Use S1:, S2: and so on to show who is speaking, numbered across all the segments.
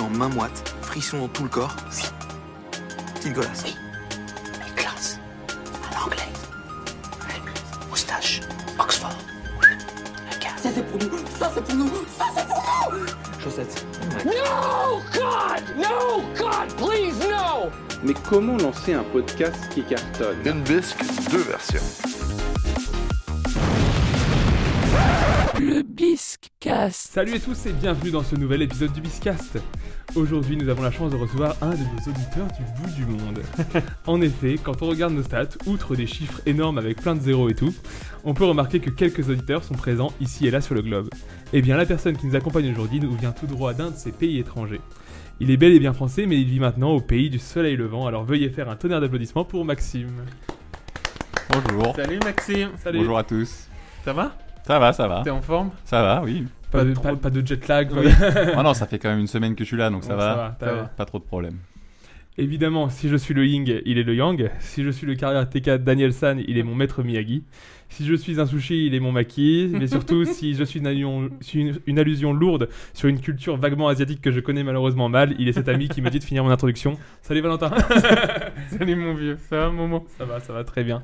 S1: en main moite, frisson dans tout le corps.
S2: Oui.
S1: Petite golasse.
S2: Oui. Mais classe. À l'anglais. Moustache. Oxford. Regarde. Ça c'est pour nous. Ça c'est pour nous. Ça c'est pour nous.
S1: Chaussettes.
S3: No, God! No, God, please, no!
S4: Mais comment lancer un podcast qui cartonne
S5: Limp Bizkit, deux versions.
S6: Le Biscast.
S7: Salut à tous et bienvenue dans ce nouvel épisode du Biscast. Aujourd'hui, nous avons la chance de recevoir un de nos auditeurs du bout du monde. en effet, quand on regarde nos stats, outre des chiffres énormes avec plein de zéros et tout, on peut remarquer que quelques auditeurs sont présents ici et là sur le globe. Eh bien, la personne qui nous accompagne aujourd'hui nous vient tout droit d'un de ces pays étrangers. Il est bel et bien français, mais il vit maintenant au pays du soleil levant, alors veuillez faire un tonnerre d'applaudissements pour Maxime.
S8: Bonjour.
S7: Salut Maxime Salut
S8: Bonjour à tous.
S7: Ça va
S8: Ça va, ça va.
S7: en forme
S8: Ça va, oui.
S7: pas de,
S8: trop
S7: pas-
S8: de-
S7: pas de jet lag pas de-
S8: Ah non, ça fait quand même une semaine que je suis là, donc ça,
S7: Bon,
S8: va.
S7: ça va.
S8: Pas trop de problèmes.
S7: Évidemment, si je suis le Ying, il est le Yang. Si je suis le karatéka Daniel San, il est mon maître Miyagi. Si je suis un sushi, il est mon maquis. Mais surtout, si je suis une, allusion- si une- une allusion lourde sur une culture vaguement asiatique que je connais malheureusement mal, il est cet ami qui me dit de finir mon introduction. Salut Valentin
S9: Salut mon vieux, ça va Momo
S7: Ça va, ça va très bien.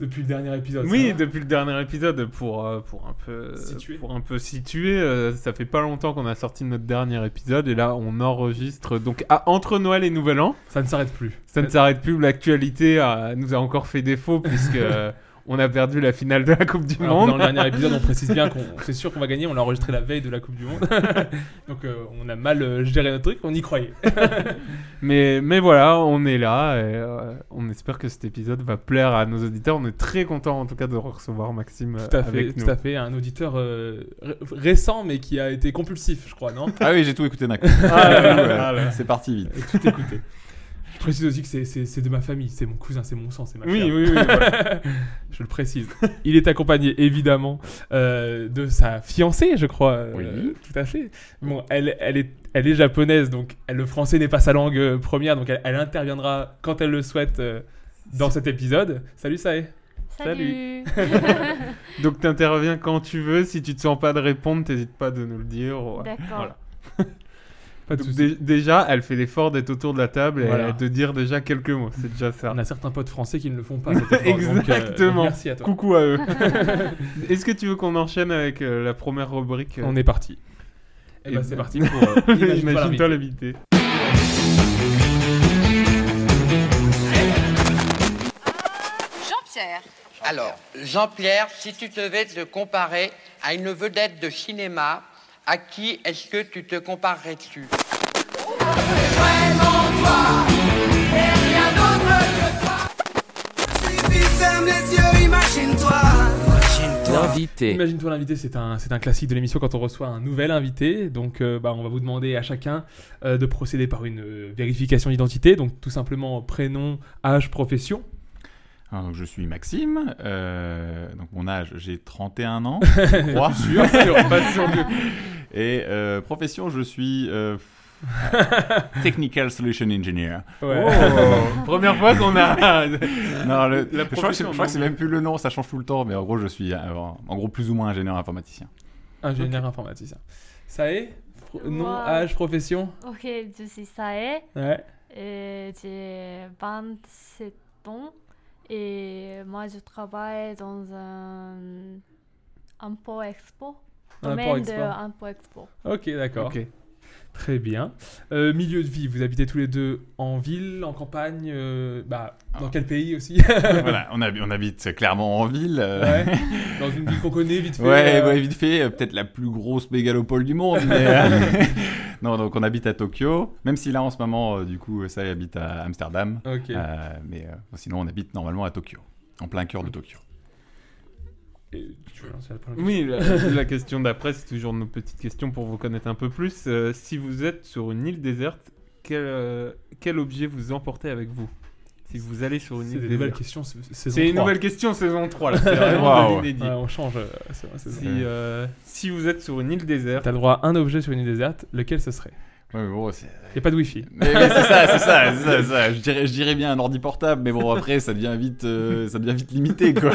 S7: Depuis le dernier épisode. ça
S9: Oui,
S7: va
S9: depuis le dernier épisode, pour, euh, pour un peu
S7: Situer.
S9: pour un peu situer, euh, ça fait pas longtemps qu'on a sorti notre dernier épisode et là on enregistre donc à- entre Noël et Nouvel An.
S7: Ça ne s'arrête plus.
S9: Ça ne s'arrête plus, l'actualité euh, nous a encore fait défaut puisque euh, on a perdu la finale de la Coupe du
S7: Alors que
S9: Monde.
S7: Dans le dernier épisode, on précise bien qu'on c'est sûr qu'on va gagner. On l'a enregistré la veille de la Coupe du Monde. Donc euh, on a mal euh, géré notre truc, on y croyait.
S9: Mais, mais voilà, on est là et euh, on espère que cet épisode va plaire à nos auditeurs. On est très content en tout cas de recevoir Maxime euh,
S7: Tout à fait,
S9: avec nous.
S7: tout à fait. Un auditeur euh, ré- récent, mais qui a été compulsif, je crois, non
S8: Ah oui, j'ai tout écouté d'un coup.
S9: Ah,
S8: C'est parti vite.
S7: Et tout écouté. Je précise aussi que c'est- c'est c'est de ma famille, c'est mon cousin, c'est mon sang, c'est ma
S9: Oui,
S7: chair.
S9: oui, oui. voilà.
S7: Je le précise. Il est accompagné, évidemment, euh, de sa fiancée, je crois. euh,
S8: Oui.
S7: Tout à fait. Bon, elle, elle, est, elle est japonaise, donc elle- le français n'est pas sa langue euh, première, donc elle, elle interviendra quand elle le souhaite euh, dans cet épisode. Salut, Sae.
S10: Salut.
S9: Donc t'interviens quand tu veux, si tu te sens pas de répondre, t'hésites pas de nous le dire. ouais.
S10: D'accord.
S9: Voilà.
S7: Pas de
S9: Donc,
S7: soucis.
S9: dé- déjà, elle fait l'effort d'être autour de la table et
S7: Voilà.
S9: de dire déjà quelques mots, c'est déjà ça.
S7: On a certains potes français qui ne le font pas. cet effort, donc, euh,
S9: Exactement.
S7: merci à toi.
S9: Coucou à eux. Est-ce que tu veux qu'on enchaîne avec euh, la première rubrique
S7: On est parti. Et,
S9: Eh
S7: bah
S9: ben,
S7: c'est parti pour euh, Imagine-toi
S9: Imagine-toi
S7: l'invité.
S9: l'invité.
S11: Jean-Pierre.
S2: Alors, Jean-Pierre, si tu devais te comparer à une vedette de cinéma, à qui est-ce que tu te comparerais-tu
S6: L'invité.
S7: Imagine-toi l'invité, c'est un, c'est un classique de l'émission quand on reçoit un nouvel invité. Donc euh, bah, on va vous demander à chacun euh, de procéder par une euh, vérification d'identité. Donc tout simplement prénom, âge, profession.
S8: Ah, donc, je suis Maxime. euh, donc mon âge, j'ai 31 ans. je crois. Et euh, profession, je suis euh, Technical Solution Engineer.
S7: Ouais.
S8: Oh.
S9: Première fois qu'on a.
S8: Non, le-
S9: La
S8: je crois que c'est-
S9: profession,
S8: je crois que c'est
S9: non.
S8: même plus le nom, ça change tout le temps, mais en gros, je suis euh, en gros plus ou moins ingénieur informaticien.
S7: Ingénieur informaticien. Ça est Pro- Nom,
S10: Wow.
S7: âge, profession
S10: Ok, je suis Sae
S7: Ouais.
S10: et j'ai 27 ans et moi je travaille dans un impôt expo.
S7: Un
S10: Domaine de
S7: import-export.
S10: impôt expo.
S7: Ok, d'accord.
S9: Ok.
S7: Très bien. Euh, milieu de vie, vous habitez tous les deux en ville, en campagne, euh, bah, dans
S8: Ah.
S7: quel pays aussi
S8: voilà, on, hab- on habite clairement en ville. euh,
S7: Ouais. Dans une ville qu'on connaît vite fait.
S8: Ouais,
S7: euh,
S8: ouais, vite fait, euh, peut-être la plus grosse mégalopole du monde. mais, euh, non, donc on habite à Tokyo, même si là en ce moment, euh, du coup, ça habite à Amsterdam.
S7: Ok.
S8: Euh, mais euh, sinon, on habite normalement à Tokyo, en plein cœur de Tokyo.
S7: Et tu veux lancer la première question
S9: Oui, la, la question d'après, c'est toujours nos petites questions pour vous connaître un peu plus. Euh, si vous êtes sur une île déserte, quel, euh, quel objet vous emportez avec vous Si vous allez sur une
S7: C'est des
S9: île déserte.
S7: nouvelles questions. sa- saison
S9: C'est une
S7: 3.
S9: nouvelle question saison 3 là, c'est vraiment
S8: Waouh.
S9: de l'inédit.
S7: Ouais, on change. euh, c'est vrai, c'est vrai.
S9: Si, euh, si vous êtes sur une île déserte,
S7: T'as le droit à un objet sur une île déserte, lequel ce serait
S8: Ouais, mais bon, c'est
S7: Y a pas de wifi.
S8: mais- mais c'est ça, c'est ça, c'est ça, c'est ça. Je dirais, je dirais bien un ordi portable, mais bon, après, ça devient vite, euh, ça devient vite limité, quoi.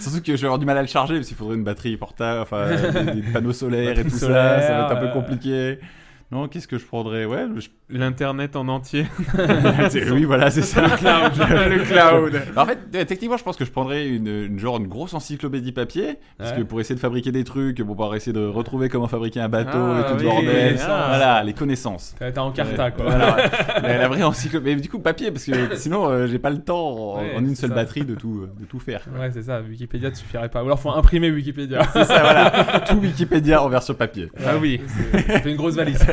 S8: Surtout que je vais avoir du mal à le charger, parce qu'il faudrait une batterie portable, enfin, des, des panneaux solaires et
S7: Batterie
S8: tout ça,
S7: solaire,
S8: ça va être un
S7: euh,
S8: peu compliqué. Non, qu'est-ce que je prendrais Ouais, je-
S9: L'internet en entier.
S8: Ah, C'est- oui, voilà, c'est ça.
S9: cloud.
S8: le cloud. En fait, euh, techniquement, je pense que je prendrais une, une genre une grosse encyclopédie papier, parce que
S7: Ouais.
S8: pour essayer de fabriquer des trucs, bon, pour essayer de retrouver comment fabriquer un bateau
S9: Ah,
S8: et tout le
S9: oui,
S8: bordel.
S9: les
S8: Voilà, les connaissances.
S7: T'as t'as en carta,
S8: Ouais,
S7: quoi.
S8: voilà. la, la vraie encyclopédie. Mais du coup, papier, parce que sinon, euh, j'ai pas le temps en,
S7: Ouais,
S8: en une
S7: c'est
S8: seule
S7: ça.
S8: batterie de tout, euh, de tout faire.
S7: Ouais, c'est ça, Wikipédia ne suffirait pas. Ou alors faut imprimer Wikipédia.
S8: C'est ça, voilà. Tout Wikipédia en version papier.
S9: Ah oui.
S7: C'est une grosse valise.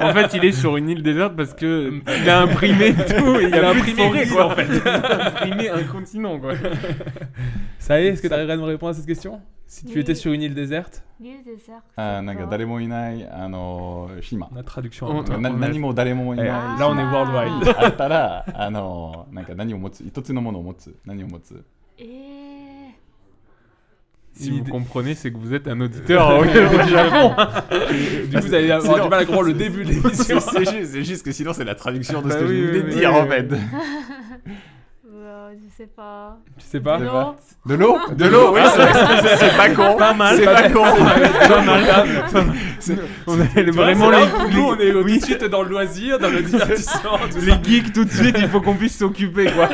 S9: En fait, il est sur une île déserte parce que il a imprimé tout. et il, a, plus de
S7: imprimé
S9: forêt,
S7: l'île,
S9: quoi,
S7: en
S9: en fait. Il a imprimé un continent, quoi.
S7: Ça y est, est-ce que t'arriverais à me répondre à cette question Si tu
S10: Oui.
S7: étais sur une île déserte,
S10: L'île déserte. c'est
S8: Ah, naga,
S10: quoi
S8: daremo inai, ano, shima.
S7: notre traduction. en
S9: On-
S7: même temps.
S9: on-
S8: Na- nanimo daremo
S7: Eh,
S8: inai.
S7: Là, on est worldwide.
S10: Ah.
S8: あったら、あの、なんか何を持つ、一つのものを持つ、何を持つ。
S10: Eh,
S9: Si
S7: Une
S9: vous
S7: idée-
S9: comprenez, c'est que vous êtes
S8: Euh.
S9: un auditeur au au Japon.
S7: Du coup, vous allez avoir
S8: Sinon-
S7: du mal à comprendre le début de l'émission.
S8: juste, c'est juste que sinon c'est la traduction
S9: Bah oui, oui, oui, oui, oui.
S10: euh, je sais pas.
S7: Tu sais pas
S8: De
S10: L'eau,
S8: quoi De l'eau De l'eau, oui, c'est vrai, c'est pas con.
S9: Pas mal,
S8: C'est
S9: pas
S8: pas con.
S9: On est vraiment
S7: C'est
S9: les,
S7: là où Nous, on est tout de suite dans le loisir, dans le divertissement. tout
S9: les-
S7: ça.
S9: les geeks tout de suite, il faut qu'on puisse s'occuper quoi.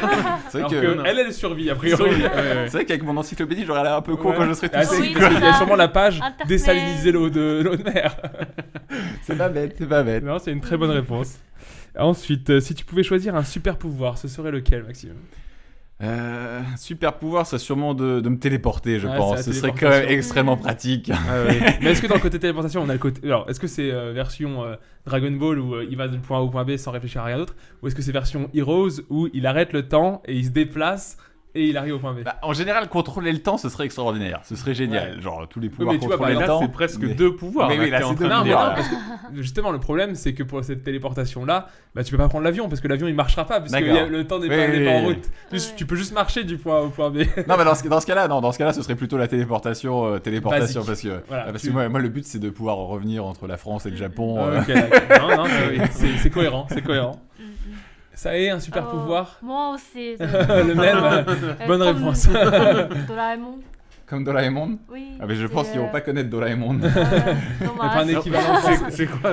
S8: C'est vrai
S7: Alors
S8: que.
S7: que elle, elle survit, a priori.
S8: C'est vrai qu'avec mon encyclopédie, j'aurais l'air un peu con
S7: Ouais.
S8: quand je serai tout
S7: Ah,
S8: seul.
S7: si,
S10: Oui,
S7: quoi.
S10: c'est
S7: Il y a
S10: ça.
S7: sûrement la page
S10: Internet.
S7: Désaliniser l'eau de l'eau de mer.
S8: C'est pas bête, c'est pas bête.
S7: Non, c'est une très bonne réponse. Ensuite, euh, si tu pouvais choisir un super pouvoir, ce serait lequel, Maxime
S8: Euh, super pouvoir, c'est sûrement de, de me téléporter, je
S7: Ouais,
S8: pense.
S7: c'est
S8: Ce
S7: la
S8: serait quand même
S7: téléportation.
S8: extrêmement pratique.
S7: Mais est-ce que dans le côté téléportation, on a le côté. Alors, est-ce que c'est euh, version euh, Dragon Ball où euh, il va du point A au point B sans réfléchir à rien d'autre Ou est-ce que c'est version Heroes où il arrête le temps et il se déplace et il arrive au point B
S8: Bah, en général, contrôler le temps, ce serait extraordinaire. Ce serait génial. Genre, tous les pouvoirs
S7: mais tu vois,
S8: contrôler
S7: par
S8: le
S9: Là,
S8: temps.
S9: c'est presque
S8: mais-
S9: deux pouvoirs.
S8: Mais oui, là,
S9: t'es en
S8: c'est
S9: train
S8: deux
S7: non,
S9: de
S7: mais
S9: dire,
S7: non,
S8: pouvoirs.
S7: parce que justement, le problème, c'est que pour cette téléportation-là, bah, tu peux pas prendre l'avion parce que l'avion il marchera pas, parce que
S8: D'accord.
S7: y a- le temps n'est
S8: Oui,
S7: pas,
S8: oui,
S7: n'est pas en
S8: oui, oui.
S7: route. Juste-
S10: Ouais.
S7: Tu peux juste marcher du point A au point B.
S8: Non, mais dans ce, dans ce cas-là, non, dans ce cas-là, ce serait plutôt la téléportation, euh, téléportation,
S7: Basique.
S8: parce que,
S7: Voilà,
S8: ah, parce
S7: tu- Ah
S8: que moi, moi, le but, c'est de pouvoir revenir entre la France et le Japon. euh.
S7: Ok, d'accord. non, non, c'est- c'est c'est cohérent, c'est cohérent.
S10: Mm, mm.
S7: Ça est, un super
S10: Oh,
S7: pouvoir.
S10: Moi aussi.
S7: le même.
S10: Euh,
S7: Bonne
S10: comme-
S7: réponse.
S10: comme Doraemon,
S8: Comme Doraemon
S10: oui.
S8: ah, mais je
S10: c'est,
S8: pense qu'ils vont
S10: euh,
S8: pas connaître Doraemon.
S10: euh,
S7: T'as pas un
S10: dommage.
S7: équivalent.
S9: C'est- C'est quoi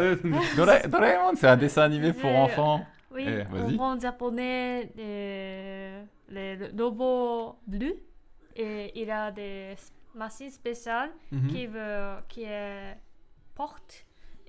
S8: Dora- Doraemon, c'est un dessin animé pour
S10: Euh,
S8: enfants.
S10: Oui,
S8: Eh,
S10: on
S8: vas-y.
S10: prend japonais les, les robots bleus et il a des s- machines spéciales qui, veut, qui euh, portent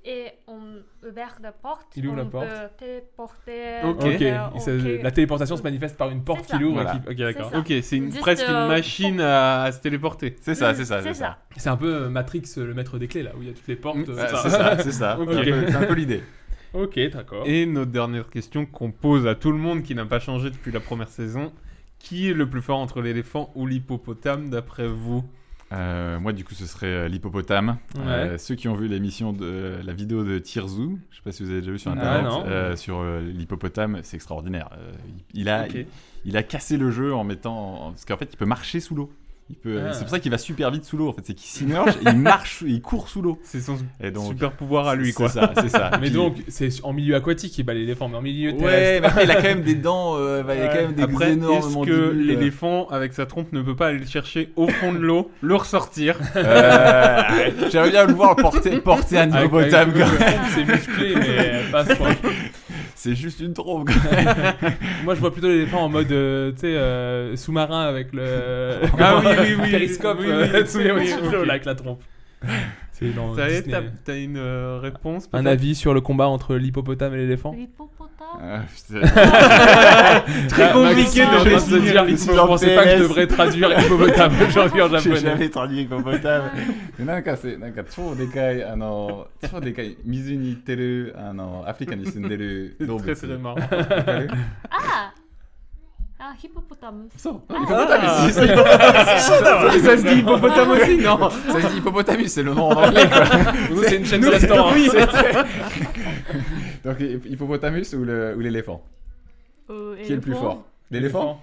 S10: et on ouvre la porte.
S7: Il ouvre
S10: on
S7: la porte.
S10: peut téléporter.
S9: Ok.
S7: Ok,
S10: euh,
S7: il
S10: au
S7: se-
S10: quai.
S7: la téléportation se manifeste par une porte
S10: C'est ça.
S7: qui l'ouvre. et
S8: Voilà.
S7: qui- Ok, d'accord.
S10: ça.
S9: Ok, c'est une-
S10: Juste,
S9: presque une
S10: euh,
S9: machine à, à se téléporter.
S8: C'est ça, c'est ça, c'est ça.
S7: C'est un peu euh, Matrix, euh, le maître des clés, là, où il y a toutes les portes.
S9: Mm,
S7: euh,
S8: Ah,
S7: tout
S8: C'est ça, c'est ça.
S7: Ok.
S8: C'est un peu- C'est un peu l'idée.
S7: Ok, d'accord.
S9: Et notre dernière question qu'on pose à tout le monde qui n'a pas changé depuis la première saison. Qui est le plus fort entre l'éléphant ou l'hippopotame d'après vous
S8: Euh, moi, du coup, ce serait euh, l'hippopotame. Euh,
S7: Ouais.
S8: ceux qui ont vu l'émission de la vidéo de Tirzu, je sais pas si vous avez déjà vu sur
S7: Ah,
S8: internet,
S7: non.
S8: euh, sur euh, l'hippopotame, c'est extraordinaire. Euh, il, il a,
S9: Ok.
S8: il, il a cassé le jeu en mettant. en- parce qu'en fait, il peut marcher sous l'eau. Il peut-
S7: Ah.
S8: C'est pour ça qu'il va super vite sous l'eau. En fait, c'est qu'il s'immerge, et il marche, il court sous l'eau.
S9: C'est son
S8: Et donc,
S9: super pouvoir à lui
S8: c'est
S9: quoi.
S8: ça, C'est ça.
S7: Mais
S8: Puis-
S7: donc, c'est en milieu aquatique qu'il bat l'éléphant, mais en milieu
S8: Ouais,
S7: terrestre.
S8: mais après, il a quand même des dents. euh, bah, il a quand même des
S9: Après,
S8: énormes euh,
S9: est-ce que
S8: mandibules.
S9: l'éléphant, avec sa trompe, ne peut pas aller le chercher au fond de l'eau, le ressortir
S8: Euh, J'aimerais bien le voir porter, porter
S9: Ah,
S8: un
S7: Avec- avec-
S8: hippopotame. quoi.
S7: C'est musclé, mais pas à ce point.
S8: C'est juste une trompe.
S7: Moi, je vois plutôt l'éléphant en mode, euh, tu sais, euh, sous-marin avec le.
S9: Ah oui, oui, oui.
S7: Périscope,
S9: Oui, oui,
S7: euh,
S9: oui,
S7: sous les-
S9: oui,
S7: sous
S9: ok.
S7: l'eau, là, avec la trompe. C'est dans
S9: Ça y est,
S7: Disney.
S9: t'as t'as une euh, réponse
S7: Un
S9: peut-être
S7: avis sur le combat entre l'hippopotame et l'éléphant
S10: L'hippopotame.
S8: Euh, putain.
S9: Très compliqué
S10: Maxime,
S9: de
S7: Bah,
S10: je
S7: Je
S9: définir.
S7: dire, je pensais pas que je devrais traduire hippopotame aujourd'hui en
S8: J'ai
S7: japonais.
S8: jamais traduit hippopotame. Mais なんかせ、なんか超でかい、あの、超でかい、水に行ってる、あの、アフリカに住んでる動
S9: C'est
S8: 物。
S9: très très marrant.
S8: わかる
S10: Ah Ah, hippopotame.
S8: そう。ヒポポタミス。Ah.
S9: Ça se dit hippopotame aussi, non
S8: Ça se dit hippopotamus, c'est le nom en anglais. quoi.
S7: Nous, c'est une chaîne de restaurant.
S8: Donc, hi- hippopotamus ou le- ou l'éléphant
S10: Euh,
S8: Qui est le plus
S10: éléphant.
S8: fort L'éléphant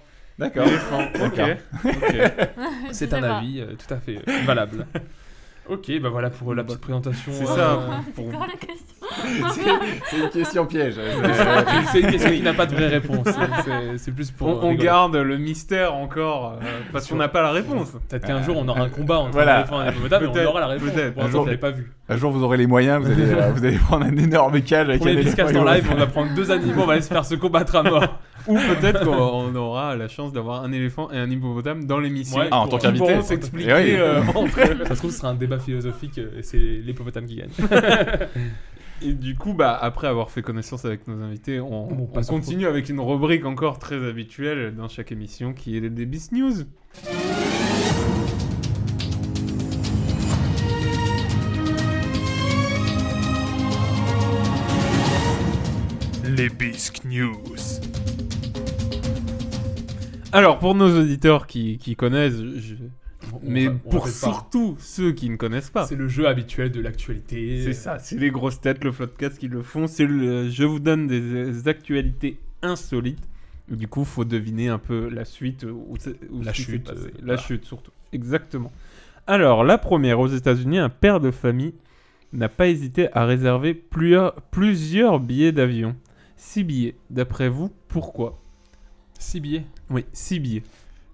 S8: D'accord.
S9: L'éléphant, ok.
S10: Je
S7: C'est
S10: sais
S7: un
S10: pas.
S7: avis euh, tout à fait euh, valable. Ok, bah voilà pour la petite présentation.
S9: C'est
S7: euh,
S9: ça.
S10: C'est quoi la question
S8: C'est une question piège.
S7: euh, c'est une question qui n'a pas de vraie réponse. C'est- c'est- C'est plus pour.
S9: On, on
S7: rigoler.
S9: garde le mystère encore, euh, parce qu'on n'a pas la réponse.
S7: Peut-être qu'un jour on aura un combat entre
S8: Voilà.
S7: les femmes et les hommes, mais
S9: Euh, Peut-être,
S7: on aura la réponse.
S9: peut-être.
S7: Pour
S8: Un
S7: l'instant,
S8: jour,
S7: je l'ai pas vu.
S8: Un jour, vous aurez les moyens, vous allez, euh, vous allez prendre un énorme cage avec
S7: Pour les
S8: un
S7: biscasses en
S8: éléphant et
S7: live, on va prendre deux animaux, on va les faire se combattre à mort.
S9: Ou peut-être qu'on aura la chance d'avoir un éléphant et un hippopotame dans l'émission.
S7: Ouais,
S9: qui
S8: Ah, en tant
S9: pourront- qui
S8: qu'invité.
S9: pourront s'expliquer.
S8: Eh oui.
S9: euh,
S7: entre elles. Ça se trouve, ce sera un débat philosophique euh, et c'est l'hippopotame qui gagne.
S9: Et du coup, bah, après avoir fait connaissance avec nos invités, on,
S7: Bon,
S9: on
S7: passons
S9: continue avec une rubrique encore très habituelle dans chaque émission qui est les Débis News.
S7: Les Bisque News.
S9: Alors, pour nos auditeurs qui, qui connaissent, je- mais pour
S7: ça,
S9: surtout ceux qui ne connaissent pas,
S7: c'est le jeu habituel de l'actualité.
S9: c'est ça, c'est les grosses têtes, le floodcast qui le font. C'est le, je vous donne des, des actualités insolites. Du coup, faut deviner un peu la suite euh, ou
S7: La chute, euh,
S9: la
S7: voilà.
S9: chute surtout. Exactement. Alors, la première aux États-Unis, un père de famille n'a pas hésité à réserver plusieurs, plusieurs billets d'avion. Six billets. D'après vous, pourquoi
S7: 6 billets.
S9: Oui, six billets.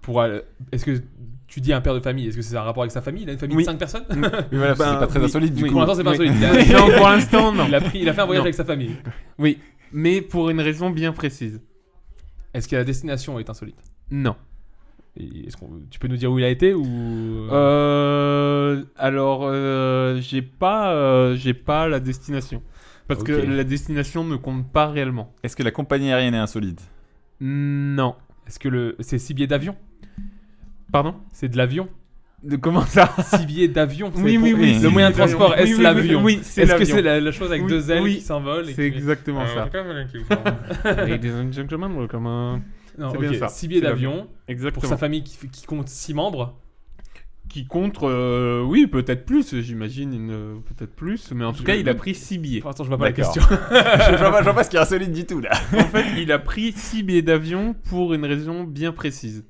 S7: Pour aller- Est-ce que tu dis un père de famille Est-ce que c'est un rapport avec sa famille Il a une famille
S9: Oui.
S7: de 5 personnes
S8: Oui, voilà, parce que c'est pas très
S9: oui,
S8: insolite du
S9: oui.
S8: coup.
S7: Ben, Pour l'instant, c'est pas
S9: Oui.
S7: insolite. Il a-
S9: non, pour l'instant, non.
S7: Il a, pris, il a fait un voyage
S9: Non.
S7: avec sa famille.
S9: Oui, mais pour une raison bien précise.
S7: Est-ce que la destination est insolite
S9: Non.
S7: Et Est-ce qu'on, tu peux nous dire où il a été ou
S9: Euh, alors, euh, j'ai pas, euh, j'ai pas la destination. Parce
S7: Ok.
S9: que la destination ne compte pas réellement.
S8: Est-ce que la compagnie aérienne est insolite
S9: Non.
S7: est-ce que le c'est 6 billets d'avion
S9: Pardon
S7: C'est de l'avion.
S9: De comment ça
S7: 6 billets d'avion. c'est
S9: Oui,
S7: pour-
S9: oui, oui.
S7: Le
S8: c'est
S7: moyen de
S9: l'avion.
S7: transport
S9: Oui,
S7: est-ce
S9: oui, oui,
S7: l'avion
S9: oui, c'est
S7: Est-ce que
S9: l'avion.
S7: c'est Ah la, la chose avec
S9: Oui,
S7: deux ailes
S9: oui.
S7: qui s'envolent et
S9: C'est
S7: qui- Euh,
S9: exactement ça. Ladies and gentlemen, welcome. euh,
S7: Non,
S9: C'est
S7: ok,
S9: bien ça.
S7: six billets
S9: C'est l'avion.
S7: d'avion pour
S9: Exactement.
S7: sa famille qui, qui compte 6 membres.
S9: Qui compte, euh, oui, peut-être plus, j'imagine, une- peut-être plus. Mais en tout
S7: Je-
S9: cas, il a pris 6 billets.
S7: Pour l'instant, je vois pas la
S8: D'accord.
S7: question.
S8: je, vois pas, je vois pas ce qui est insolite du tout là.
S9: En fait, il a pris 6 billets d'avion pour une raison bien précise.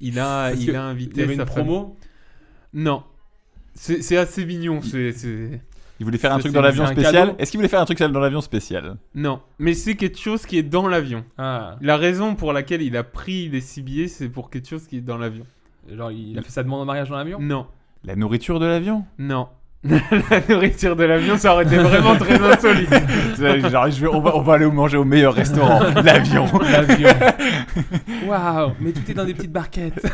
S9: Il a,
S7: Parce
S9: il
S7: que Il
S9: a
S7: y
S9: invité
S7: avait une
S9: sa famille.
S7: promo.
S9: Non. C'est c'est assez mignon. c'est- c'est-
S8: Il voulait faire un
S9: C'est-
S8: truc
S9: c'est-
S8: dans l'avion
S7: c'est un
S8: spécial.
S7: cadeau.
S8: Est-ce qu'il voulait faire un truc dans l'avion spécial
S9: Non. Mais c'est quelque chose qui est dans l'avion.
S7: Ah,
S9: La raison pour laquelle il a pris les 6 billets, c'est pour quelque chose qui est dans l'avion.
S7: genre il a fait sa demande en mariage dans l'avion.
S9: Non.
S8: La nourriture de l'avion
S9: Non. La nourriture de l'avion, ça aurait été vraiment très insolite.
S8: Genre, je vais- on, va, on va aller manger au meilleur restaurant, l'avion.
S7: L'avion. Waouh, mais tout est dans des petites barquettes.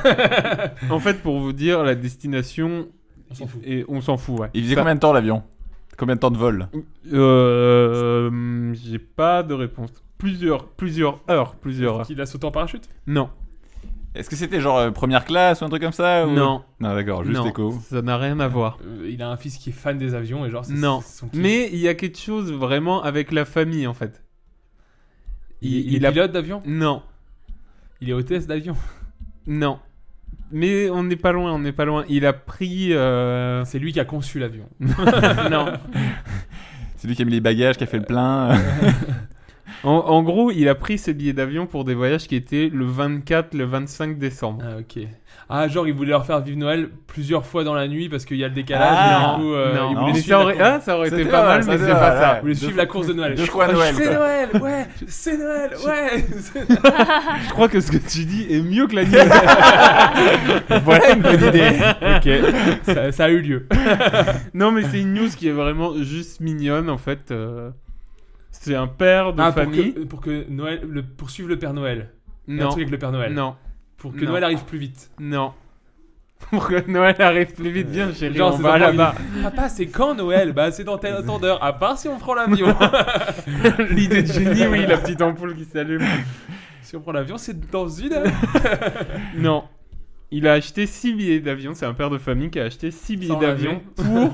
S9: En fait, pour vous dire, la destination.
S7: On s'en fout.
S9: Et on s'en fout, ouais.
S8: Il faisait combien de temps l'avion Combien de temps de vol
S9: Euh. J'ai pas de réponse. Plusieurs, plusieurs heures, plusieurs heures.
S7: Qu'il a sauté en parachute
S9: Non,
S8: Est-ce que c'était genre euh, première classe ou un truc comme ça ou-
S9: non,
S8: Non, d'accord, Ah juste
S9: non.
S8: écho.
S9: Ça n'a rien à voir.
S7: Euh, Il a un fils qui est fan des avions et genre c'est
S9: Non.
S7: c'est son kiff.
S9: Mais il y a quelque chose vraiment avec la famille en fait.
S7: il, il est
S9: a-
S7: pilote d'avion
S9: Non,
S7: Il est hôtesse d'avion
S9: non. Mais on n'est pas loin, on n'est pas loin. Il a pris. euh,
S7: C'est lui qui a conçu l'avion.
S9: non.
S8: C'est lui qui a mis les bagages, qui a fait le plein.
S9: En, en gros, il a pris ses billets d'avion pour des voyages qui étaient le 24, le 25 décembre.
S7: Ah ok. Ah genre il voulait leur faire vivre Noël plusieurs fois dans la nuit parce qu'il y a le décalage.
S8: Ah,
S7: et du coup, euh, il
S9: non,
S7: voulait
S9: mais
S7: suivre
S9: ça
S7: la
S9: aurait,
S7: courbe.
S9: ah, ça aurait
S8: C'était
S9: été pas
S8: pas
S9: mal,
S8: mal,
S9: mais
S8: ça,
S9: c'est
S8: c'est
S9: pas
S8: pas
S9: ça.
S8: mal.
S7: Vous voulez suivre la course de Noël.
S8: Deux fois
S7: Ah,
S8: Noël,
S7: C'est
S8: quoi.
S7: Noël, ouais, c'est Noël, ouais. c'est-
S9: Je crois que ce que tu dis est mieux que la news.
S8: voilà une bonne idée. ok.
S7: ça, ça a eu lieu.
S9: non, mais c'est une news qui est vraiment juste mignonne en fait. euh, C'est un père de
S7: Ah, pour,
S9: famille.
S7: que, pour que Noël, le, pour suivre le Père Noël. Il y a Un
S9: Non,
S7: truc avec le Père Noël.
S9: non,
S7: Pour que
S9: Non.
S7: Noël arrive plus vite.
S9: non. Pour que Noël arrive plus vite, viens chérie,
S7: Genre,
S9: on
S7: c'est
S9: va
S7: dans
S9: là-bas.
S7: Papa, c'est quand Noël Bah, c'est dans tel- tant d'heures. À part si on prend l'avion.
S9: L'idée de génie, oui, la petite ampoule qui s'allume.
S7: si on prend l'avion, c'est dans une heure.
S9: Non. Il a acheté 6 billets d'avion. C'est un père de famille qui a acheté 6 billets
S7: Sans
S9: d'avion pour,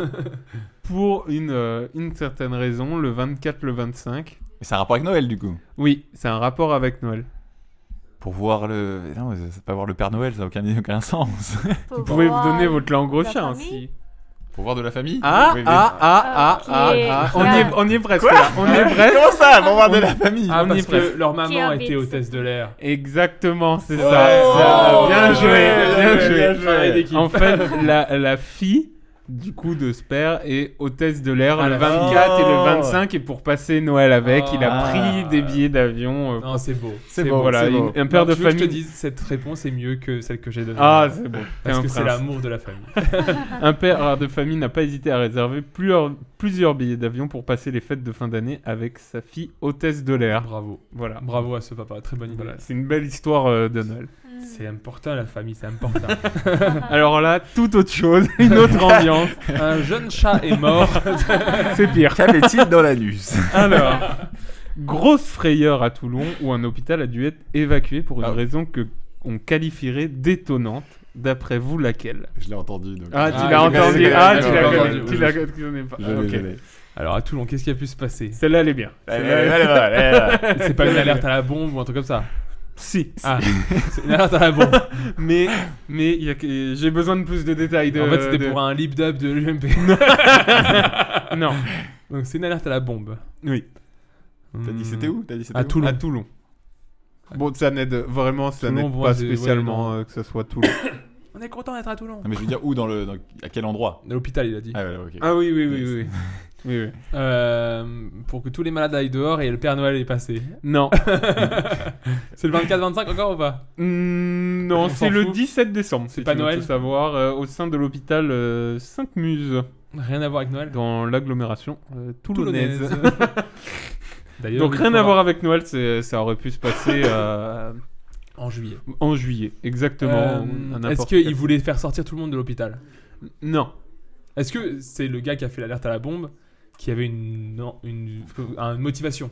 S9: pour une, euh, une certaine raison, le 24, le 25.
S8: C'est un rapport avec Noël du coup.
S9: Oui, c'est un rapport avec Noël.
S8: Pour voir le. Non, mais c'est pas voir le Père Noël, ça n'a aucun, aucun sens.
S9: Vous pouvez vous donner votre langue au
S10: la
S9: chien
S10: famille
S9: si.
S8: Pour voir de la famille
S9: Ah,
S8: Oui, oui.
S9: ah, ah, ah,
S10: Ok.
S9: ah, On, y est, on y est presque là. On y est presque.
S8: Comment ça Pour voir de la famille
S7: Ah,
S9: On y est
S7: parce que
S9: presque.
S7: leur
S10: Qui
S7: maman
S10: habite
S7: était hôtesse de l'air.
S9: Exactement, c'est
S7: Oh.
S9: ça. ça. Bien joué, bien joué.
S7: Travail d'équipe.
S9: En fait, la, la fille du coup de Sper et hôtesse de l'air
S7: Ah
S9: le
S7: la
S9: 24 et
S7: vache.
S9: le 25 et pour passer Noël avec, il a
S8: Ah.
S9: pris des billets d'avion. euh,
S7: Non, c'est beau.
S9: c'est
S8: beau,
S9: voilà,
S8: c'est beau.
S9: une- un père
S7: Non,
S9: de
S7: tu veux que
S9: famille.
S7: je te dise, cette réponse est mieux que celle que j'ai donnée.
S9: ah, c'est bon. t'es
S7: parce
S9: un
S7: que c'est
S9: prince.
S7: l'amour de la famille.
S9: Un père de famille n'a pas hésité à réserver plusieurs, plusieurs billets d'avion pour passer les fêtes de fin d'année avec sa fille hôtesse de l'air.
S7: Bravo. Mmh.
S9: Voilà.
S7: Bravo à ce papa, très bonne idée.
S9: Voilà, C'est une belle histoire euh, de Noël.
S10: Hmm.
S7: C'est important la famille, c'est important. Ah.
S9: Alors là, tout autre chose, une autre ambiance,
S7: Un jeune chat est mort.
S9: c'est pire.
S5: Qu'avait-il dans l'anus
S9: Alors, grosse frayeur à Toulon où un hôpital a dû être évacué pour une
S8: Ah.
S9: raison que on qualifierait d'étonnante. D'après vous, laquelle
S8: Je l'ai entendu. donc-
S9: Ah,
S7: Ah,
S9: tu l'as
S7: je connais,
S9: entendu
S7: je
S9: Ah,
S7: connais,
S9: tu
S7: je
S9: l'as
S7: connais,
S9: connu,
S7: oui,
S9: tu
S7: oui.
S9: l'as connu, tu l'as connu.
S8: Je l'ai,
S9: Ok.
S8: je l'ai.
S7: Alors à Toulon, qu'est-ce qui a pu se passer
S9: Celle-là, elle est bien.
S5: Allez, allez, allez, allez, allez.
S7: C'est pas une alerte à la bombe ou un truc comme ça.
S9: Si.
S7: Ah, c'est une alerte à la bombe.
S9: Mais, mais il y a que- j'ai besoin de plus de détails. De,
S7: en fait, c'était
S9: de-
S7: pour un lip dub de l'UMP.
S9: Non.
S7: Donc c'est une alerte à la bombe. Hum.
S9: Oui.
S8: T'as dit c'était où T'as dit c'était
S7: À
S8: où Ah,
S7: Toulon.
S9: À Toulon. Bon, ça n'aide vraiment, ça
S7: Toulon,
S9: n'aide
S7: bon,
S9: pas
S7: c'est- ouais,
S9: spécialement euh, que ça soit Toulon.
S7: On est content d'être à Toulon.
S8: Non, mais je veux dire où dans le. dans- À quel endroit
S7: À l'hôpital, il a dit.
S8: Ah, ouais, ok.
S9: ah oui, oui,
S8: oui, oui,
S9: oui, oui.
S7: Euh, pour que tous les malades aillent dehors et le Père Noël est passé.
S9: Non.
S7: C'est le 24-25 encore ou pas
S9: Mm,
S7: On
S9: non,
S7: s'en
S9: c'est le
S7: fout.
S9: 17 décembre.
S7: C'est
S9: si
S7: pas
S9: tu veux
S7: Noël
S9: tout savoir, euh, au sein de l'hôpital euh, Sainte-Muse,
S7: Rien à voir avec Noël.
S9: dans l'agglomération euh, toulonnaise.
S7: Toulonnaise. D'ailleurs,
S9: Donc
S7: il
S9: rien
S7: faut
S9: à
S7: voir
S9: voir avec Noël, c'est- ça aurait pu se passer euh,
S7: En juillet.
S9: en juillet, exactement.
S7: Euh,
S9: ou à n'importe
S7: Est-ce
S9: quel-
S7: qu'il voulait faire sortir tout le monde de l'hôpital
S9: Non.
S7: Est-ce que c'est le gars qui a fait l'alerte à la bombe qui avait une, non, une, une motivation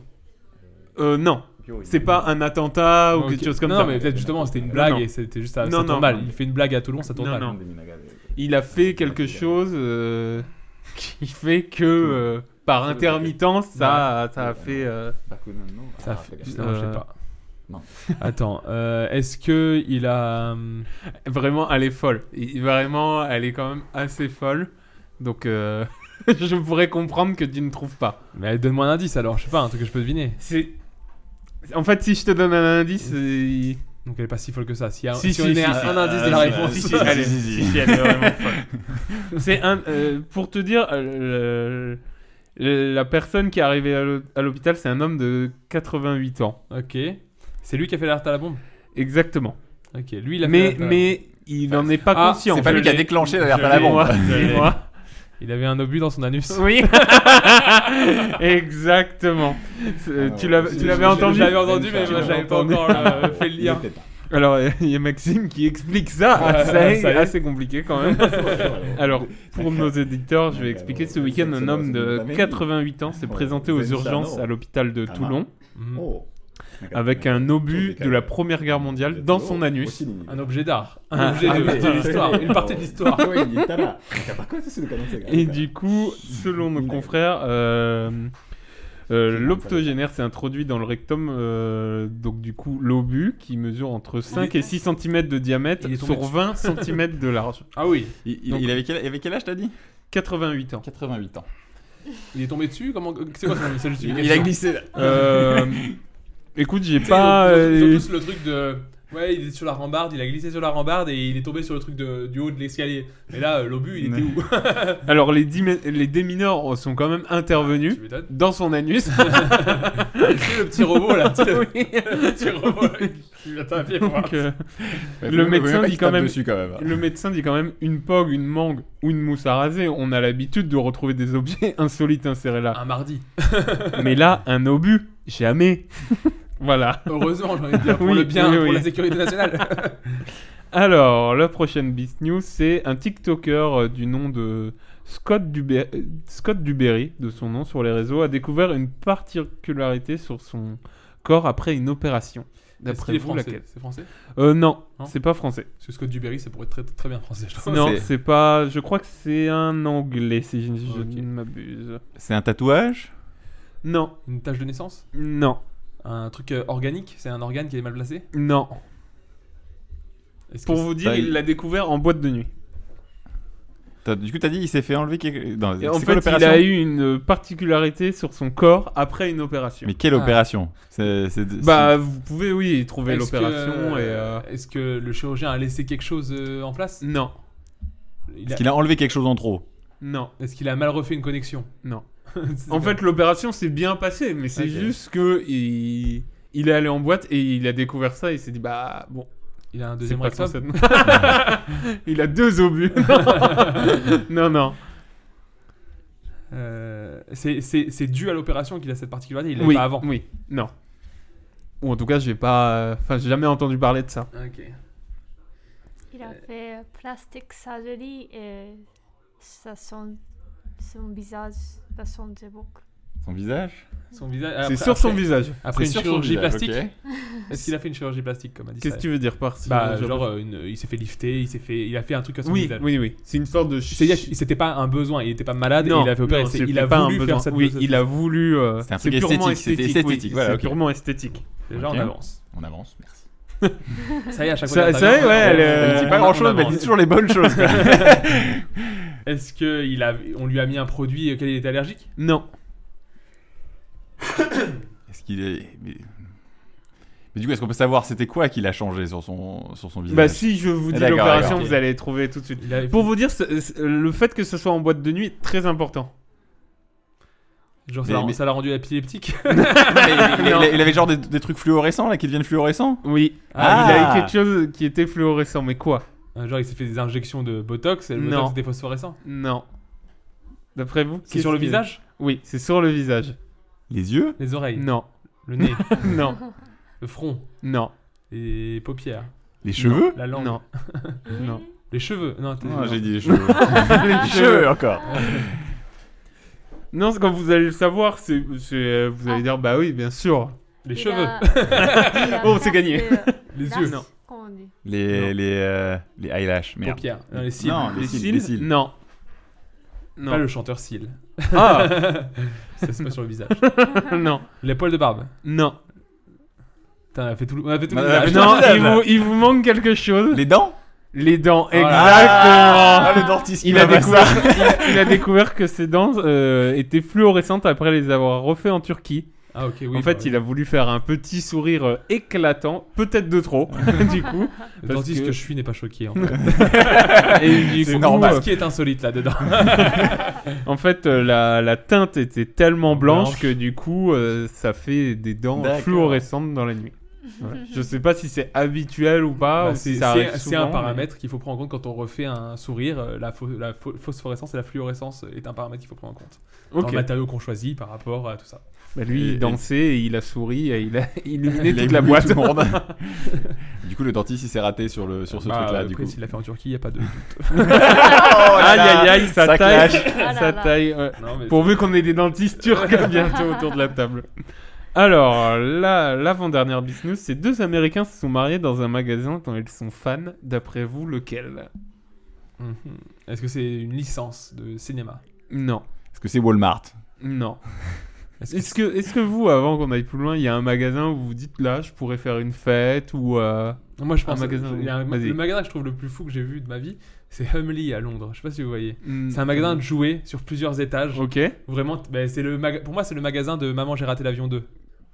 S9: Euh, non. C'est pas un attentat Ah, ou
S7: Ok.
S9: quelque chose comme
S7: non,
S9: ça. Euh,
S7: Non, mais peut-être justement c'était une blague
S9: Non.
S7: et c'était juste ça,
S9: Non,
S7: ça
S9: non.
S7: tourne mal. Il fait une blague à Toulon, ça tourne
S9: Non,
S7: mal.
S9: non. Il a fait
S7: Ah,
S9: quelque chose euh, qui fait que euh, par intermittence, ça, ça a fait. euh,
S8: Ah,
S7: Ça fait, putain,
S9: Euh,
S7: je sais pas.
S5: non.
S7: Attends, euh, est-ce que il a hum,
S9: euh, Vraiment, elle est folle. Il- Vraiment, elle est quand même assez folle. Donc, euh, je pourrais comprendre que tu ne trouves pas.
S7: Mais donne-moi un indice alors, je sais pas, un truc que je peux deviner. Mm.
S9: C'est. En fait, si je te donne un indice, euh,
S7: Donc elle est pas si folle que ça. Si, y a-
S9: Si,
S7: si Ah,
S9: si,
S7: on
S9: si,
S7: est à
S9: si.
S7: un indice de
S9: Euh,
S7: la réponse,
S9: si, si, elle est- si, si, elle est vraiment folle. C'est un. euh, pour te dire, euh, le- la personne qui est arrivée à l'hô- à l'hôpital, c'est un homme de 88 ans.
S7: ok. C'est lui qui a fait l'alerte à la bombe.
S9: Exactement.
S7: Ok, lui il a fait
S9: mais
S7: l'alerte à la bombe.
S9: mais il n'en est pas
S7: Ah,
S9: conscient.
S8: C'est pas
S9: Je
S8: lui qui a
S9: l'ai-
S8: déclenché l'alerte
S9: je
S8: à la
S9: l'ai,
S8: bombe.
S9: moi, je l'ai, moi.
S7: il avait un obus dans son anus.
S9: Oui. Exactement. Euh, Tu l'avais tu l'avais entendu
S7: Je l'avais entendu, mais
S9: Tu
S7: moi,
S9: l'avais
S7: j'avais pas
S9: entendu.
S7: encore
S8: Ah,
S7: euh, fait le
S8: Il
S7: lien.
S8: était pas.
S9: Alors, euh, il y a Maxime qui explique ça.
S7: Ouais,
S9: assez,
S7: ça y est.
S9: assez compliqué quand même. Alors, pour nos éditeurs, je vais expliquer. Ce week-end, un homme de 88 ans s'est présenté aux urgences à l'hôpital de Toulon
S7: Mhm.
S9: Oh. avec un obus de la Première Guerre mondiale dans son anus.
S7: Un objet d'art.
S9: Ah,
S7: Un objet
S9: ah,
S7: de,
S9: oui.
S7: de l'histoire. Une partie
S9: Oh.
S7: de l'histoire.
S9: Et du coup, selon nos confrères, euh, euh, l'octogénaire s'est introduit dans le rectum, euh, donc du coup l'obus, qui mesure entre 5 et 6 cm de diamètre
S7: Il est tombé
S9: sur
S7: dessus.
S9: 20 cm de large.
S7: Ah oui.
S8: Il, il-
S9: Donc-
S8: il avait quel, il avait quel âge t'as dit
S9: 88 ans.
S8: 88 ans.
S7: Il est tombé dessus Comment C'est quoi son seule
S8: Il,
S7: justification
S8: a glissé là.
S9: Euh, écoute, j'ai
S7: Ils ont-
S9: pas.
S7: Ils ont, ils ont
S9: euh,
S7: tous le truc de. Ouais, il est sur la rambarde, il a glissé sur la rambarde et il est tombé sur le truc de- du haut de l'escalier. Mais là, euh, l'obus, il était où
S9: Alors les, dimi- les démineurs sont quand même intervenus
S7: Tu m'étonnes
S9: dans son anus.
S7: C'est le petit robot là. tu sais, Le le petit robot. là, Il vient taper pour voir.
S9: Donc, euh,
S8: Ouais,
S9: le
S8: faut
S9: médecin
S8: pas
S9: dit
S8: qu'il
S9: quand
S8: tape
S9: même-
S8: dessus quand même.
S9: le médecin dit quand même une pogue, une mangue ou une mousse à raser. On a l'habitude de retrouver des objets insolites hein, insérés là.
S7: Un mardi.
S9: Mais là, un obus, jamais. voilà.
S7: Heureusement, j'ai envie de dire. Pour
S9: Oui,
S7: le bien,
S9: oui,
S7: pour
S9: oui.
S7: la sécurité nationale.
S9: Alors, la prochaine Beast News, c'est un TikToker euh, du nom de Scott, Dubé- euh, Scott Duberry, de son nom sur les réseaux, a découvert une particularité sur son corps après une opération.
S7: Est-ce
S9: D'après
S7: qu'il est
S9: vous,
S7: français
S9: laquelle
S7: C'est français
S9: Euh, non,
S7: Non
S9: c'est pas français.
S7: Parce que Scott Duberry, ça pourrait être très, très bien français, je trouve.
S9: Non,
S8: c'est-
S9: c'est pas. Je crois que c'est un anglais, si je, je
S7: Ok.
S9: ne m'abuse.
S8: C'est un tatouage
S9: Non,
S7: Une tâche de naissance
S9: non,
S7: Un truc euh, organique C'est un organe qui est mal placé
S9: non.
S7: Est-ce que
S9: Pour
S7: c'est-
S9: vous dire, il l'a découvert en boîte de nuit.
S8: T'as- Du coup, t'as dit il s'est fait enlever quelque. Non,
S9: Et en
S8: c'est quoi
S9: fait, il
S8: l'opération
S9: a eu une particularité sur son corps après une opération.
S8: Mais quelle
S7: Ah.
S8: opération C'est. c'est de-
S9: Bah, vous pouvez, oui, trouver
S7: Est-ce
S9: l'opération
S7: que-
S9: et. euh, Mm.
S7: Est-ce que le chirurgien a laissé quelque chose euh, en place
S9: Non.
S7: Il
S8: c'est-
S7: a-
S8: Qu'il a enlevé quelque chose en trop.
S9: Non,
S7: Est-ce qu'il a mal refait une connexion
S9: non.
S7: C'est
S9: En
S7: pas-
S9: fait, l'opération s'est bien passée, mais c'est
S7: Ok.
S9: juste que il... il est allé en boîte et il a découvert ça et il s'est dit bah bon,
S7: il a un
S9: c'est
S7: deuxième
S9: pas
S7: rectum.
S9: censé être- il a deux obus. non, non.
S7: Euh, c'est- c'est c'est dû à l'opération qu'il a cette particularité. Il l'avait
S9: oui, Mm.
S7: pas avant.
S9: Oui, non. Ou en tout cas, j'ai pas, enfin, j'ai jamais entendu parler de ça.
S7: Ok.
S10: Il
S9: Euh,
S10: a fait plastique surgery et ça sent son visage, ça sent des boucles.
S8: Son visage
S7: Son visage.
S9: C'est
S7: après-
S9: sur son
S7: après-
S9: visage.
S7: Après une
S8: C'est sur son
S7: chirurgie
S8: visage,
S7: plastique.
S8: ok.
S7: Est-ce qu'il a fait une chirurgie plastique comme a dit
S9: Qu'est-ce
S7: Saël
S9: que tu veux dire par si-
S7: Bah, genre, euh, une- il s'est fait lifter, il s'est fait, il a fait un truc à son
S9: oui,
S7: visage.
S9: oui, oui. C'est une sorte de.
S7: C'est-à-dire que c'était pas un besoin, il était pas malade, et il a fait opérer.
S9: non,
S7: c'est-
S9: c'est
S7: il a
S9: pas un
S7: voulu
S9: besoin.
S7: faire cette
S9: Oui, il a voulu. euh,
S8: C'est un
S9: c'est
S8: truc
S9: purement
S8: esthétique, c'était
S9: esthétique.
S8: esthétique,
S9: oui,
S8: voilà,
S9: c'est
S8: ok.
S9: purement esthétique.
S7: Déjà,
S8: Ok.
S7: on avance.
S8: On avance, merci.
S7: Ça y est, à chaque fois.
S9: Ça,
S7: qu'on
S9: ça y est,
S7: intervient,
S9: ouais,
S7: on-
S9: elle,
S7: on-
S9: euh,
S8: Elle
S7: on-
S8: dit pas
S7: on
S8: grand-chose, mais elle
S7: avance.
S8: dit toujours les bonnes choses. quoi.
S7: Est-ce que il a, on lui a mis un produit auquel il était allergique
S9: Non.
S8: Est-ce qu'il est... Mais... mais du coup, est-ce qu'on peut savoir c'était quoi qu'il a changé sur son, sur son visage
S9: Bah, si je vous dis
S8: D'accord,
S9: l'opération,
S8: d'accord.
S9: vous allez trouver tout de suite.
S7: Il avait-
S9: Pour vous dire, ce- ce- le fait que ce soit en boîte de nuit est très important.
S7: Genre,
S8: Mais-
S7: ça l'a-
S8: mais-
S7: ça l'a rendu épileptique.
S8: Non, mais il, il- il- il avait genre des, des trucs fluorescents, là, qui deviennent fluorescents
S9: Oui.
S8: Ah.
S9: Il a eu quelque chose qui était fluorescent, mais quoi
S7: Euh, Genre, il s'est fait des injections de Botox et le
S9: Non.
S7: Botox était phosphorescent.
S9: Non. D'après vous
S7: C'est
S9: qu'est-ce
S7: sur le
S9: qui-
S7: visage
S9: Oui, c'est sur le visage.
S8: Les yeux
S7: Les oreilles
S9: Non.
S7: Le nez
S9: non.
S7: Le front
S9: Non.
S7: Les paupières
S8: Les cheveux
S7: La langue
S9: Non. Non.
S7: Les cheveux Non, attends,
S8: Ah,
S7: non.
S8: J'ai dit les cheveux.
S9: Les cheveux.
S8: encore.
S9: Non, c'est quand vous allez le savoir, c'est, c'est, euh, vous allez
S10: Ah.
S9: dire bah oui, bien sûr.
S7: Les
S10: Il
S7: cheveux
S10: a- il a
S9: Bon, Oh, c'est
S10: fait
S9: gagné.
S10: de-
S7: Les
S10: d'as-
S7: yeux
S10: comment on dit
S8: Les, les, euh, les eyelashes, merde.
S7: Paupières Non, les cils
S8: Non, les, cils, les cils.
S9: Non.
S7: Pas
S9: Non.
S7: le chanteur cils
S9: Ah
S7: Ça, c'est pas sur le visage
S9: non.
S7: Les poils de barbe
S9: Non.
S7: Putain, on a fait tout le, on a fait tout le
S8: On
S7: visage
S8: a
S7: Ah,
S8: fait
S9: Non, il
S8: là.
S9: vous, il vous manque quelque chose. Les,
S8: Les dents
S9: dents,
S7: Oh là
S9: exactement.
S8: Ah, le dentiste qui
S9: il, a
S8: m'a fait ça.
S9: découvert, il, a découvert que ses dents euh, étaient fluorescentes après les avoir refait en Turquie.
S7: Ah, ok, oui
S9: en fait, il a voulu faire un petit sourire euh, éclatant, peut-être de trop, du coup.
S7: Le
S9: parce
S7: dentiste que...
S9: que-
S7: je suis n'est pas choqué en fait.
S9: Et du
S8: C'est
S9: coup,
S8: normal.
S9: euh,
S7: Ce qui est insolite là-dedans
S9: En fait, euh, la, la teinte était tellement blanche,
S7: Blanche.
S9: que du coup, euh, ça fait des dents
S8: D'accord.
S9: fluorescentes dans la nuit. Voilà. Je sais pas si c'est habituel ou pas,
S7: Bah,
S9: ou
S7: C'est
S9: si
S7: c'est-
S9: Ah, ça arrive
S7: c'est
S9: souvent,
S7: un
S9: mais-
S7: paramètre qu'il faut prendre en compte quand on refait un sourire. euh, La, pho- la pho- phosphorescence et la fluorescence euh, est un paramètre qu'il faut prendre en compte. Dans
S9: Ok.
S7: le matériau qu'on choisit par rapport à tout ça.
S9: Bah, lui,
S8: Et-
S9: il dansait et il a souri et il a illuminé
S8: Il a
S9: toute la
S8: oublié
S9: boîte.
S8: tout le monde. du coup, le dentiste, il s'est raté sur, le, sur ce
S7: Bah,
S8: truc-là,
S7: euh,
S8: du
S7: après,
S8: coup.
S7: s'il l'a fait en Turquie, il n'y a pas de. Oh
S9: aïe aïe aïe, ça,
S8: ça
S9: taille.
S8: clash.
S10: Ah là
S9: ça
S10: là.
S9: taille. ouais.
S7: Non, mais
S9: Pourvu qu'on ait des dentistes turcs bientôt autour de la table. Alors, là, l'avant-dernière business, ces deux Américains se sont mariés dans un magasin dont ils sont fans. D'après vous, lequel
S7: Mhm. Est-ce que c'est une licence de cinéma
S9: Non.
S8: Est-ce que c'est Walmart
S9: Non. Est-ce que, est que vous, avant qu'on aille plus loin, il y a un magasin où vous vous dites là, je pourrais faire une fête ou. euh,
S7: Moi, je
S9: Un
S7: pense.
S9: magasin,
S7: il y a un-
S9: vas-y.
S7: le magasin que je trouve le plus fou que j'ai vu de ma vie, c'est Humley à Londres. Je sais pas si vous voyez.
S9: hmm,
S7: C'est un magasin de jouets sur plusieurs étages.
S9: Ok,
S7: Vraiment, t- bah, c'est le maga- pour moi, c'est le magasin de Maman, j'ai raté l'avion 2.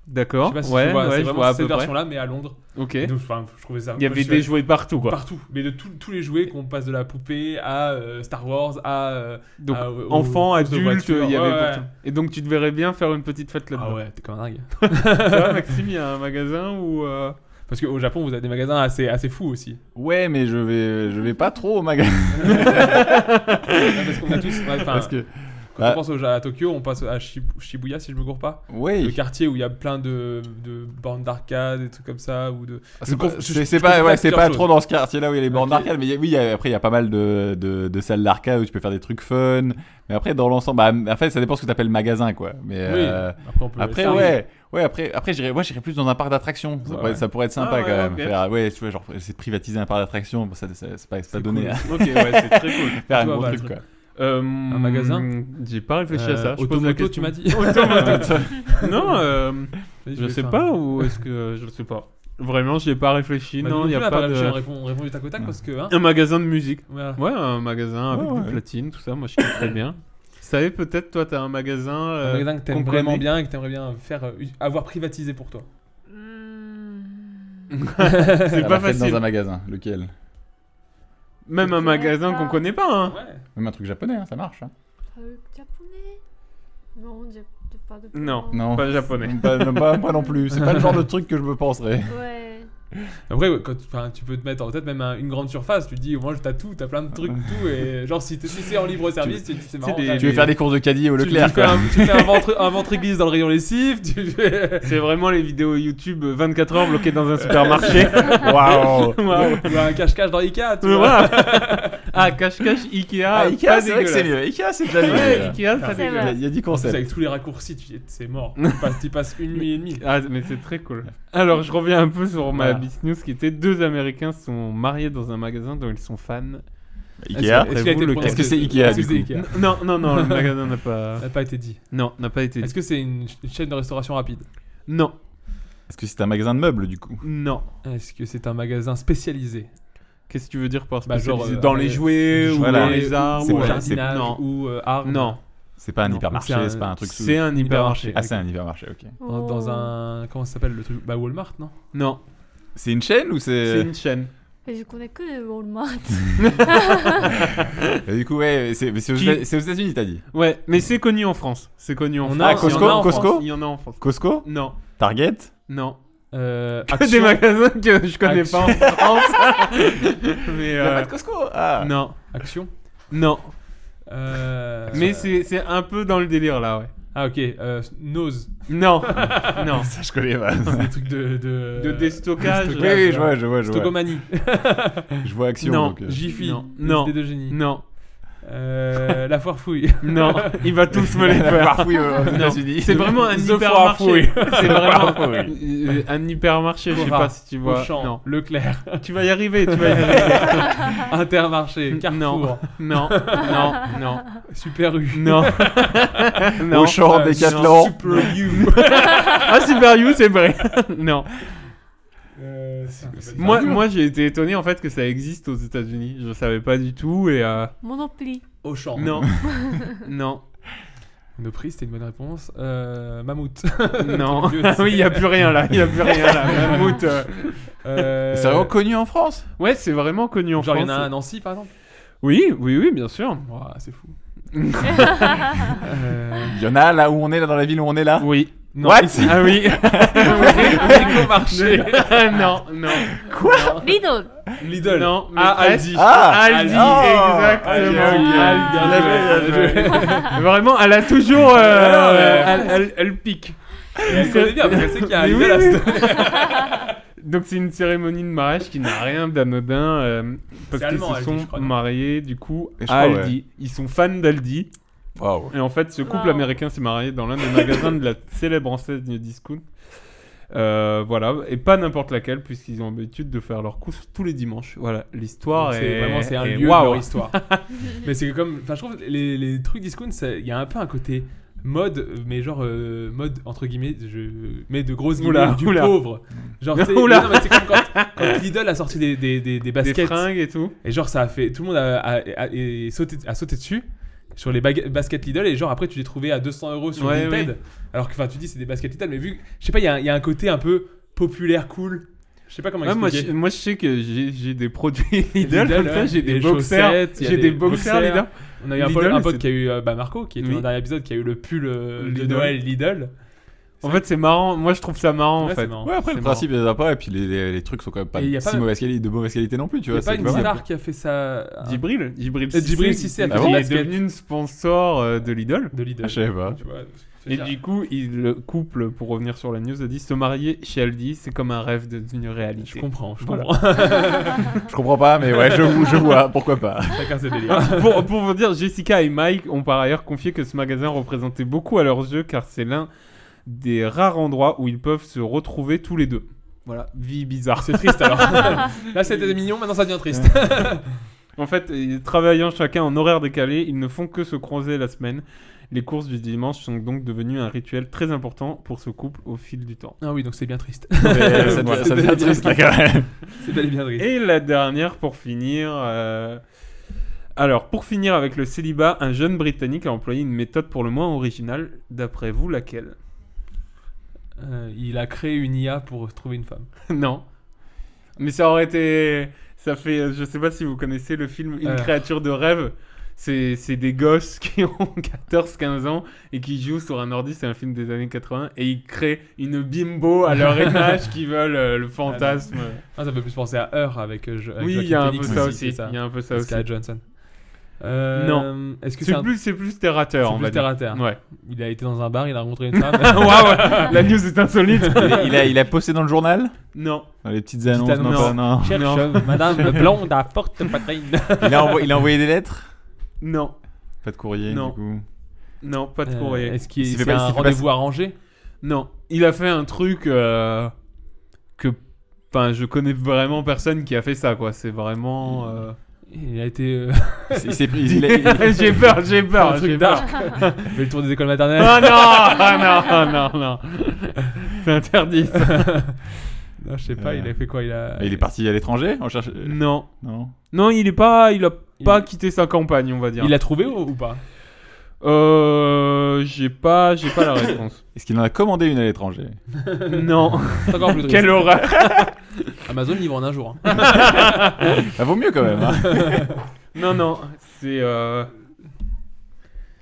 S7: Je
S9: d'accord.
S7: sais pas si
S9: Oh, ouais,
S7: tu vois,
S9: ouais,
S7: c'est
S9: je
S7: vraiment
S9: vois à peu
S7: cette
S9: près.
S7: version-là, mais à Londres.
S9: Ok.
S7: Et donc, enfin, je trouvais ça.
S9: Il y avait des jouets partout, quoi.
S7: Partout, mais de tous- tous les jouets qu'on passe de la poupée à euh, Star Wars à. euh,
S9: Donc,
S7: Ah, ouais,
S9: enfants,
S7: aux- aux
S9: adultes,
S7: voitures,
S9: il y avait
S7: ouais,
S9: pour
S7: ouais.
S9: tout. Et donc, tu te verrais bien faire une petite fête
S7: Ah
S9: là-dedans.
S7: ouais, t'es comme un dingue.
S9: Toi, Maxime, il y a un magasin où. euh,
S7: Parce qu'au Japon, vous avez des magasins assez, assez fous aussi.
S8: Ouais, mais je vais, je vais pas trop au magasin.
S7: Ouais, parce qu'on a tous. ouais, enfin,
S8: Parce que.
S7: Quand on
S8: Ah.
S7: pense au, à Tokyo, on passe à Shibu- Shibuya, si je me gourre pas. Le
S8: Oui.
S7: quartier où il y a plein de, de bornes d'arcade, des trucs comme ça. Ou de...
S8: C'est pas,
S7: conf- je-
S8: c'est-
S7: je
S8: c'est
S7: confonds
S8: pas, ouais, c'est
S7: plusieurs
S8: pas
S7: choses.
S8: trop dans ce quartier-là où il y a les bornes
S7: Ok.
S8: d'arcade, mais il y a- oui, il y a- après il y a pas mal de, de, de salles d'arcade où tu peux faire des trucs fun. Mais après dans l'ensemble, bah, en fait ça dépend ce que t'appelles magasin quoi. Mais euh,
S7: Oui, après on peut.
S8: après
S7: ça, oui.
S8: ouais, ouais après après j'irais, moi j'irais plus dans un parc d'attractions. Ça,
S7: Ouais,
S8: pourrait,
S7: Bah ouais.
S8: ça pourrait être sympa
S9: Ah,
S8: quand
S9: ouais,
S8: même.
S9: ok.
S8: Faire- ouais, tu vois genre c'est de privatiser un parc d'attractions, bon, ça, ça- c'est pas, c'est pas donné à
S9: Ok, ouais, c'est très cool.
S8: faire un
S7: Toi,
S8: gros
S7: bah,
S8: truc quoi.
S9: un
S7: magasin
S9: Euh, hmm, J'ai pas réfléchi à ça.
S7: Euh,
S9: Je pose la
S7: Automoto,
S9: question.
S7: tu m'as dit.
S9: Automoto. non, euh,
S7: Vas-y,
S9: Je
S7: vais
S9: sais
S7: faire
S9: pas
S7: un-
S9: ou est-ce que je sais pas. Vraiment, j'y ai pas réfléchi.
S7: Bah,
S9: non,
S7: nous
S9: il y
S7: plus,
S9: a
S7: là,
S9: pas
S7: par exemple,
S9: de
S7: On répond, on répond du tac au tac parce que. hein,
S9: un magasin de musique.
S7: voilà.
S9: Ouais, un magasin avec
S8: Ouais,
S9: des
S8: ouais.
S9: platines, tout ça. Moi, je kiffe très bien. Tu savais peut-être, toi, t'as un magasin.
S7: Un
S9: euh,
S7: magasin que
S9: qu'on
S7: t'aimes vraiment
S9: connaît.
S7: bien et que t'aimerais bien faire, euh, avoir privatisé pour toi.
S10: Hmm.
S9: C'est
S8: Faire
S9: pas
S8: la fête
S9: facile.
S8: dans un magasin, lequel
S9: Même un magasin
S10: pas.
S9: qu'on connaît pas, hein.
S7: Ouais.
S8: Même un truc japonais, hein, ça marche. hein.
S10: Euh, japonais Non, j'ai j'ai pas de.
S9: Non.
S10: prénom.
S8: Non.
S9: Pas japonais.
S8: Pas, non, pas- moi non plus. C'est pas le genre de truc que je me penserais.
S10: Ouais.
S7: Après, ouais, quand, enfin, tu peux te mettre en tête même un- une grande surface. Tu dis, au moins, t'as tout, t'as plein de trucs, tout. Et genre, si, t'es- si c'est en libre service, tu, dis, c'est marrant.
S9: des-
S7: t'as-
S8: Tu veux faire des courses de caddie au
S7: tu-
S8: Leclerc,
S7: tu, fais
S8: quoi.
S7: un, tu fais un ventre, un ventre-église dans le rayon lessive. Tu fais.
S9: C'est vraiment les vidéos YouTube euh, 24 heures bloquées dans un supermarché.
S8: Waouh
S9: Waouh.
S7: Ou un cache-cache dans Ikea, tu
S9: Mais
S7: vois.
S9: voilà. Ah, cache-cache, Ikea.
S8: Ah,
S9: pas
S8: Ikea, c'est vrai que c'est
S9: dégueulasse.
S8: mieux. Ikea, c'est déjà mieux.
S9: Ouais, Ikea, pas
S10: C'est
S9: dégueulasse.
S10: vrai.
S8: Il y a 10
S7: C'est
S8: concepts.
S7: avec tous les raccourcis, tu dis, c'est mort. Tu passes, tu passes une nuit et demie.
S9: Ah, mais c'est très cool. Alors, je reviens un peu sur ma
S8: Voilà.
S9: bis news qui était deux Américains sont mariés dans un magasin dont ils sont fans.
S7: Est-ce
S8: Ikea.
S7: qu'il a été
S9: Vous, le-
S7: prononcé-
S8: est-ce que c'est Ikea,
S7: Est-ce que
S8: du
S7: c'est
S8: coup
S7: Ikea
S9: N- Non, non, non, le magasin n'a pas.
S7: Ça n'a pas été dit.
S9: Non, n'a pas été.
S7: Est-ce que c'est une ch- chaîne de restauration rapide
S9: Non,
S8: Est-ce que c'est un magasin de meubles, du coup
S9: non.
S7: Est-ce que c'est un magasin spécialisé
S9: Qu'est-ce que tu veux dire par
S7: Bah, genre,
S9: spécialisé
S7: euh,
S9: Dans
S7: euh,
S9: les jouets ou
S8: voilà.
S9: dans les arts
S8: C'est
S7: Ou
S8: pas-
S7: jardinage
S9: non.
S7: ou euh, arbre
S9: Non,
S8: C'est pas un
S9: Non,
S8: hypermarché,
S7: c'est un-
S8: c'est pas un truc sous.
S9: c'est un hypermarché.
S8: Ah, c'est un hypermarché, ok.
S10: Oh.
S7: Dans, dans un. Comment ça s'appelle le truc Bah Walmart, non
S9: Non,
S8: C'est une chaîne ou
S9: c'est
S8: c'est.
S9: une chaîne.
S10: Mais je connais que le Walmart.
S8: Et Du coup, ouais, c'est mais c'est aux
S9: Qui-
S8: Éta- c'est aux États-Unis, t'as dit
S9: Ouais, mais c'est connu en France. C'est connu en
S7: On
S9: France.
S7: a- Ah,
S9: Il y en
S8: Costco-
S9: a en France.
S8: Costco
S9: Il y en a en France.
S8: Costco
S9: Non,
S8: Target
S9: non.
S7: Euh,
S9: Que des
S7: Action
S9: magasins que je connais pas en France. mais
S8: Y'a
S9: euh,
S8: pas de Costco Ah
S9: non,
S7: Action
S9: non.
S7: Euh,
S9: Mais c'est c'est un peu dans le délire là, ouais.
S7: Ah ok, euh, Nose.
S9: Non, non.
S8: Ça, je connais pas.
S7: C'est des trucs de. De,
S9: De déstockage.
S8: Oui, oui, je vois, je vois, je vois.
S7: Stogomanie.
S8: Je vois Action.
S9: Non,
S8: donc, euh,
S7: Jiffy.
S9: Non.
S7: Les
S9: Non.
S7: idées de génie.
S9: Non,
S7: Euh, la foire fouille.
S9: non. Il va tous me les faire.
S8: Parfouille euh, aux
S9: Non.
S8: États-Unis.
S9: C'est vraiment un
S7: The
S9: hypermarché. C'est vraiment
S8: Foire
S9: euh, un hypermarché. Je sais
S7: Cora,
S9: pas si tu vois.
S7: Auchan.
S9: Non.
S7: Leclerc.
S9: Tu vas y arriver. Tu vas y arriver.
S7: Intermarché. Carrefour.
S9: Non, non, non,
S7: Super U.
S9: non. non.
S8: Auchan,
S9: Euh,
S8: Decathlon.
S9: non. Super U. ah Super U, c'est vrai. non.
S7: Euh, ça, ça s'appelle
S9: Moi,
S7: ça.
S9: moi, j'ai été étonné en fait que ça existe aux États-Unis. Je savais pas du tout et euh,
S10: Monopoly.
S7: Auchan.
S9: non, non,
S7: Le prix, c'était une bonne réponse. Euh, Mammouth.
S9: non. Ah oui, il y a plus rien là. Il y a plus rien là. Mammouth. euh.
S7: Euh,
S8: C'est vraiment connu en France
S9: Ouais, c'est vraiment connu en
S7: Genre, il y en
S9: France.
S7: a un à Nancy, par exemple.
S9: Oui, oui, oui, bien sûr.
S7: Ouah, c'est fou.
S9: Euh,
S8: Il y en a là où on est, là dans la ville où on est là
S9: oui.
S7: Non,
S8: What
S7: ici.
S9: Ah oui.
S7: Marché.
S9: non, non.
S10: Lidl.
S7: Lidl.
S9: Non, mais
S7: Ah,
S9: presque.
S7: Aldi.
S8: Ah
S9: Aldi,
S8: Ah.
S9: exactement.
S7: Aldi,
S9: Aldi. Vraiment, elle a toujours. euh,
S7: Alors, euh,
S9: elle, elle- elle pique.
S7: Elle connaît bien, parce qu'elle sait qu'il y a un
S9: Mais
S7: Lidl à
S9: oui,
S7: cette-
S9: Donc, c'est une cérémonie de mariage qui n'a rien d'anodin. euh, parce
S7: C'est
S9: qu'ils
S7: allemand,
S9: se
S7: Aldi,
S9: sont
S7: je crois, non
S9: mariés, du coup,
S8: Et je
S9: à
S8: crois, ouais.
S9: Aldi. Ils sont fans d'Aldi.
S8: Waouh.
S9: Et en fait, ce couple
S10: Wow.
S9: américain s'est marié dans l'un des magasins de la célèbre enseigne Discount. Euh, voilà, et pas n'importe laquelle, puisqu'ils ont l'habitude de faire leurs courses tous les dimanches. Voilà, l'histoire
S7: C'est
S9: est.
S7: vraiment c'est un
S9: est-
S7: lieu de
S9: waouh.
S7: leur histoire. mais c'est comme, enfin je trouve les, les trucs discount, ça- il y a un peu un côté mode, mais genre euh, mode entre guillemets, je mais de grosses guillemets
S9: Oula,
S7: du
S9: oula.
S7: pauvre. Genre tu sais-
S9: Oula.
S7: non, mais c'est comme quand, quand Lidl a sorti des, des, des, des
S9: Des
S7: baskets
S9: fringues et tout.
S7: et genre ça a fait tout le monde a, a- a- et sauté, a sauté dessus sur les baga- baskets Lidl et genre après tu les trouvais à 200 euros sur
S9: Ouais,
S7: Vinted.
S9: oui.
S7: Alors que enfin tu dis c'est des baskets Lidl, mais vu, que- je sais pas, il y, a un- il y a un côté un peu populaire, cool. Je sais pas comment
S9: Ouais, moi,
S7: expliquer.
S9: je, moi, je sais que j'ai j'ai des produits Lidl
S7: Lidl,
S9: comme ça,
S7: ouais.
S9: j'ai des,
S7: Des
S9: boxers,
S7: chaussettes, il y a
S9: j'ai
S7: des
S9: des boxers
S7: boxers.
S9: Lidl.
S7: On a eu un,
S9: Lidl,
S7: pote- un pote
S9: c'est-
S7: qui a eu euh, bah, Marco, qui était
S9: Oui.
S7: dans le dernier épisode, qui a eu le pull euh,
S9: Lidl.
S7: de Noël Lidl.
S9: En fait, c'est marrant. Moi, je trouve ça marrant en
S7: Ouais,
S9: fait.
S7: c'est marrant.
S8: Ouais, après
S9: C'est
S8: le principe est sympa, et puis les, les, les trucs sont quand même pas
S7: Et y
S8: de
S7: a
S8: si
S7: pas-
S8: mauvaise qualité, de mauvaise qualité non plus,
S7: Il
S8: tu
S7: y
S8: vois.
S7: a pas
S8: c'est
S7: une
S8: quand même-
S7: star qui a fait ça un-
S9: Djibril, Euh, Djibril
S7: Et Djibril
S9: Cissé,
S7: Cissé a fait
S9: qui
S7: des
S9: est
S7: baskets.
S9: devenu une sponsor euh, de Lidl.
S7: de Lidl.
S8: Ah, je savais pas.
S7: Tu vois, c'est
S9: Et
S7: bien.
S9: du coup, il, le couple, pour revenir sur la news, a dit se marier chez Aldi, c'est comme un rêve devenu réalité.
S7: je comprends, je
S9: Voilà.
S7: comprends.
S8: Je comprends pas, mais ouais, je, je vois, pourquoi pas.
S7: Chacun ses délires.
S9: pour, pour vous dire, Jessica et Mike ont par ailleurs confié que ce magasin représentait beaucoup à leurs yeux car c'est l'un des rares endroits où ils peuvent se retrouver tous les deux. Voilà, vie bizarre.
S7: C'est triste alors. Là c'était mignon, maintenant ça devient triste.
S9: En fait, euh, travaillant chacun en horaire décalé, ils ne font que se croiser la semaine. Les courses du dimanche sont donc devenues un rituel très important pour ce couple au fil du temps.
S7: Ah oui, donc c'est bien triste.
S8: Mais euh, ça, devient-
S7: Voilà.
S8: ça devient triste là quand même.
S7: C'est bel et bien triste.
S9: Et la dernière pour finir. euh, Alors, pour finir avec le célibat, un jeune Britannique a employé une méthode pour le moins originale. D'après vous, laquelle
S7: Euh, il a créé une IA pour trouver une femme.
S9: Non. Mais ça aurait été. Ça fait, euh, je sais pas si vous connaissez le film Une
S7: Alors.
S9: créature de rêve. C'est c'est des gosses qui ont 14-15 ans et qui jouent sur un ordi, c'est un film des années 80, et ils créent une bimbo à leur image qui veulent euh, le fantasme.
S7: Ah, ça fait plus penser à Heur avec. euh, je- avec
S9: oui,
S7: Joaquin
S9: il y a un peu
S7: Phoenix
S9: ça
S7: c'est
S9: aussi. Il y a un peu ça aussi.
S7: Scarlett Johansson. Euh,
S9: Non.
S7: Est-ce que c'est
S9: C'est
S7: un-
S9: plus, c'est plus terre à terre,
S7: c'est
S9: on
S7: plus
S9: va
S7: terre
S9: dire.
S7: à terre
S9: Ouais.
S7: Il a été dans un bar, il a rencontré une femme.
S9: Waouh, la news est insolite.
S8: Il, il a, il a posté dans le journal
S9: non.
S8: Dans les petites annonces non,
S7: annonce.
S8: pas- non.
S9: Cherche,
S7: Madame blonde à forte poitrine.
S8: Il, a envo- il a envoyé des lettres
S9: Non.
S8: Pas de courrier,
S9: Non.
S8: du coup.
S9: Non, pas de courrier.
S7: Euh, Est-ce qu'il
S8: S'il fait
S7: c'est
S8: pas-
S7: un
S8: s'il fait pas-
S7: rendez-vous arrangé
S9: Non, il a fait un truc euh, que. Enfin, je connais vraiment personne qui a fait ça, quoi. C'est vraiment. euh,
S7: Il a été euh,
S8: Il s'est- il s'est pris- il a- il-
S9: j'ai peur, j'ai peur,
S7: un
S9: j'ai
S7: truc
S9: peur.
S7: dark. Il fait le tour des écoles maternelles.
S9: Ah non, non, non, non. C'est interdit. ça.
S7: Non, je sais pas,
S8: Euh.
S7: il a fait quoi Il a.
S8: il est parti à l'étranger en cherche... euh,
S9: Non,
S8: Non.
S9: non, il est pas, il a
S7: Il-
S9: pas quitté sa campagne, on va dire.
S7: Il l'a trouvé ou, ou pas
S9: Euh, j'ai pas, j'ai pas la réponse.
S8: Est-ce qu'il en a commandé une à l'étranger
S9: non.
S7: C'est encore plus triste.
S9: Quelle horreur.
S7: Amazon livre en un jour. hein.
S8: Ça vaut mieux quand même. hein.
S9: Non, non. C'est euh,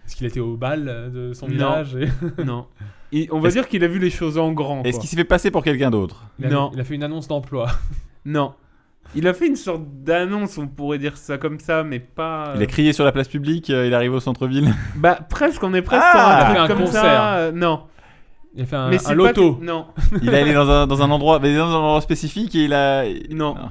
S7: Est-ce qu'il était au bal euh, de son
S9: Non.
S7: village et-
S9: non. Il- on va dire qu'il a vu les choses en grand.
S8: Est-ce
S9: quoi.
S8: qu'il s'est fait passer pour quelqu'un d'autre
S7: il a,
S9: Non.
S7: Il a fait une annonce d'emploi.
S9: Non. Il a fait une sorte d'annonce, on pourrait dire ça comme ça, mais pas. euh,
S7: Euh.
S8: Il a crié sur la place publique, euh, il arrive au centre-ville.
S9: Bah presque, on est presque
S8: Ah
S9: sur
S8: Il a
S9: truc
S7: fait un
S9: comme
S7: concert.
S9: ça. euh, non.
S7: Il a fait un,
S9: mais
S7: un
S9: c'est pas
S7: loto.
S9: que- Non.
S8: il est allé dans un, dans un endroit mais dans un endroit spécifique et il a.
S9: Non.
S7: Ah.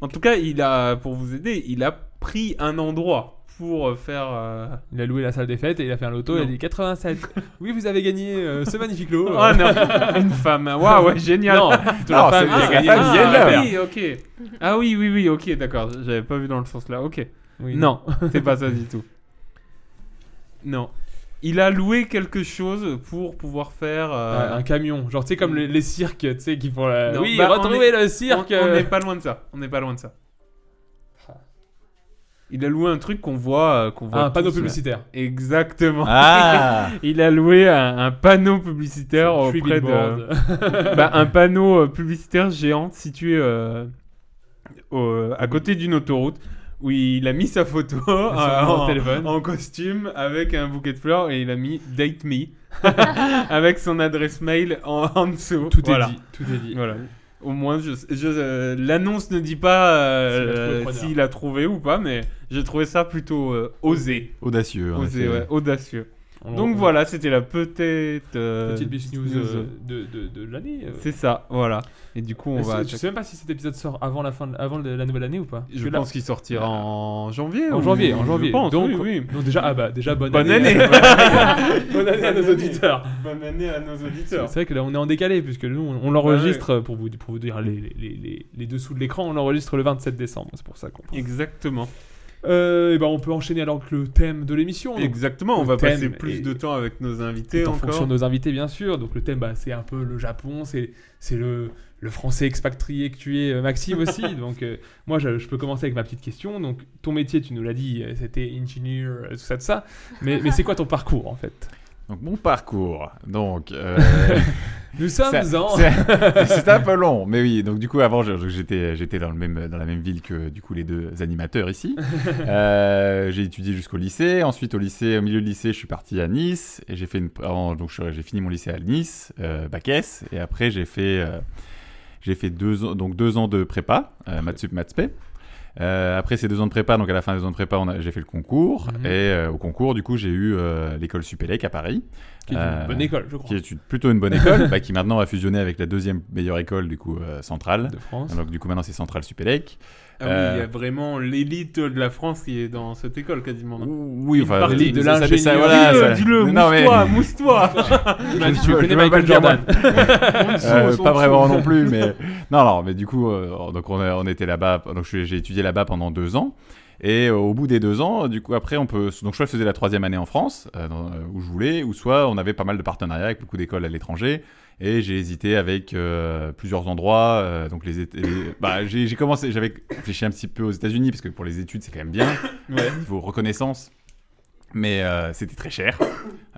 S9: En tout cas, il a, pour vous aider, il a pris un endroit pour euh, faire. euh,
S7: Il a loué la salle des fêtes et il a fait un loto. Il a
S9: Non.
S7: dit 87. oui, vous avez gagné euh, ce magnifique lot.
S9: Oh non, une femme. Waouh, ouais, génial.
S7: Non, plutôt la
S8: Non,
S7: femme.
S8: c'est-
S7: il a
S9: Ah,
S7: gagné.
S8: femme,
S9: ah,
S8: viens là.
S9: oui, ok. Ah oui, oui, oui, ok, d'accord. J'avais pas vu dans le sens là. Ok.
S7: Oui.
S9: Non, c'est pas ça du tout. Non. Il a loué quelque chose pour pouvoir faire. euh,
S7: Euh, un camion, genre tu sais comme les, les cirques, tu sais qui font la.
S9: Non,
S7: oui,
S9: bah, on
S7: retrouvez le cirque.
S9: On- On
S7: euh.
S9: n'est pas loin de ça. On n'est pas loin de ça. Il a loué un truc qu'on voit, euh, qu'on voit
S7: un panneau
S9: tous,
S7: publicitaire.
S9: là. Exactement.
S8: Ah
S9: Il a loué un, un panneau publicitaire
S7: Three
S9: auprès de,
S7: billboards.
S9: bah, un panneau euh, publicitaire géant situé euh, au- à côté d'une autoroute où il a mis sa photo euh,
S7: numéro de
S9: en,
S7: téléphone.
S9: en costume avec un bouquet de fleurs et il a mis date me avec son adresse mail en, en dessous.
S7: Tout
S9: Voilà.
S7: est dit, tout est dit.
S9: Voilà. Au moins, je, je- euh, l'annonce ne dit pas
S7: S'il a trouvé le
S9: euh,
S7: preneur.
S9: s'il a trouvé ou pas, mais j'ai trouvé ça plutôt euh, osé.
S8: Audacieux. hein, en
S9: Osé,
S8: effet.
S9: ouais, audacieux.
S7: On-
S9: Donc
S7: on-
S9: voilà, c'était la petite. euh,
S7: petite bis news
S9: news.
S7: euh, de, de, de l'année. euh.
S9: C'est ça, voilà. Et du coup, on
S7: Mais c'est-
S9: va.
S7: Je sais même pas si cet épisode sort avant la fin, de- avant le- la nouvelle année ou pas. Parce
S9: Je
S7: que là-
S9: pense qu'il
S8: Bah.
S9: sortira en janvier.
S7: en
S9: ou-
S7: janvier, en
S9: je
S7: janvier.
S9: pense,
S7: Donc,
S9: oui, oui.
S7: donc déjà, ah bah déjà bonne,
S9: Bonne
S7: année.
S9: année.
S7: bonne année à nos auditeurs.
S9: Bonne année à nos auditeurs.
S7: C'est vrai que là on est en décalé puisque nous on, on l'enregistre pour vous pour vous dire les, les, les, les- les dessous de l'écran, on l'enregistre le 27 décembre. C'est pour ça qu'on.
S9: Exactement.
S7: Euh, et ben on peut enchaîner alors que le thème de
S8: Oh.
S7: l'émission. donc
S9: Exactement. On
S7: le
S9: va
S7: thème
S9: passer plus
S7: est-
S9: de temps avec nos
S7: C'est
S9: invités
S7: en
S9: encore.
S7: fonction de nos invités, bien sûr. Donc le thème, bah, c'est un peu le Japon, c'est c'est le, le français expatrié que tu es, euh, Maxime aussi. donc euh, moi, je, je peux commencer avec ma petite question. Donc ton métier, tu nous l'as dit, euh, c'était engineer, euh, tout ça, tout ça. Mais, mais c'est quoi ton parcours en fait
S8: Donc mon parcours. Donc. euh,
S7: Nous sommes
S8: ça-
S7: en.
S8: c'est- C'est un peu long, mais oui. Donc du coup, avant, je- j'étais, j'étais dans le même, dans la même ville que du coup les deux animateurs ici. Euh, j'ai étudié jusqu'au lycée. Ensuite, au lycée, au milieu du lycée, je suis parti à Nice et j'ai fait une, en- donc je- j'ai fini mon lycée à Nice, euh, bac S, et après j'ai fait, euh, j'ai fait deux ans, donc deux ans de prépa, euh, maths sup, maths spé. Euh, après ces deux ans de prépa, donc à la fin des ans de prépa, on a- j'ai fait le concours
S7: Mhm.
S8: et euh, au concours, du coup, j'ai eu euh, l'école Supélec à Paris
S7: Qui est une
S8: euh,
S7: bonne école, je crois.
S8: qui est une- plutôt une bonne école, bah, qui maintenant a fusionné avec la deuxième meilleure école du coup euh, centrale.
S7: De France.
S8: Donc du coup maintenant c'est Centrale Supélec.
S9: Ah oui, il y
S8: Euh.
S9: a vraiment l'élite de la France qui est dans cette école quasiment.
S8: Oui,
S9: Une partie
S8: c'est-
S9: de
S8: ça- ça- ça-
S7: l'ingénieur.
S8: voilà, ça-
S9: Dis-le, dis-le,
S8: Non, mais-
S9: mousse-toi, mousse-toi.
S7: Tu m'as dit,
S8: je-
S7: tu
S8: je
S7: connais
S8: veux pas
S7: Michael
S8: le dire, moi.
S7: Jordan.
S8: Euh,
S9: Son- son-
S8: pas
S9: son-
S8: vraiment non plus, mais non, non, mais du coup, euh, donc on, a- on était là-bas, donc je- j'ai étudié là-bas pendant deux ans. Et euh, au bout des deux ans, du coup, après, on peut. Donc, soit je faisais la troisième année en France, euh, dans- euh, où je voulais, ou soit on avait pas mal de partenariats avec beaucoup d'écoles à l'étranger. Et j'ai hésité avec euh, plusieurs endroits. euh, donc, les. éta- les- bah, j'ai j'ai commencé. J'avais réfléchi un petit peu aux États-Unis, parce que pour les études, c'est quand même bien. Niveau reconnaissance. mais euh, c'était très cher,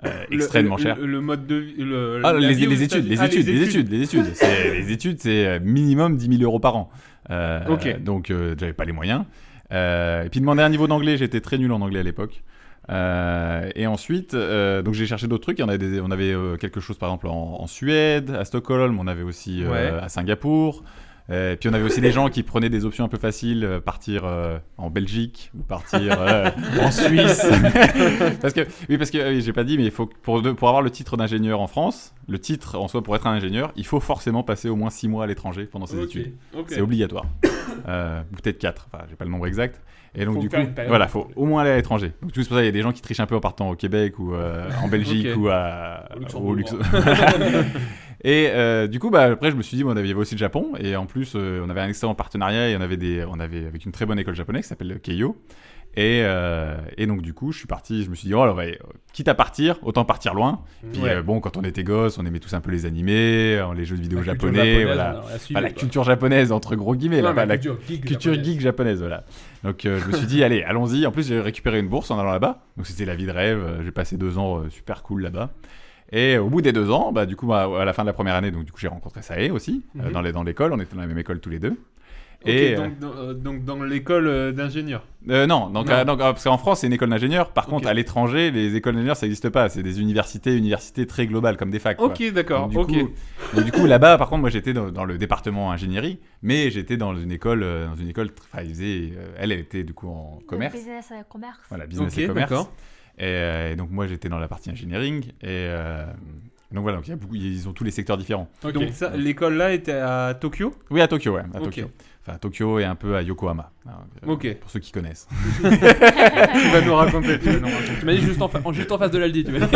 S8: euh, extrêmement
S9: le,
S8: cher.
S9: Le, le mode de vie. le-
S8: Ah,
S9: Euh, la
S8: les,
S9: vie aux
S8: les études,
S9: États-Unis.
S8: les
S9: Ah,
S8: études, les études, les études. C'est- Les études, c'est euh, minimum 10 000 euros par an. Euh,
S9: Ok.
S8: Donc, euh, j'avais pas les moyens. Euh, et puis, demander un niveau d'anglais, j'étais très nul en anglais à l'époque. Euh, et ensuite, euh, donc j'ai cherché d'autres trucs. Il y en a des- on avait euh, quelque chose, par exemple, en, en Suède, à Stockholm, on avait aussi euh,
S9: Ouais.
S8: à Singapour. Euh, et puis on avait aussi des gens qui prenaient des options un peu faciles, euh, partir euh, en Belgique ou partir euh, en Suisse. parce que oui, parce que euh, oui, j'ai pas dit, mais il faut que pour, de- pour avoir le titre d'ingénieur en France, le titre en soi pour être un ingénieur, il faut forcément passer au moins 6 mois à l'étranger pendant ses
S7: Ok,
S8: études.
S7: ok.
S8: C'est obligatoire. Euh, ou peut-être 4, enfin j'ai pas le nombre exact. Et donc
S7: Faut
S8: du coup,
S7: faire une période.
S8: voilà, faut au moins aller à l'étranger. Donc tout c'est pour ça, il y a des gens qui trichent un peu en partant au Québec ou euh, en Belgique
S9: Ok.
S8: ou à,
S7: Au Luxembourg.
S8: et euh, du coup, bah, après, je me suis dit, bon, on avait il y avait aussi le Japon, et en plus, euh, on avait un excellent partenariat, et on avait, des, on avait avec une très bonne école japonaise qui s'appelle Keio. Et, euh, et donc, du coup, je suis parti, je me suis dit, oh, alors, ouais, quitte à partir, autant partir loin. Puis,
S7: Ouais.
S8: euh, bon, quand on était gosse, on aimait tous un peu les animés, euh, les jeux de vidéo
S7: La culture
S8: japonais,
S7: japonaise,
S8: voilà.
S7: on a suivi,
S8: Enfin, la
S7: quoi.
S8: culture japonaise, entre gros guillemets,
S7: Non,
S8: là,
S7: mais
S8: pas la
S7: culture geek
S8: culture
S7: japonaise.
S8: geek japonaise, voilà. Donc euh, je me suis dit, allez, allons-y. En plus, j'ai récupéré une bourse en allant là-bas. Donc c'était la vie de rêve. Euh, J'ai passé deux ans euh, super cool là-bas. Et au bout des deux ans, bah, du coup, bah, à la fin de la première année, donc du coup, j'ai rencontré Sae aussi euh,
S7: Mhm.
S8: dans les- dans l'école. On était dans la même école tous les deux.
S9: Ok,
S8: Et
S9: donc, dans- euh, donc dans l'école euh, d'ingénieurs.
S8: euh, non, donc,
S9: Non.
S8: euh, donc, euh, parce qu'en France, c'est une école d'ingénieurs. Par
S9: Ok.
S8: contre, à l'étranger, les écoles d'ingénieurs, ça n'existe pas. C'est des universités, universités très globales comme des facs. quoi.
S9: Ok, d'accord.
S8: Donc, du
S9: Ok.
S8: coup- donc, du coup, là-bas, par contre, moi, j'étais dans, dans le département ingénierie, mais j'étais dans une école, euh, dans une école, tr- enfin, ils faisaient, euh, elle, elle était du coup en commerce,
S10: Business et commerce.
S8: voilà, business
S9: Ok,
S8: et commerce.
S9: d'accord.
S8: Et, euh, et donc moi, j'étais dans la partie engineering, et euh, donc voilà, donc, il y a beaucoup- ils ont tous les secteurs différents.
S7: Ok.
S9: Donc ça, l'école là était à Tokyo.
S8: Oui, à Tokyo, ouais, à
S9: Ok.
S8: Tokyo. Enfin, à Tokyo et un peu à Yokohama. hein, euh,
S9: Ok.
S8: Pour ceux qui connaissent.
S9: Tu vas nous raconter. tu vas nous raconter.
S7: Tu m'as dit juste en, fa- en- juste en face de l'Aldi, tu
S8: Euh,
S7: m'as dit.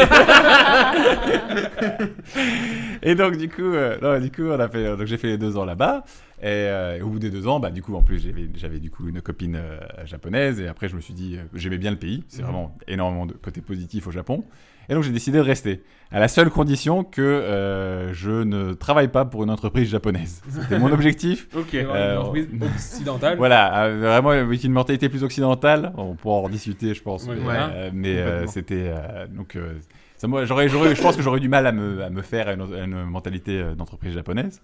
S8: Et donc du coup, euh, non, du coup, on a fait, euh, donc j'ai fait les deux ans là-bas. Et, euh, et au bout des deux ans, bah du coup, en plus, j'avais, j'avais du coup une copine euh, japonaise. Et après, je me suis dit, euh, j'aimais bien le pays. C'est vraiment énormément de côté positif au Japon. Et donc, j'ai décidé de rester. À la seule condition que euh, je ne travaille pas pour une entreprise japonaise. C'était mon objectif.
S9: Ok.
S7: Une
S8: Euh,
S7: entreprise occidentale.
S8: Voilà, euh, vraiment avec une mentalité plus occidentale. On pourra en discuter, je pense.
S7: Ouais,
S8: mais
S9: voilà.
S8: euh, mais, euh,
S9: Complètement.
S8: c'était euh, donc euh, ça, moi, j'aurais, j'aurais, je pense que j'aurais du mal à me, à me faire à une, à une mentalité euh, d'entreprise japonaise.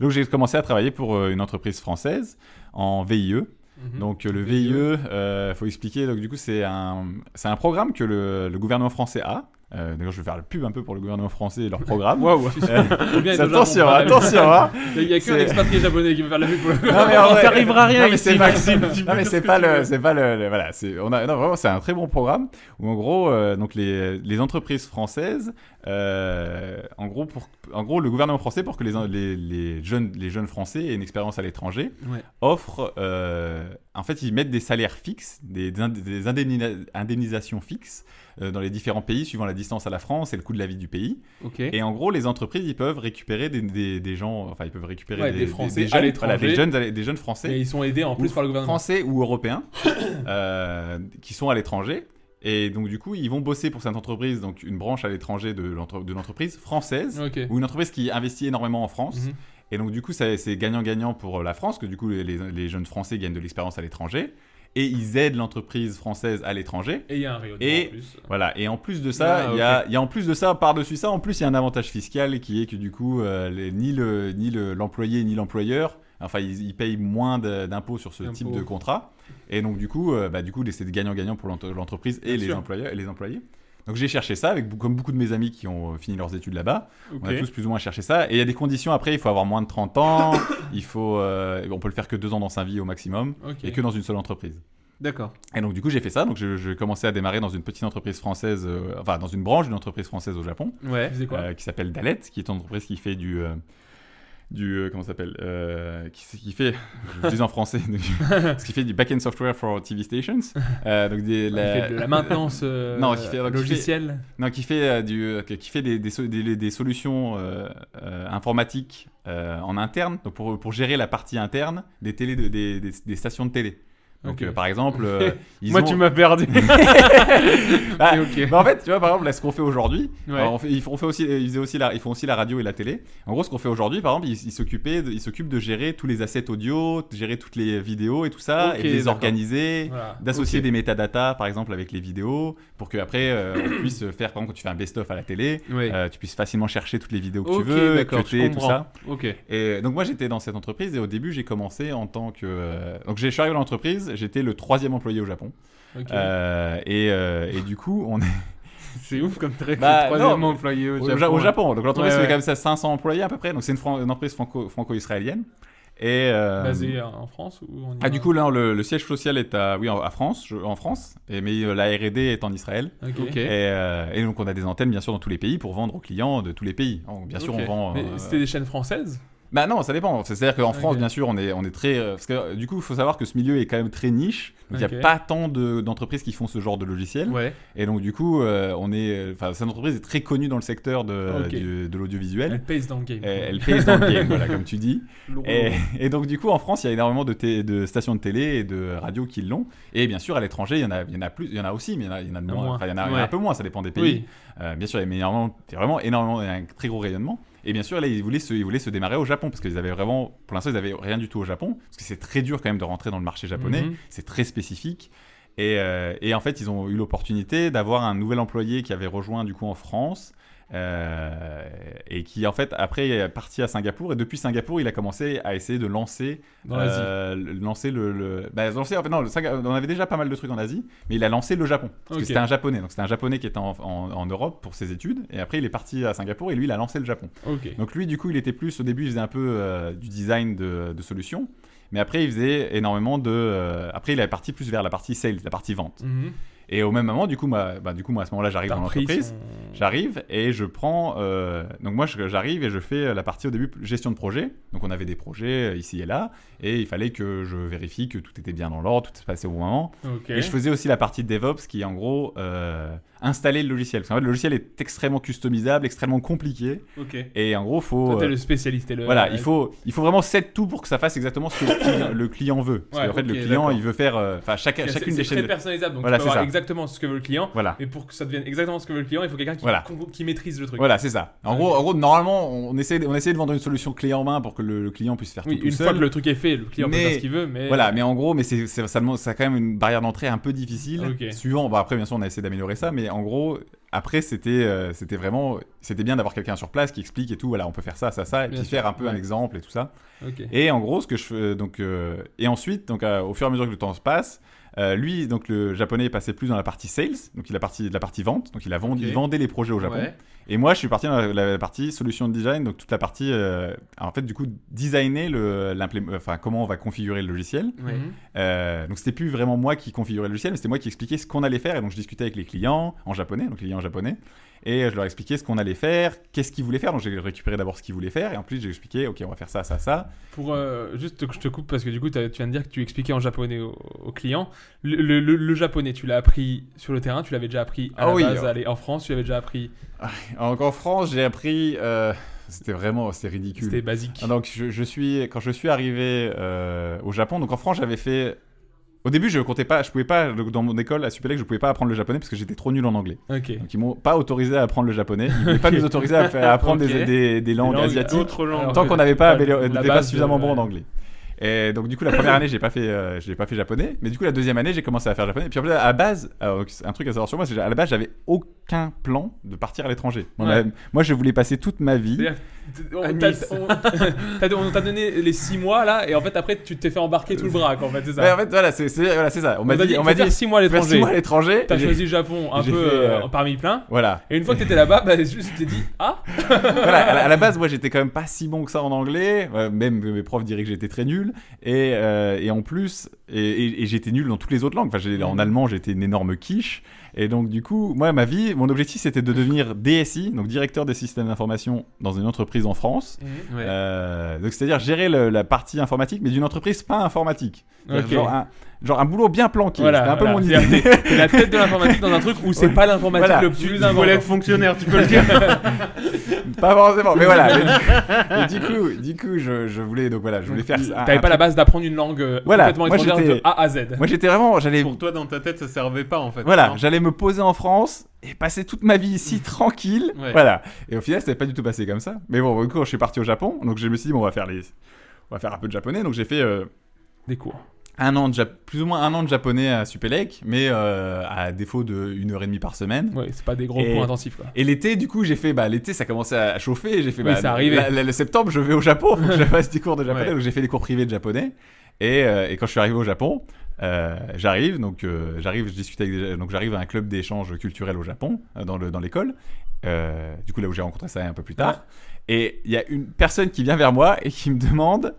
S8: Donc j'ai commencé à travailler pour euh, une entreprise française en VIE.
S9: Mmh.
S7: Mhm.
S8: Donc euh, le
S9: E.
S8: VIE, euh, faut expliquer. Donc du coup c'est un, c'est un programme que le, le gouvernement français a. Euh, d'ailleurs je vais faire le pub un peu pour le gouvernement français et leur programme.
S9: Waouh.
S8: Euh,
S7: Faut bien être au Japon
S8: attention,
S7: pour faire la-
S8: attention. hein.
S7: Il y a qu'un
S8: C'est-
S7: expatrié japonais qui veut faire la vue pour le.
S8: Non, mais en
S9: On
S8: vrai-
S9: t'arrivera rien
S8: Non, mais
S9: ici,
S8: c'est Maxime.
S9: Tu
S8: Non
S9: peux
S8: mais
S9: dire
S8: c'est
S9: ce
S8: pas
S9: que tu
S8: le,
S9: veux.
S8: c'est pas le, le- voilà, c'est on a non vraiment c'est un très bon programme où en gros euh, donc les, les entreprises françaises euh, en gros pour en gros le gouvernement français pour que les les, les jeunes les jeunes français aient une expérience à l'étranger
S9: Ouais.
S8: offre euh, en fait ils mettent des salaires fixes des, des ind- des indemnina- indemnisations fixes euh, dans les différents pays suivant la distance à la France et le coût de la vie du pays
S9: Ok.
S8: et en gros, les entreprises, ils peuvent récupérer des, des- des gens, enfin, ils peuvent récupérer
S7: Ouais, des Français à
S8: jeunes,
S7: l'étranger.
S8: des jeunes, à- des jeunes
S7: Mais
S8: français,
S7: ils sont aidés en plus
S8: Ou
S7: par le gouvernement.
S8: français ou européens, euh, qui sont à l'étranger. Et donc, du coup, ils vont bosser pour cette entreprise, donc une branche à l'étranger de l'entre- de l'entreprise française,
S7: Ok.
S8: ou une entreprise qui investit énormément en France.
S7: Mhm.
S8: Et donc, du coup, ça- c'est gagnant-gagnant pour euh, la France, que du coup, les, les jeunes français gagnent de l'expérience à l'étranger. Et ils aident l'entreprise française à l'étranger.
S7: Et il y a un Rio
S8: Et-
S7: en plus.
S8: Voilà, et en plus de ça,
S9: Ah,
S8: il y, a, il y a en plus de ça, par-dessus ça, en plus, il y a un avantage fiscal qui est que du coup, euh, les- ni le- ni le- l'employé ni l'employeur, enfin, ils, ils payent moins de- d'impôts sur ce type
S9: D'impôts.
S8: de contrat. Et donc, du coup, euh, bah, du coup c'est gagnant-gagnant pour l'entre- l'entreprise et
S9: Bien
S8: les,
S9: sûr.
S8: employeurs, et les employés. Donc, j'ai cherché ça, avec, comme beaucoup de mes amis qui ont euh, fini leurs études là-bas. On a
S9: Ok.
S8: tous plus ou moins cherché ça. Et il y a des conditions après, il faut avoir moins de 30 ans, il faut, euh, on peut le faire que deux ans dans sa vie au maximum,
S7: Ok.
S8: et que dans une seule entreprise.
S9: D'accord.
S8: Et donc du coup j'ai fait ça, donc je- j'ai commencé à démarrer dans une petite entreprise française, euh, enfin dans une branche d'une entreprise française au Japon,
S9: Ouais.
S7: Tu faisais quoi
S8: euh, qui s'appelle Dalet, qui est une entreprise qui fait du... euh, du euh, comment ça s'appelle euh, qui, qui fait je le dis en français donc, ce qui fait du back-end software for TV stations Euh, donc des,
S7: Il fait de la maintenance euh,
S8: Non, qui fait- donc, qui fait-
S7: logicielle.
S8: non qui fait euh, du euh, qui fait des, des so- des- des solutions euh, euh, informatiques euh, en interne donc pour, pour gérer la partie interne des télé des, des- des stations de télé Donc,
S7: Ok.
S8: euh, par exemple, euh, ils
S9: Moi,
S8: ont-
S9: tu m'as perdu.
S8: Ah,
S9: Ok, ok.
S8: bah, en fait, tu vois, par exemple, là, ce qu'on fait aujourd'hui,
S9: Ouais.
S8: alors, on fait- ils, font on fait aussi, ils, faisaient aussi la, ils font aussi la radio et la télé. En gros, ce qu'on fait aujourd'hui, par exemple, ils ils s'occupaient de- ils s'occupent de gérer tous les assets audio, de gérer toutes les vidéos et tout ça,
S7: Ok,
S8: et de les
S7: d'accord.
S8: organiser,
S7: Voilà.
S8: d'associer
S7: Ok.
S8: des métadatas, par exemple, avec les vidéos, pour que après euh, on puisse faire, par exemple, quand tu fais un best-of à la télé,
S7: Ouais.
S8: euh, tu puisses facilement chercher toutes les vidéos que
S9: ok,
S8: tu veux,
S9: d'accord,
S8: cuter
S9: je
S8: et tout ça.
S9: comprends. Ok.
S8: Et donc moi j'étais dans cette entreprise et au début j'ai commencé en tant que euh, donc j'ai je suis arrivé dans l'entreprise j'étais le troisième employé au Japon
S7: Ok.
S8: Euh, et, euh, et du coup on est
S9: C'est ouf comme trait
S8: Bah,
S9: que le troisième
S8: non.
S9: employé au
S8: au,
S9: Japon.
S8: Ja- au Japon donc l'entreprise
S9: Ouais,
S8: fait
S9: ouais.
S8: quand même ça 500 employés à peu près donc c'est une, fran- une entreprise franco- franco-israélienne et euh,
S7: Basé en France ou en
S8: ah du coup là le, le siège social est à oui en, à France je- en France et mais euh, la R&D est en Israël
S7: Ok.
S9: Ok.
S8: et, euh, et donc on a des antennes bien sûr dans tous les pays pour vendre aux clients de tous les pays Donc, bien sûr
S7: Ok.
S8: on vend
S7: Mais
S8: euh,
S7: C'était des chaînes françaises
S8: Bah non, ça dépend. C'est-à-dire qu'en France,
S7: Ok.
S8: bien sûr, on est, on est très. euh, Parce que euh, du coup, il faut savoir que ce milieu est quand même très niche. Donc il n'y
S7: Ok.
S8: a pas tant de- d'entreprises qui font ce genre de logiciel.
S7: Ouais.
S8: Et donc du coup, euh, on est. Enfin, cette entreprise est très connue dans le secteur de,
S7: Ok.
S8: du- de l'audiovisuel.
S7: Elles pèsent dans le game.
S8: Et Elle pèse dans le game, voilà, comme tu dis. Et, et donc du coup, en France, il y a énormément de, té- de stations de télé et de radios qui l'ont. Et bien sûr, à l'étranger, il y en a, il y en a plus, il y en a aussi, mais il y en a, il y en a de
S7: Un
S8: moins.
S7: moins.
S8: Enfin, il y en a il y en a
S9: Ouais.
S8: un peu moins, ça dépend des pays.
S9: Oui.
S8: Euh, bien sûr, il y a énormément- il y a vraiment énormément, il y a un très gros rayonnement. Et bien sûr, là, ils voulaient se, ils voulaient se démarrer au Japon parce qu'ils avaient vraiment, pour l'instant, ils avaient rien du tout au Japon parce que c'est très dur quand même de rentrer dans le marché japonais.
S7: Mhm.
S8: C'est très spécifique. Et, euh, et en fait, ils ont eu l'opportunité d'avoir un nouvel employé qui avait rejoint du coup en France. euh, et qui en fait après est parti à Singapour et depuis Singapour il a commencé à essayer de lancer
S7: Dans l'Asie.
S8: euh, le- lancer le, le- bah, lancer- en fait, non, le Singa- on avait déjà pas mal de trucs en Asie mais il a lancé le Japon parce
S7: Ok.
S8: que c'était un japonais donc c'était un japonais qui était en, en- en Europe pour ses études et après il est parti à Singapour et lui il a lancé le Japon
S7: Ok.
S8: donc lui du coup il était plus au début il faisait un peu euh, du design de, de solutions mais après il faisait énormément de euh, après il est parti plus vers la partie sales la partie vente
S7: Mhm.
S8: et au même moment du coup ma- bah, du coup moi à ce moment là j'arrive
S7: T'as
S8: dans
S7: repris
S8: l'entreprise
S7: son-
S8: J'arrive et je prends. euh, donc, moi, je- j'arrive et je fais la partie au début plus gestion de projet. Donc, on avait des projets euh, ici et là. Et il fallait que je vérifie que tout était bien dans l'ordre, tout se passait au bon moment.
S7: Ok.
S8: Et je faisais aussi la partie de DevOps qui est en gros euh, installer le logiciel. Parce qu'en fait, le logiciel est extrêmement customisable, extrêmement compliqué.
S7: Ok.
S8: Et en gros, faut.
S7: Toi, t'es
S8: euh,
S7: le spécialiste. et le-
S8: voilà, il faut, il faut vraiment set tout pour que ça fasse exactement ce que le client, le client veut. Parce
S7: Ouais,
S8: qu'en fait,
S7: ok,
S8: le client,
S7: d'accord.
S8: il veut faire. euh, Enfin, chaque-
S7: C'est-
S8: chacune
S7: c'est
S8: des
S7: très
S8: chaînes. de-
S7: personnalisable. Donc,
S8: Voilà,
S7: tu
S8: c'est
S7: peux avoir
S8: ça.
S7: exactement ce que veut le client.
S8: Voilà.
S7: Mais pour que ça devienne exactement ce que veut le client, il faut quelqu'un qui,
S8: Voilà.
S7: qui maîtrise le truc.
S8: Voilà, c'est ça. En
S7: Ouais.
S8: gros, en gros, normalement, on essaie, on essaie de vendre une solution clé en main pour que le, le client puisse faire
S7: Oui,
S8: tout, tout
S7: une
S8: seul.
S7: fois que le truc est fait, le client peut
S8: Mais-
S7: faire ce qu'il veut, mais.
S8: Voilà, mais en gros, mais c'est, c'est- ça, demande- ça a quand même une barrière d'entrée un peu difficile.
S7: Ok.
S8: Suivant, bah après, bien sûr, on a essayé d'améliorer ça, mais en gros, après, c'était, euh, c'était vraiment, c'était bien d'avoir quelqu'un sur place qui explique et tout. Voilà, on peut faire ça, ça, ça, et
S7: Bien
S8: puis
S7: sûr,
S8: faire un peu un
S7: ouais.
S8: exemple et tout ça.
S7: Ok.
S8: Et en gros, ce que je fais, donc, euh, et ensuite, donc, euh, au fur et à mesure que le temps se passe, euh, lui, donc le japonais est passé plus dans la partie sales, donc il a parti de la partie vente, donc il a vendu,
S7: Ok.
S8: il vendait les projets au Japon.
S7: Ouais.
S8: Et moi, je suis parti dans la, la partie solution design, donc toute la partie, euh, en fait, du coup, designer le, l'implé- enfin, comment on va configurer le logiciel.
S7: Ouais.
S8: Euh, donc c'était plus vraiment moi qui configurais le logiciel, mais c'était moi qui expliquais ce qu'on allait faire. Et donc je discutais avec les clients en japonais, donc les clients japonais, et euh, je leur expliquais ce qu'on allait faire, qu'est-ce qu'ils voulaient faire. Donc j'ai récupéré d'abord ce qu'ils voulaient faire, et en plus j'ai expliqué, ok, on va faire ça, ça, ça.
S7: Pour euh, juste que je te coupe parce que du coup t'as- tu viens de dire que tu expliquais en japonais au, au client le, le- le- le japonais tu l'as appris sur le terrain tu l'avais déjà appris à
S8: Ah
S7: la
S8: oui.
S7: base aller en France tu l'avais déjà appris
S8: Donc en France, j'ai appris, euh, c'était vraiment, c'était ridicule.
S7: c'était basique
S8: Ah, Donc je, je suis quand je suis arrivé euh, au Japon, donc en France j'avais fait. Au début je comptais pas, je pouvais pas donc, dans mon école à Supélec je pouvais pas apprendre le japonais parce que j'étais trop nul en anglais.
S7: ok
S8: Donc ils m'ont pas autorisé à apprendre le japonais, ils voulaient pas nous autoriser à, faire- à apprendre
S9: Ok.
S8: des, des- des langues
S9: Langue-
S8: asiatiques
S9: autre langue.
S7: Alors,
S8: tant
S7: que
S8: qu'on n'avait pas,
S7: t'as
S8: amélioré-
S7: la
S8: n'était pas
S7: base de-
S8: suffisamment bon en anglais. Et donc du coup la première année j'ai pas fait euh, j'ai pas fait japonais, mais du coup la deuxième année j'ai commencé à faire japonais. Puis en fait, à la base alors, un truc à savoir sur moi c'est que à la base j'avais aucun plan de partir à l'étranger. On
S7: Ouais.
S8: avait- Moi je voulais passer toute ma vie.
S7: C'est-à-dire que t- on t'a-
S9: Nice.
S7: on- t'as- on t'a donné les 6 mois là et en fait après tu t'es fait embarquer tout le bras quoi, en fait c'est ça
S8: Ouais, en fait, voilà, c'est c'est- voilà, c'est ça. On m'a dit, on m'a dit,
S7: 6 mois à
S8: faire six
S7: l'étranger
S8: mois à l'étranger.
S7: t'as
S8: Et j'ai-
S7: choisi le Japon un
S8: j'ai
S7: peu
S8: fait,
S7: euh,
S8: euh,
S7: parmi plein
S8: Voilà.
S7: et une fois que t'étais là-bas bah juste tu t'es dit ah
S8: voilà. À la- À la base, moi, j'étais quand même pas si bon que ça en anglais. Euh, Même mes profs diraient que j'étais très nul. Et,
S7: Mm.
S8: euh, et en plus, et, et- et j'étais nul dans toutes les autres langues. Enfin, j'ai- en allemand, j'étais une énorme quiche. Et donc, du coup, moi, ma vie, mon objectif, c'était de devenir DSI, donc directeur des systèmes d'information dans une entreprise en France.
S7: Ouais.
S8: Euh, donc, c'est-à-dire gérer le- la partie informatique, mais d'une entreprise pas informatique. C'est-à-dire
S7: Ok.
S8: Genre, un, genre un boulot bien planqué.
S7: Voilà,
S8: C'était un peu
S7: voilà.
S8: mon idée.
S7: C'est-à-dire que t'es- t'es la tête de l'informatique dans un truc où c'est pas l'informatique
S8: Voilà.
S7: le plus
S9: Tu voulais être
S7: important.
S9: fonctionnaire, tu peux le dire.
S8: pas forcément, mais voilà. Mais du coup, mais du coup, du coup, je, je voulais, donc voilà, je voulais faire ça.
S7: T'avais pas la base d'apprendre une langue euh,
S8: Voilà,
S7: complètement
S8: moi,
S7: étrangère
S8: j'étais-
S7: de A à Z.
S8: Moi, j'étais vraiment, j'allais
S9: Pour toi, dans ta tête, ça servait pas en fait.
S8: Voilà,
S9: Non
S8: j'allais me poser en France et passer toute ma vie ici tranquille.
S9: Ouais.
S8: Voilà. Et au final, c'était pas du tout passé comme ça. Mais bon, du coup, je suis parti au Japon, donc je me suis dit, bon, on va faire les, on va faire un peu de japonais. Donc j'ai fait euh,
S7: Des cours.
S8: un an de Jap- plus ou moins un an de japonais à Supélec, mais euh, à défaut de une heure et demie par semaine.
S7: Ouais, c'est pas des gros
S8: Et-
S7: cours intensifs quoi.
S8: Et l'été, du coup, j'ai fait, bah, l'été, ça commençait à chauffer. et J'ai fait,
S7: Oui,
S8: bah,
S7: ça arrivait.
S8: la- la- le septembre, je vais au Japon, faut que je fasse des cours de japonais.
S9: Ouais.
S8: Donc, j'ai fait des cours privés de japonais. Et, euh, et quand je suis arrivé au Japon, euh, j'arrive, donc, euh, j'arrive, je discute avec des- donc, j'arrive à un club d'échange culturel au Japon, euh, dans, le, dans l'école. Euh, du coup, là où j'ai rencontré ça un peu plus tard. Et il y a une personne qui vient vers moi et qui me demande,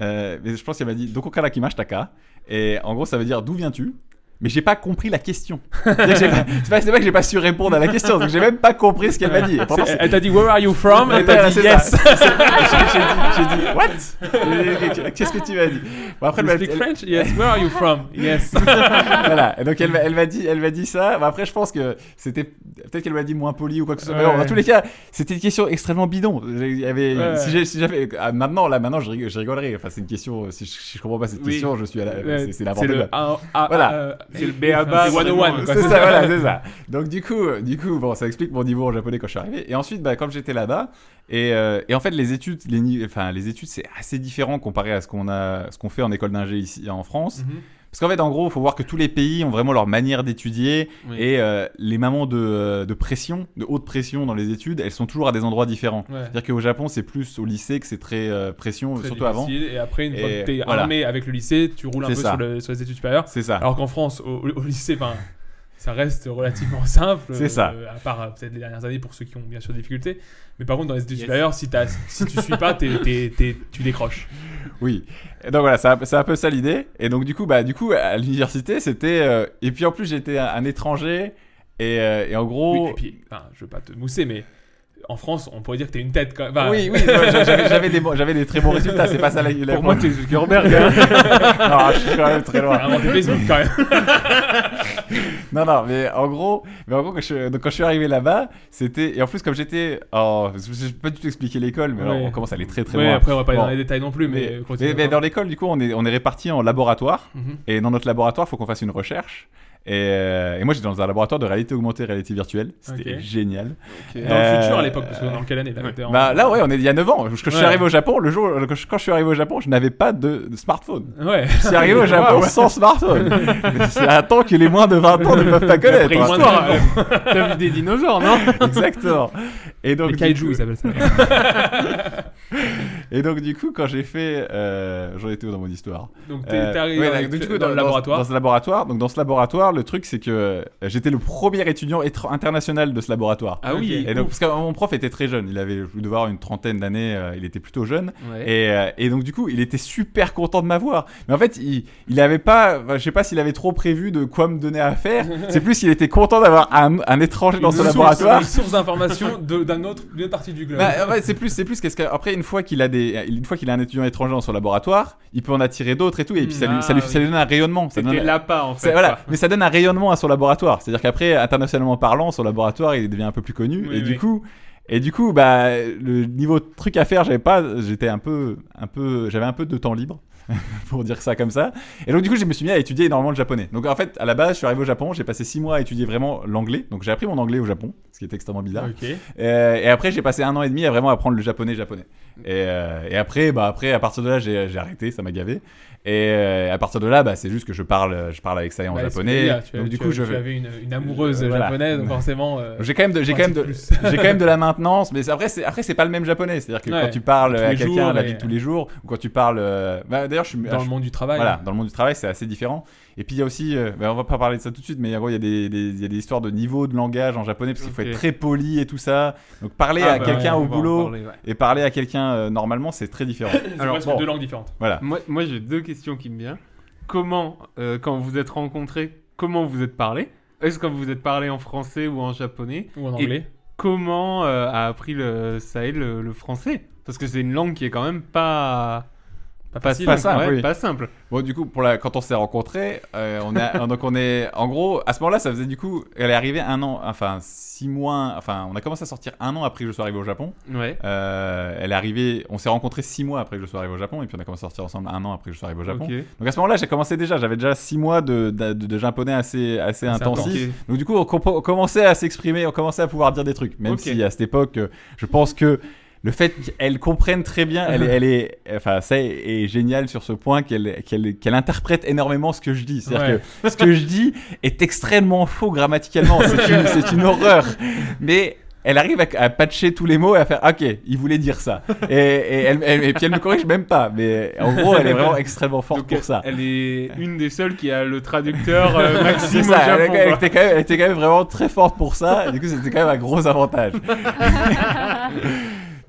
S8: euh, mais je pense qu'elle m'a dit, Doko kara kimashita ka Et en gros, ça veut dire, d'où viens-tu mais j'ai pas compris la question. C'est-à-dire que j'ai pas- C'est pas, c'est pas que j'ai pas su répondre à la question, donc j'ai même pas compris ce qu'elle m'a dit. Et pourtant,
S7: C'est-
S8: Ah, c'est-
S7: Elle t'a dit Where are you from
S8: Ouais,
S7: Elle t'a
S8: voilà,
S7: dit
S8: c'est
S7: Yes.
S8: ça. C'est- J'ai j'ai dit, j'ai dit, what Qu'est-ce que tu m'as dit Bon, après, elle
S7: You
S8: m'a-
S7: speak
S8: elle-
S7: French Yes. Where are you from Yes.
S8: voilà. Et donc
S7: Mm.
S8: elle, m'a- elle m'a dit, elle m'a dit ça. Bon, après, je pense que c'était peut-être qu'elle m'a dit moins poli ou quoi que ce soit. Mais bon,
S7: Ouais.
S8: dans tous les cas, c'était une question extrêmement bidon. Il y avait,
S7: Ouais.
S8: si j'ai- si j'avais, ah, maintenant là, maintenant, je, rig- je rigolerais. Enfin, c'est une question. Si je, si je comprends pas cette
S7: Oui.
S8: question, je suis à la,
S7: Ouais,
S8: c'est, c'est
S7: C'est
S8: n'importe quoi.
S7: le A- A-
S8: Voilà.
S7: euh,
S9: C'est le B.A.B.A.
S7: C'est 101 quoi.
S8: C'est ça, voilà, c'est ça. Donc du coup, euh, du coup, bon, ça explique mon niveau en japonais quand je suis arrivé. Et ensuite, bah, comme j'étais là-bas, et, euh, et en fait, les études, les, ni- enfin, les études, c'est assez différent comparé à ce qu'on a, ce qu'on fait en école d'ingé ici en France.
S7: Mhm.
S8: Parce qu'en fait, en gros, il faut voir que tous les pays ont vraiment leur manière d'étudier
S7: Oui.
S8: et euh, les mamans de, euh, de pression, de haute pression dans les études, elles sont toujours à des endroits différents.
S7: Ouais.
S8: C'est-à-dire qu'au Japon, c'est plus au lycée que c'est très euh, pression,
S7: Très
S8: surtout avant.
S7: difficile. Et après, une fois
S8: Et
S7: que t'es
S8: voilà.
S7: armé avec le lycée, tu roules un
S8: C'est
S7: peu
S8: ça.
S7: sur, le- sur les études supérieures.
S8: C'est ça.
S7: Alors qu'en France, au, au lycée, ben, ça reste relativement simple.
S8: C'est ça.
S7: euh, à part euh, peut-être les dernières années pour ceux qui ont bien sûr des difficultés. Mais par contre, dans les études supérieures, si, t'as- si tu suis pas, t'es- t'es- t'es- tu décroches.
S8: Oui. Et donc voilà, c'est un- c'est un peu ça l'idée. Et donc du coup, bah du coup à l'université, c'était euh, et puis en plus j'étais un, un étranger et, euh, et en
S7: Oui,
S8: gros.
S7: et puis, enfin, je veux pas te mousser, mais en France, on pourrait dire que t'es une tête. Quoi. Enfin,
S8: Oui, oui, ouais, j'a- j'avais j'avais des, bons- j'avais des très bons résultats, c'est pas ça la, la
S9: Pour moi, t'es Zuckerberg. hein.
S8: Non, je suis quand même très
S7: t'as
S8: loin.
S7: inventé Facebook quand même.
S8: Non, non, mais en gros, mais en gros quand, je, donc, quand je suis arrivé là-bas, c'était. Et en plus, comme j'étais. Oh, je je peux pas du tout expliquer l'école, mais alors,
S7: Ouais.
S8: on commence à aller très très
S7: Ouais,
S8: loin.
S7: après, on va pas aller
S8: Bon.
S7: dans les détails non plus, mais,
S8: Mais,
S7: continue.
S8: mais- mais dans l'école, du coup, on est, on est répartis en laboratoire.
S7: Mhm.
S8: Et dans notre laboratoire, il faut qu'on fasse une recherche. Et, euh, et moi, j'étais dans un laboratoire de réalité augmentée, réalité virtuelle. C'était
S7: Ok.
S8: génial.
S7: Dans le futur à
S8: Euh,
S7: l'époque, parce que dans quelle année là, t'es en-
S8: Bah, là, ouais, on est il y a 9 ans. Parce que je suis
S7: Ouais.
S8: arrivé au Japon, le jour, quand je, quand je suis arrivé au Japon, je n'avais pas de, de smartphone.
S7: Ouais.
S8: Je suis arrivé au Japon sans smartphone. C'est un temps que les moins de 20 ans ne peuvent pas connaître.
S9: Après,
S8: hein.
S9: histoire, euh, T'as vu des dinosaures, non
S8: Exactement. Et donc,
S7: Les
S8: du coup-
S7: kaiju, ils appellent ça.
S8: et donc, du coup, quand j'ai fait. euh, J'en étais où dans mon histoire
S7: Donc, t'es
S8: Euh,
S7: t'es arrivé
S8: ouais,
S7: avec-
S8: donc, du coup,
S7: dans, le laboratoire.
S8: Dans, ce laboratoire. Donc, dans ce laboratoire, le truc, c'est que euh, j'étais le premier étudiant étr- international de ce laboratoire.
S9: Ah oui.
S8: Et donc, parce que mon prof était très jeune, il avait, je devais avoir une trentaine d'années, euh, il était plutôt jeune.
S9: Ouais.
S8: Et, euh, et donc, du coup, il était super content de m'avoir. Mais en fait, il, il avait pas, enfin, je sais pas s'il avait trop prévu de quoi me donner à faire. C'est plus, il était content d'avoir un, un étranger dans
S7: Une
S8: ce
S7: source-
S8: laboratoire.
S7: Une source d'information de- d'un autre, d'une autre partie du globe.
S8: Bah, en fait, c'est plus, c'est plus qu'est-ce que- après une fois qu'il a des, une fois qu'il a un étudiant étranger dans son laboratoire, il peut en attirer d'autres et tout, et puis ça
S7: Mm.
S8: lui,
S9: Ah,
S8: ça lui,
S9: oui.
S8: ça lui donne un rayonnement. Ça
S9: C'était
S8: donne-
S9: l'appât en
S8: euh, C'est-
S9: fait.
S8: voilà.
S9: quoi.
S8: Mais ça donne un rayonnement à son laboratoire. C'est-à-dire qu'après, internationalement parlant, son laboratoire, il devient un peu plus connu.
S7: Oui,
S8: et
S7: oui.
S8: du coup, et du coup, bah, le niveau de truc à faire, j'avais pas, j'étais un peu, un peu, j'avais un peu de temps libre pour dire ça comme ça. Et donc du coup, je me suis mis à étudier énormément le japonais. Donc en fait, à la base, je suis arrivé au Japon, j'ai passé six mois à étudier vraiment l'anglais. Donc j'ai appris mon anglais au Japon, ce qui est extrêmement bizarre.
S7: Ok.
S8: Euh, et après, j'ai passé un an et demi à vraiment apprendre le japonais japonais. Et, euh, et après, bah, après, à partir de là, j'ai j'ai arrêté, ça m'a gavé. Et euh, à partir de là, bah, c'est juste que je parle, je parle avec ça en
S7: Bah,
S8: japonais.
S7: c'est bien, tu as-
S8: donc du
S7: tu
S8: coup,
S7: as-
S8: je
S7: tu avais une, une amoureuse
S8: Euh, voilà.
S7: japonaise, donc forcément. euh,
S8: j'ai quand même de, j'ai quand même de,
S7: Plus.
S8: j'ai quand même de la maintenance, mais c'est- après, c'est après, c'est pas le même japonais. C'est-à-dire que
S7: Ouais.
S8: quand tu parles
S7: Tous les
S8: à quelqu'un
S7: jours,
S8: la
S7: mais-
S8: vie de tous les jours, ou quand tu parles, euh, bah, d'ailleurs, je suis
S7: dans le monde du travail.
S8: voilà, dans le monde du travail, c'est assez différent. Et puis il y a aussi, euh, ben, on va pas parler de ça tout de suite, mais en gros, il y a des, des- il y a des histoires de niveau de langage en japonais parce qu'il faut
S9: Ok.
S8: être très poli et tout ça. Donc parler
S9: Ah,
S8: à
S9: bah,
S8: quelqu'un
S9: ouais,
S8: au
S9: on va en
S8: boulot
S9: parler, ouais.
S8: et parler à quelqu'un euh, normalement, c'est très différent.
S7: Alors,
S9: Alors,
S7: presque
S9: bon.
S7: deux langues différentes.
S8: voilà.
S9: Moi, moi, j'ai deux questions qui me viennent. Comment, euh, quand vous êtes rencontrés, comment vous êtes parlé Est-ce que quand vous vous êtes parlé en français ou en japonais,
S7: Ou en anglais.
S9: comment euh, a appris le Sahel le, le français Parce que c'est une langue qui est quand même pas pas
S7: facile.
S9: simple,
S8: Pas simple,
S9: ouais,
S8: oui.
S9: pas simple.
S8: Bon, du coup, pour la... quand on s'est rencontrés, euh, on a... donc on est. En gros, à ce moment-là, ça faisait du coup. Elle est arrivée un an, enfin six mois. Enfin, on a commencé à sortir un an après que je sois arrivé au Japon.
S9: Ouais.
S8: Euh, elle est arrivée. On s'est rencontrés six mois après que je sois arrivé au Japon. Et puis on a commencé à sortir ensemble un an après que je sois arrivé au Japon.
S9: Ok.
S8: Donc à ce moment-là, j'ai commencé déjà. J'avais déjà six mois de, de, de- de japonais assez, assez intensif. Donc du coup, on, compo- on commençait à s'exprimer, on commençait à pouvoir dire des trucs. Même
S9: Ok.
S8: si à cette époque, euh, je pense que le fait qu'elle comprenne très bien, elle, est- elle est, enfin, ça est, est génial sur ce point qu'elle qu'elle qu'elle interprète énormément ce que je dis. C'est-à-dire
S7: Ouais.
S8: que ce que je dis est extrêmement faux grammaticalement. C'est une, c'est une horreur. Mais elle arrive à, à patcher tous les mots et à faire OK, il voulait dire ça. Et, et elle, elle- et puis elle me corrige même pas. Mais en gros, elle est vraiment extrêmement forte
S9: Donc,
S8: pour ça.
S9: Elle est une des seules qui a le traducteur euh, Maxime
S8: C'est
S9: au
S8: ça, elle,
S9: Japon.
S8: elle
S9: quoi.
S8: était quand même, elle était quand même vraiment très forte pour ça, et du coup c'était quand même un gros avantage.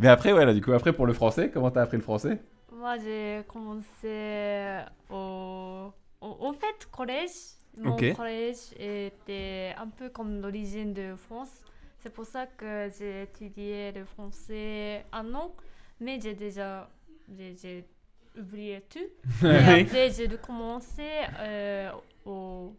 S8: Mais après, voilà, du coup, après pour le français, comment t'as appris le français
S10: Moi, j'ai commencé au... au- En fait, collège. Mon
S9: Ok.
S10: collège était un peu comme l'origine de France. C'est pour ça que j'ai étudié le français un an, mais j'ai déjà j'ai- j'ai oublié tout. Et après, j'ai recommencé euh, au,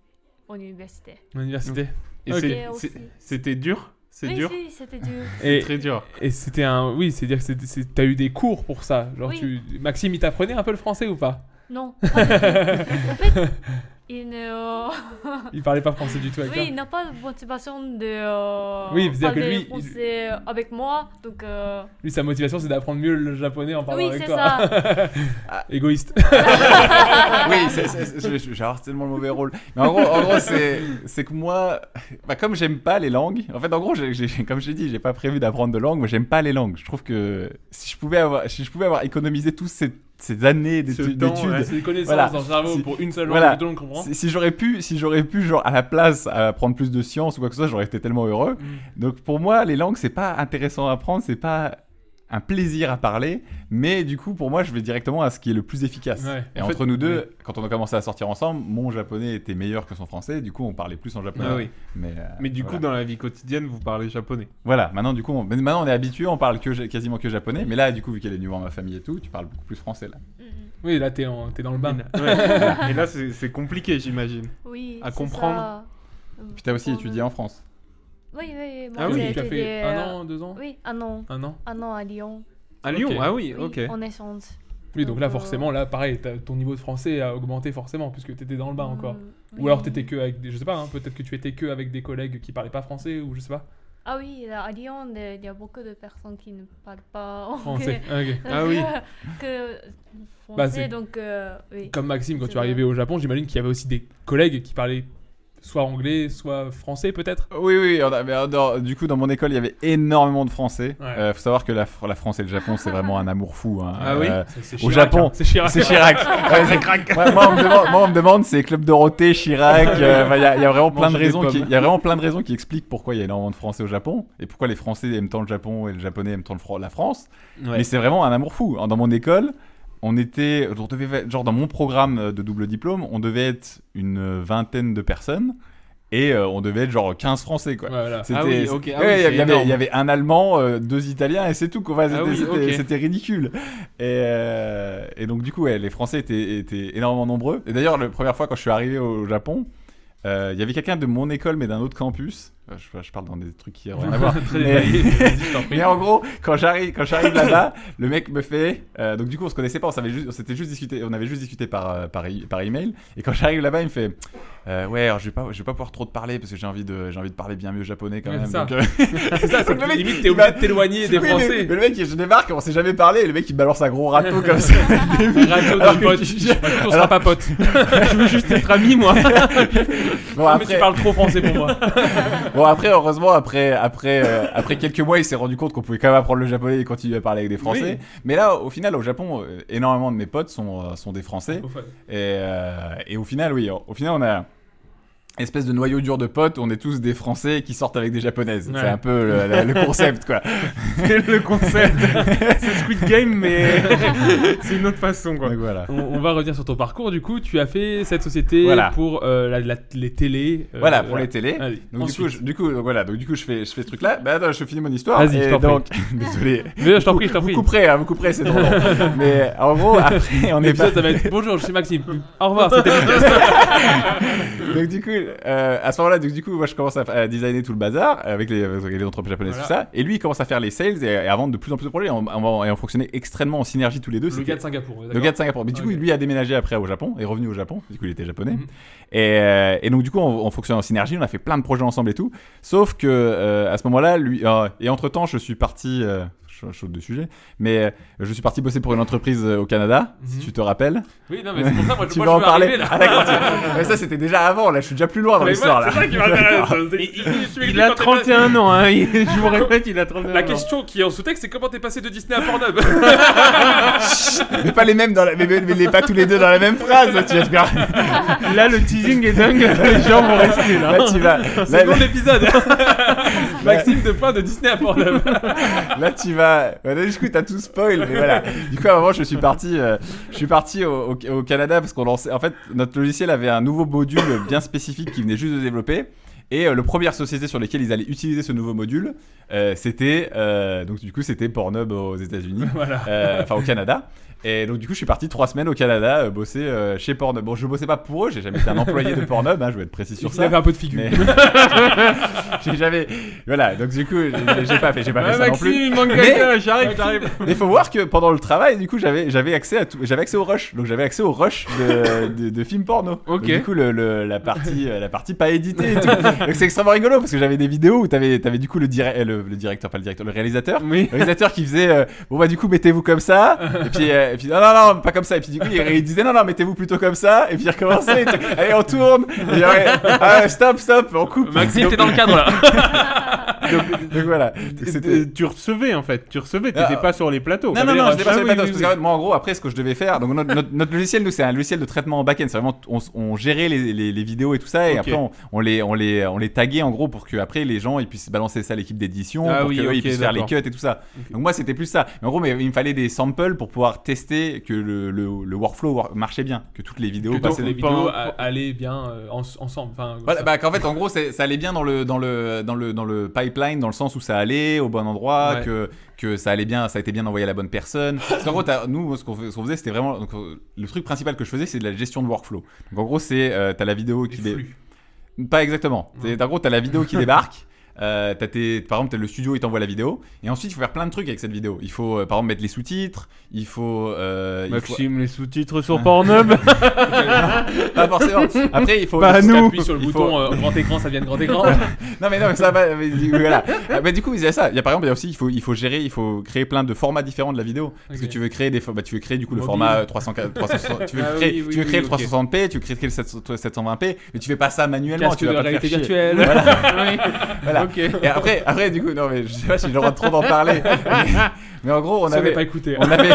S10: à l'université.
S7: À l'université.
S9: Et
S7: Ok.
S9: Ah, c'est-
S10: Et aussi-
S9: c'est- C'était dur C'est
S10: Oui,
S9: dur
S10: si, c'était dur.
S7: Et,
S9: Très dur.
S7: et c'était un. Oui, c'est-à-dire que c'est- c'est- t'as eu des cours pour ça. Genre,
S10: Oui.
S7: tu... Maxime, il t'apprenait un peu le français ou pas
S10: Non. pas du tout. en fait, euh, il ne...
S7: Il parlait pas français du tout avec
S10: Oui, il
S7: toi.
S10: n'a pas de motivation de euh,
S7: Oui, c'est-à-dire que
S10: parler
S7: lui, il-
S10: français euh, avec moi, donc euh,
S7: Lui, sa motivation, c'est d'apprendre mieux le japonais en parlant
S10: oui,
S7: avec
S10: c'est
S7: toi.
S10: ça.
S7: Égoïste.
S8: Oui, c'est- c'est- c'est- je- je- j'ai avoir tellement le mauvais rôle. Mais en gros, en gros, c'est c'est que moi, bah, comme j'aime pas les langues, en fait, en gros, j'ai- j'ai- comme j'ai dit, j'ai pas prévu d'apprendre de langue, moi j'aime pas les langues. Je trouve que si je pouvais avoir, si je pouvais avoir économisé toutes ces, ces années
S9: Ce
S8: d'étu-
S9: temps,
S8: d'études
S9: ouais.
S7: C'est des connaissances
S8: Voilà.
S7: dans le cerveau
S8: Si-
S7: pour une seule langue,
S8: voilà.
S7: deux langues, comprends
S8: Si, si j'aurais pu, si j'aurais pu, genre à la place, à prendre plus de sciences ou quoi que ce soit, j'aurais été tellement heureux.
S9: Mm.
S8: Donc pour moi, les langues, c'est pas intéressant à apprendre, c'est pas un plaisir à parler, mais du coup, pour moi, je vais directement à ce qui est le plus efficace.
S7: Ouais.
S8: Et
S7: En
S8: entre nous deux, quand on a commencé à sortir ensemble, mon japonais était meilleur que son français, du coup, on parlait plus en japonais.
S9: Ah oui.
S8: Mais, euh,
S9: Mais du coup,
S8: voilà.
S9: dans la vie quotidienne, vous parlez japonais.
S8: Voilà, maintenant, du coup, on, mais maintenant, on est habitué, on parle que, ja- quasiment que japonais, mais là, du coup, vu qu'elle est venue voir ma famille et tout, tu parles beaucoup plus français là.
S10: Mm,
S7: Oui, là, t'es en- t'es dans le bain.
S9: Et là, c'est c'est compliqué, j'imagine.
S10: oui.
S9: À
S10: c'est
S9: comprendre.
S10: ça.
S8: Puis t'as aussi étudié en France.
S10: Oui, oui, oui. Moi,
S9: Ah oui,
S10: j'ai
S7: tu as
S10: étudié,
S7: fait un
S10: euh,
S7: an, deux ans
S10: Oui, un an,
S7: Un an.
S10: un an à Lyon.
S9: À Lyon
S7: Ok.
S9: Ah oui,
S10: Oui,
S9: ok.
S10: En échange.
S7: Oui, donc là,
S10: Donc, euh,
S7: forcément, là, pareil, t'as- ton niveau de français a augmenté forcément, puisque t'étais dans le bain Bah, encore.
S10: Mm,
S7: Ou alors
S10: oui.
S7: t'étais que avec des, je sais pas, hein, peut-être que tu étais que avec des collègues qui parlaient pas français ou je sais pas.
S10: Ah oui, là, à Lyon, de- il y a beaucoup de personnes qui ne parlent pas
S7: Français.
S10: anglais.
S7: Ok.
S9: Ah oui.
S10: que français,
S7: Bah, c'est-
S10: donc euh, oui.
S7: Comme Maxime, quand
S10: C'est
S7: tu es arrivé
S10: vrai.
S7: au Japon, j'imagine qu'il y avait aussi des collègues qui parlaient soit anglais, soit français peut-être.
S8: Oui, oui, on a- mais, euh, dans- du coup, dans mon école, il y avait énormément de Français.
S7: Ouais.
S8: Euh, faut savoir que la, Fr- la France et le Japon, c'est vraiment un amour fou. hein.
S9: Ah oui
S8: Euh,
S7: C'est- c'est
S8: Au
S7: Chirac,
S8: Japon,
S7: hein, c'est Chirac.
S8: C'est Chirac. Ouais, c'est- Ouais, moi, on me demande, moi, on me demande, c'est Club Dorothée, Chirac. euh, enfin, Il y, a- il y a vraiment plein de
S9: Manger des
S8: raisons qui,
S9: pommes.
S8: il y a vraiment plein de raisons qui expliquent pourquoi il y a énormément de Français au Japon et pourquoi les Français aiment tant le Japon et le Japonais aiment tant le Fran- la France.
S9: Ouais.
S8: Mais c'est vraiment un amour fou. Hein, Dans mon école, on était, on devait fa- genre dans mon programme euh, de double diplôme, on devait être une euh, vingtaine de personnes et euh, on devait être genre 15 Français quoi.
S7: Ouais, voilà.
S8: C'était-
S9: Ah oui, ok, ah
S8: Ouais,
S9: oui,
S8: il y
S9: c'est
S8: avait-
S9: énorme.
S8: il y avait un Allemand, euh, deux Italiens et c'est tout. quoi. Enfin,
S9: Ah
S8: c'était,
S9: oui,
S8: c'était-
S9: ok.
S8: c'était ridicule. Et, euh, et donc du coup, ouais, les Français étaient, étaient énormément nombreux. Et d'ailleurs, la première fois quand je suis arrivé au Japon, euh, il y avait quelqu'un de mon école mais d'un autre campus. Euh, Je, je parle dans des trucs qui n'ont rien à voir.
S9: Très
S8: Mais-
S9: détaillé, vas-y, je t'en prie.
S8: mais en gros, quand j'arrive, quand j'arrive là-bas, le mec me fait. euh, donc du coup, on se connaissait pas, on savait juste, on s'était juste discuté, on avait juste discuté par euh, par, e- par email. Et quand j'arrive là-bas, il me fait, euh, ouais, alors, je vais pas, je vais pas pouvoir trop te parler parce que j'ai envie de, j'ai envie de parler bien mieux japonais quand
S7: Ouais,
S8: même.
S7: c'est ça.
S8: Donc, euh,
S7: C'est ça, c'est
S8: Le
S7: que
S8: mec,
S7: limite
S8: il
S7: t'es obligé
S8: m'a-
S7: de t'éloigner des
S8: oui, Mais,
S7: Français.
S8: mais le mec, je débarque, on s'est jamais parlé, et le mec il me balance un gros râteau comme ça.
S7: Radio
S8: Alors
S7: de
S8: que
S7: potes.
S8: tu-
S7: Je- écoute, On sera pas potes. Je veux juste être ami moi.
S8: Bon
S7: Mais tu parles trop français pour moi.
S8: Bon après heureusement après après euh, après quelques mois il s'est rendu compte qu'on pouvait quand même apprendre le japonais et continuer à parler avec des français. Mais là au final au Japon euh, énormément de mes potes sont euh, sont des français et, euh, et au final oui au final on a espèce de noyau dur de potes, on est tous des Français qui sortent avec des Japonaises.
S9: Ouais.
S8: C'est un peu le, la- le concept, quoi.
S9: C'est le concept. c'est Squid Game, mais c'est une autre façon, quoi.
S8: Donc voilà.
S7: On, on va revenir sur ton parcours. Du coup, tu as fait cette société
S8: Voilà.
S7: pour euh, la- la- les télés. euh,
S8: Voilà, pour les télés.
S7: Allez,
S8: Donc du
S7: ensuite.
S8: coup, je, du coup, donc, voilà, donc du coup, je fais, je fais ce truc-là. Bah attends, je finis mon histoire.
S7: Vas-y, je
S8: Et
S7: t'en prie.
S8: donc, désolé.
S7: Mais je t'en prie, je t'en
S8: Vous
S7: prie.
S8: couperez, hein, vous couperez, c'est drôle. Mais en gros, après, on est
S7: L'épisode,
S8: pas.
S7: ça va être bonjour, je suis Maxime. Au revoir, c'était Lucas.
S8: Donc du coup, euh, à ce moment-là, donc du coup, moi, je commence à, à designer tout le bazar avec les, avec les entreprises japonaises tout ça. Et lui, il commence à faire les sales et, et à vendre de plus en plus de projets. Et on, on- et on fonctionnait extrèmement en synergie tous les deux.
S7: Le
S8: C'était-
S7: gars de Singapour.
S8: Le gars de Singapour. Mais du coup,
S7: Ok.
S8: lui a déménagé après au Japon, est revenu au Japon, du coup, il était japonais.
S7: Mhm.
S8: et, euh, et donc, du coup, on, on fonctionne en synergie, on a fait plein de projets ensemble et tout. Sauf que euh, à ce moment-là, lui. euh, et entre-temps, je suis parti. Euh, je saute de sujet, mais euh, je suis parti bosser pour une entreprise euh, au Canada, si
S7: Mhm.
S8: tu te rappelles.
S7: Oui, non, mais c'est pour ça, moi, je-
S8: tu
S7: moi,
S8: vas
S7: je
S8: en
S7: veux
S8: parler.
S7: arriver, là.
S8: Ah, d'accord, tu- mais ça, c'était déjà avant, là, je suis déjà plus loin dans
S7: Mais
S8: l'histoire.
S7: moi,
S8: là.
S7: C'est ça qui m'intéresse. C'est- tu m'expliques
S9: Il a
S7: quand t'es
S9: 31 ans, hein. il- Je vous répète, il a 31 ans.
S7: La question qui est en sous-texte, c'est comment t'es passé de Disney à Pornhub
S8: mais pas les mêmes, dans la, mais, mais- mais les- pas tous les deux dans la même phrase. Tu vas te faire-
S9: Là, le teasing est dingue. Les gens vont rester là.
S8: là, tu vas. là-
S7: Second épisode hein. Maxime de fin de Disney à Pornhub
S8: Là, tu vas. Voilà, du coup, t'as tout spoil, mais voilà. Du coup, à un moment, je suis parti, euh, je suis parti au, au- au Canada parce qu'on lançait. En fait, notre logiciel avait un nouveau module bien spécifique qui venait juste de développer. Et euh, le première société sur laquelle ils allaient utiliser ce nouveau module, euh, c'était euh, donc du coup c'était Pornhub aux États-Unis, Euh, enfin au Canada. Et donc du coup je suis parti trois semaines au Canada euh, bosser euh, chez Pornhub. Bon je bossais pas pour eux, j'ai jamais été un employé de Pornhub, hein, je vais être précis sur
S7: Il
S8: ça.
S7: avait un peu de figure.
S8: Mais j'ai jamais, voilà donc du coup j'ai j'ai pas fait, j'ai pas fait
S9: Ouais,
S8: ça non plus.
S9: Maxime, il manque
S8: Mais-
S9: quelqu'un. J'arrive, j'arrive.
S8: Mais faut voir que pendant le travail, du coup, j'avais j'avais accès à tout, j'avais accès au rush, donc j'avais accès au rush de, de, de films porno.
S9: Ok.
S8: Donc, du coup, le, le- la partie euh, la partie pas éditée. Et tout. Donc c'est extrêmement rigolo parce que j'avais des vidéos où t'avais avais du coup le, dire- euh, le le directeur, pas le directeur, le réalisateur.
S9: Oui.
S8: Le réalisateur qui faisait euh, bon bah du coup mettez-vous comme ça et puis euh, et puis non non non pas comme ça et puis du coup il, il disait non non mettez-vous plutôt comme ça et puis il recommençait et tout. allez on tourne et genre, ah, stop stop on coupe
S7: Maxime,
S8: donc,
S7: t'es dans le cadre là
S8: donc voilà Donc, c'était
S9: Euh, Tu recevais en fait, tu recevais, t'étais
S8: Ah.
S9: pas sur les plateaux.
S8: Non, non,
S9: T'avais
S8: non,
S9: les
S8: je l'ai pas
S9: rachats,
S8: sur les
S9: oui,
S8: plateaux, parce
S9: oui,
S8: que
S9: oui.
S8: en fait, moi, en gros, après, ce que je devais faire, donc notre, notre- notre logiciel, nous, c'est un logiciel de traitement en back-end. C'est vraiment, on, s- on gérait les, les- les vidéos et tout ça, et
S9: Ok.
S8: après, on, on les, on, les, on les taguait, en gros, pour que après les gens ils puissent balancer ça à l'équipe d'édition,
S9: Ah
S8: pour
S9: oui,
S8: qu'eux,
S9: ok,
S8: ils puissent faire les
S9: d'accord.
S8: cuts et tout ça. Donc, moi, c'était plus ça. Mais en gros, mais il me fallait des samples pour pouvoir tester que le, le- le workflow wor- marchait bien, que toutes les vidéos
S7: Plutôt que
S8: passaient
S7: les
S9: on
S7: vidéos
S9: pas-
S7: a- allaient bien euh, en- ensemble. Enfin,
S8: Voilà,
S7: ça-
S8: bah, qu'en fait, en gros, c'est- ça allait bien dans le, dans, le, dans, le, dans le pipeline, dans le sens où ça allait au bon endroit,
S7: Ouais.
S8: que, que ça allait bien, ça a été bien envoyé à la bonne personne. Parce qu'en gros, t'as- nous, ce qu'on fais- ce qu'on faisait, c'était vraiment. donc, euh, le truc principal que je faisais, c'est de la gestion de workflow. Donc, en gros, c'est. euh, t'as la vidéo qui.
S7: Les
S8: dé-
S7: flux.
S8: Pas exactement.
S7: Ouais.
S8: C'est- En gros, t'as la vidéo qui débarque. euh, t'as tes, par exemple, t'as le studio, il t'envoie la vidéo. Et ensuite, il faut faire plein de trucs avec cette vidéo. Il faut, euh, par exemple, mettre les sous-titres. Il faut. euh,
S7: Bah,
S8: il faut-
S9: Maxime, les sous-titres
S8: Ah.
S9: sur Pornhub.
S8: Pas forcément. Après, il faut.
S9: Pas
S8: il faut-
S7: Appuie sur le
S8: il faut-
S7: bouton euh, grand écran, ça devient grand écran.
S8: Non mais non mais ça va mais, du- voilà. Ah, bah, du coup il y a ça. Il y a par exemple il y a aussi il faut il faut gérer il faut créer plein de formats différents de la vidéo parce
S7: Ok.
S8: que tu veux créer des fo- bah, tu veux créer du coup le
S7: Mobile.
S8: format euh, 300 360 tu veux
S9: Ah oui,
S8: créer
S9: oui,
S8: tu veux
S9: oui,
S8: créer
S9: ok.
S8: le 360p tu veux créer le 700 720p mais tu fais pas ça manuellement
S7: Casque
S8: tu
S7: de
S8: vas pas te
S7: réalité
S8: faire chier.
S7: virtuelle.
S8: Voilà. Et après après du coup non mais je sais pas si j'ai le droit de trop d'en parler mais, mais en gros on
S7: Ça, on n'est
S8: avait Oh,
S7: pas écouté. hein.
S8: on avait.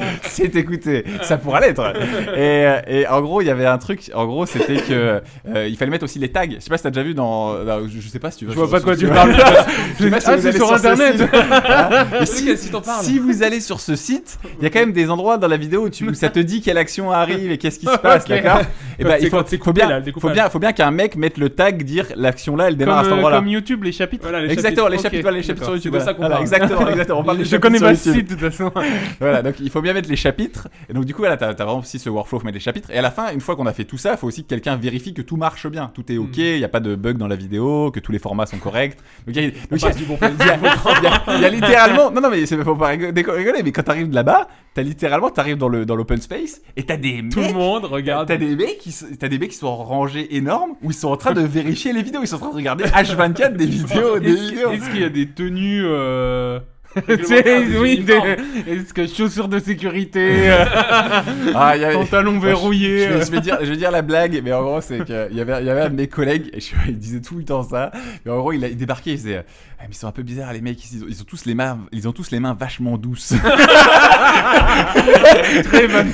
S8: c'est écouté, ça pourra l'être. Et, euh, et en gros, il y avait un truc. En gros, c'était que euh, il fallait mettre aussi les tags. Je sais pas si t'as déjà vu dans. dans- je, je sais pas si tu veux.
S9: Je vois pas de quoi tu
S8: veux-
S9: parles.
S8: Je sais pas si
S9: Ah,
S8: vous
S9: c'est
S8: allez
S9: sur
S8: ce
S9: Internet.
S8: site. Hein Mais
S7: Si,
S8: si,
S7: si t'en parles.
S8: si vous allez sur ce site, il y a quand même des endroits dans la vidéo où, tu- où ça te dit quelle action arrive et qu'est-ce qui se passe,
S9: Ok.
S8: d'accord Et
S7: Quand
S8: ben
S7: c'est-
S8: il faut,
S7: quand c'est
S8: faut
S7: coupé,
S8: bien,
S7: là, le découpage.
S8: faut bien, faut bien qu'un mec mette le tag, dire l'action là, elle
S9: Comme,
S8: démarre à cet
S9: euh,
S8: endroit-là.
S9: comme YouTube, les chapitres.
S7: Voilà, les
S8: Exactement, les
S9: Ok,
S8: chapitres, voilà, les chapitres sur
S9: d'accord.
S8: YouTube.
S7: C'est de ça qu'on
S8: Voilà,
S7: parle.
S8: exactement, exactement. On parle des
S9: Je
S8: chapitres
S9: connais
S8: sur
S9: pas le
S8: YouTube.
S9: site de toute façon.
S8: Voilà, donc il faut bien mettre les chapitres. Et donc du coup, voilà, t'as t'as vraiment aussi ce workflow, faut mettre les chapitres. Et à la fin, une fois qu'on a fait tout ça, il faut aussi que quelqu'un vérifie que tout marche bien, tout est ok,
S7: Hmm.
S8: il n'y a pas de bug dans la vidéo, que tous les formats sont corrects. Donc il y a- donc, il y a-
S7: Passe du bon plaisir.
S8: il y, a- il y a- il y a littéralement. Non, non, mais c'est- faut pas rigo- déco- rigoler, mais quand t'arrives de là-bas, t'as littéralement, t'arrives dans le dans l'open space et t'as des
S7: Tout le
S8: mecs-
S7: monde
S8: T'as
S7: regarde.
S8: t'as des mecs qui s- t'as des mecs qui sont en rangée énorme où ils sont en train de vérifier les vidéos, ils sont en train de regarder H24 des vidéos, des
S9: Est-ce
S8: vidéos.
S9: est-ce qu'il y a des tenues. euh, tu sais,
S7: Réglementaires,
S9: oui,
S7: des uniformes.
S9: des- Est-ce que chaussures de sécurité, euh,
S8: Ah, il y a-
S9: pantalon
S8: Moi, je-
S9: verrouillé.
S8: Je,
S9: euh,
S8: vais, je vais dire, je vais dire la blague, mais en gros, c'est qu'il y avait, il y avait un de mes collègues, et je, il disait tout le temps ça. Mais en gros, il, a- il débarquait, il faisait Ah, mais Ils sont un peu bizarres, les mecs, ils, ils ont tous les mains, ils ont tous les mains vachement douces.
S9: Très bonne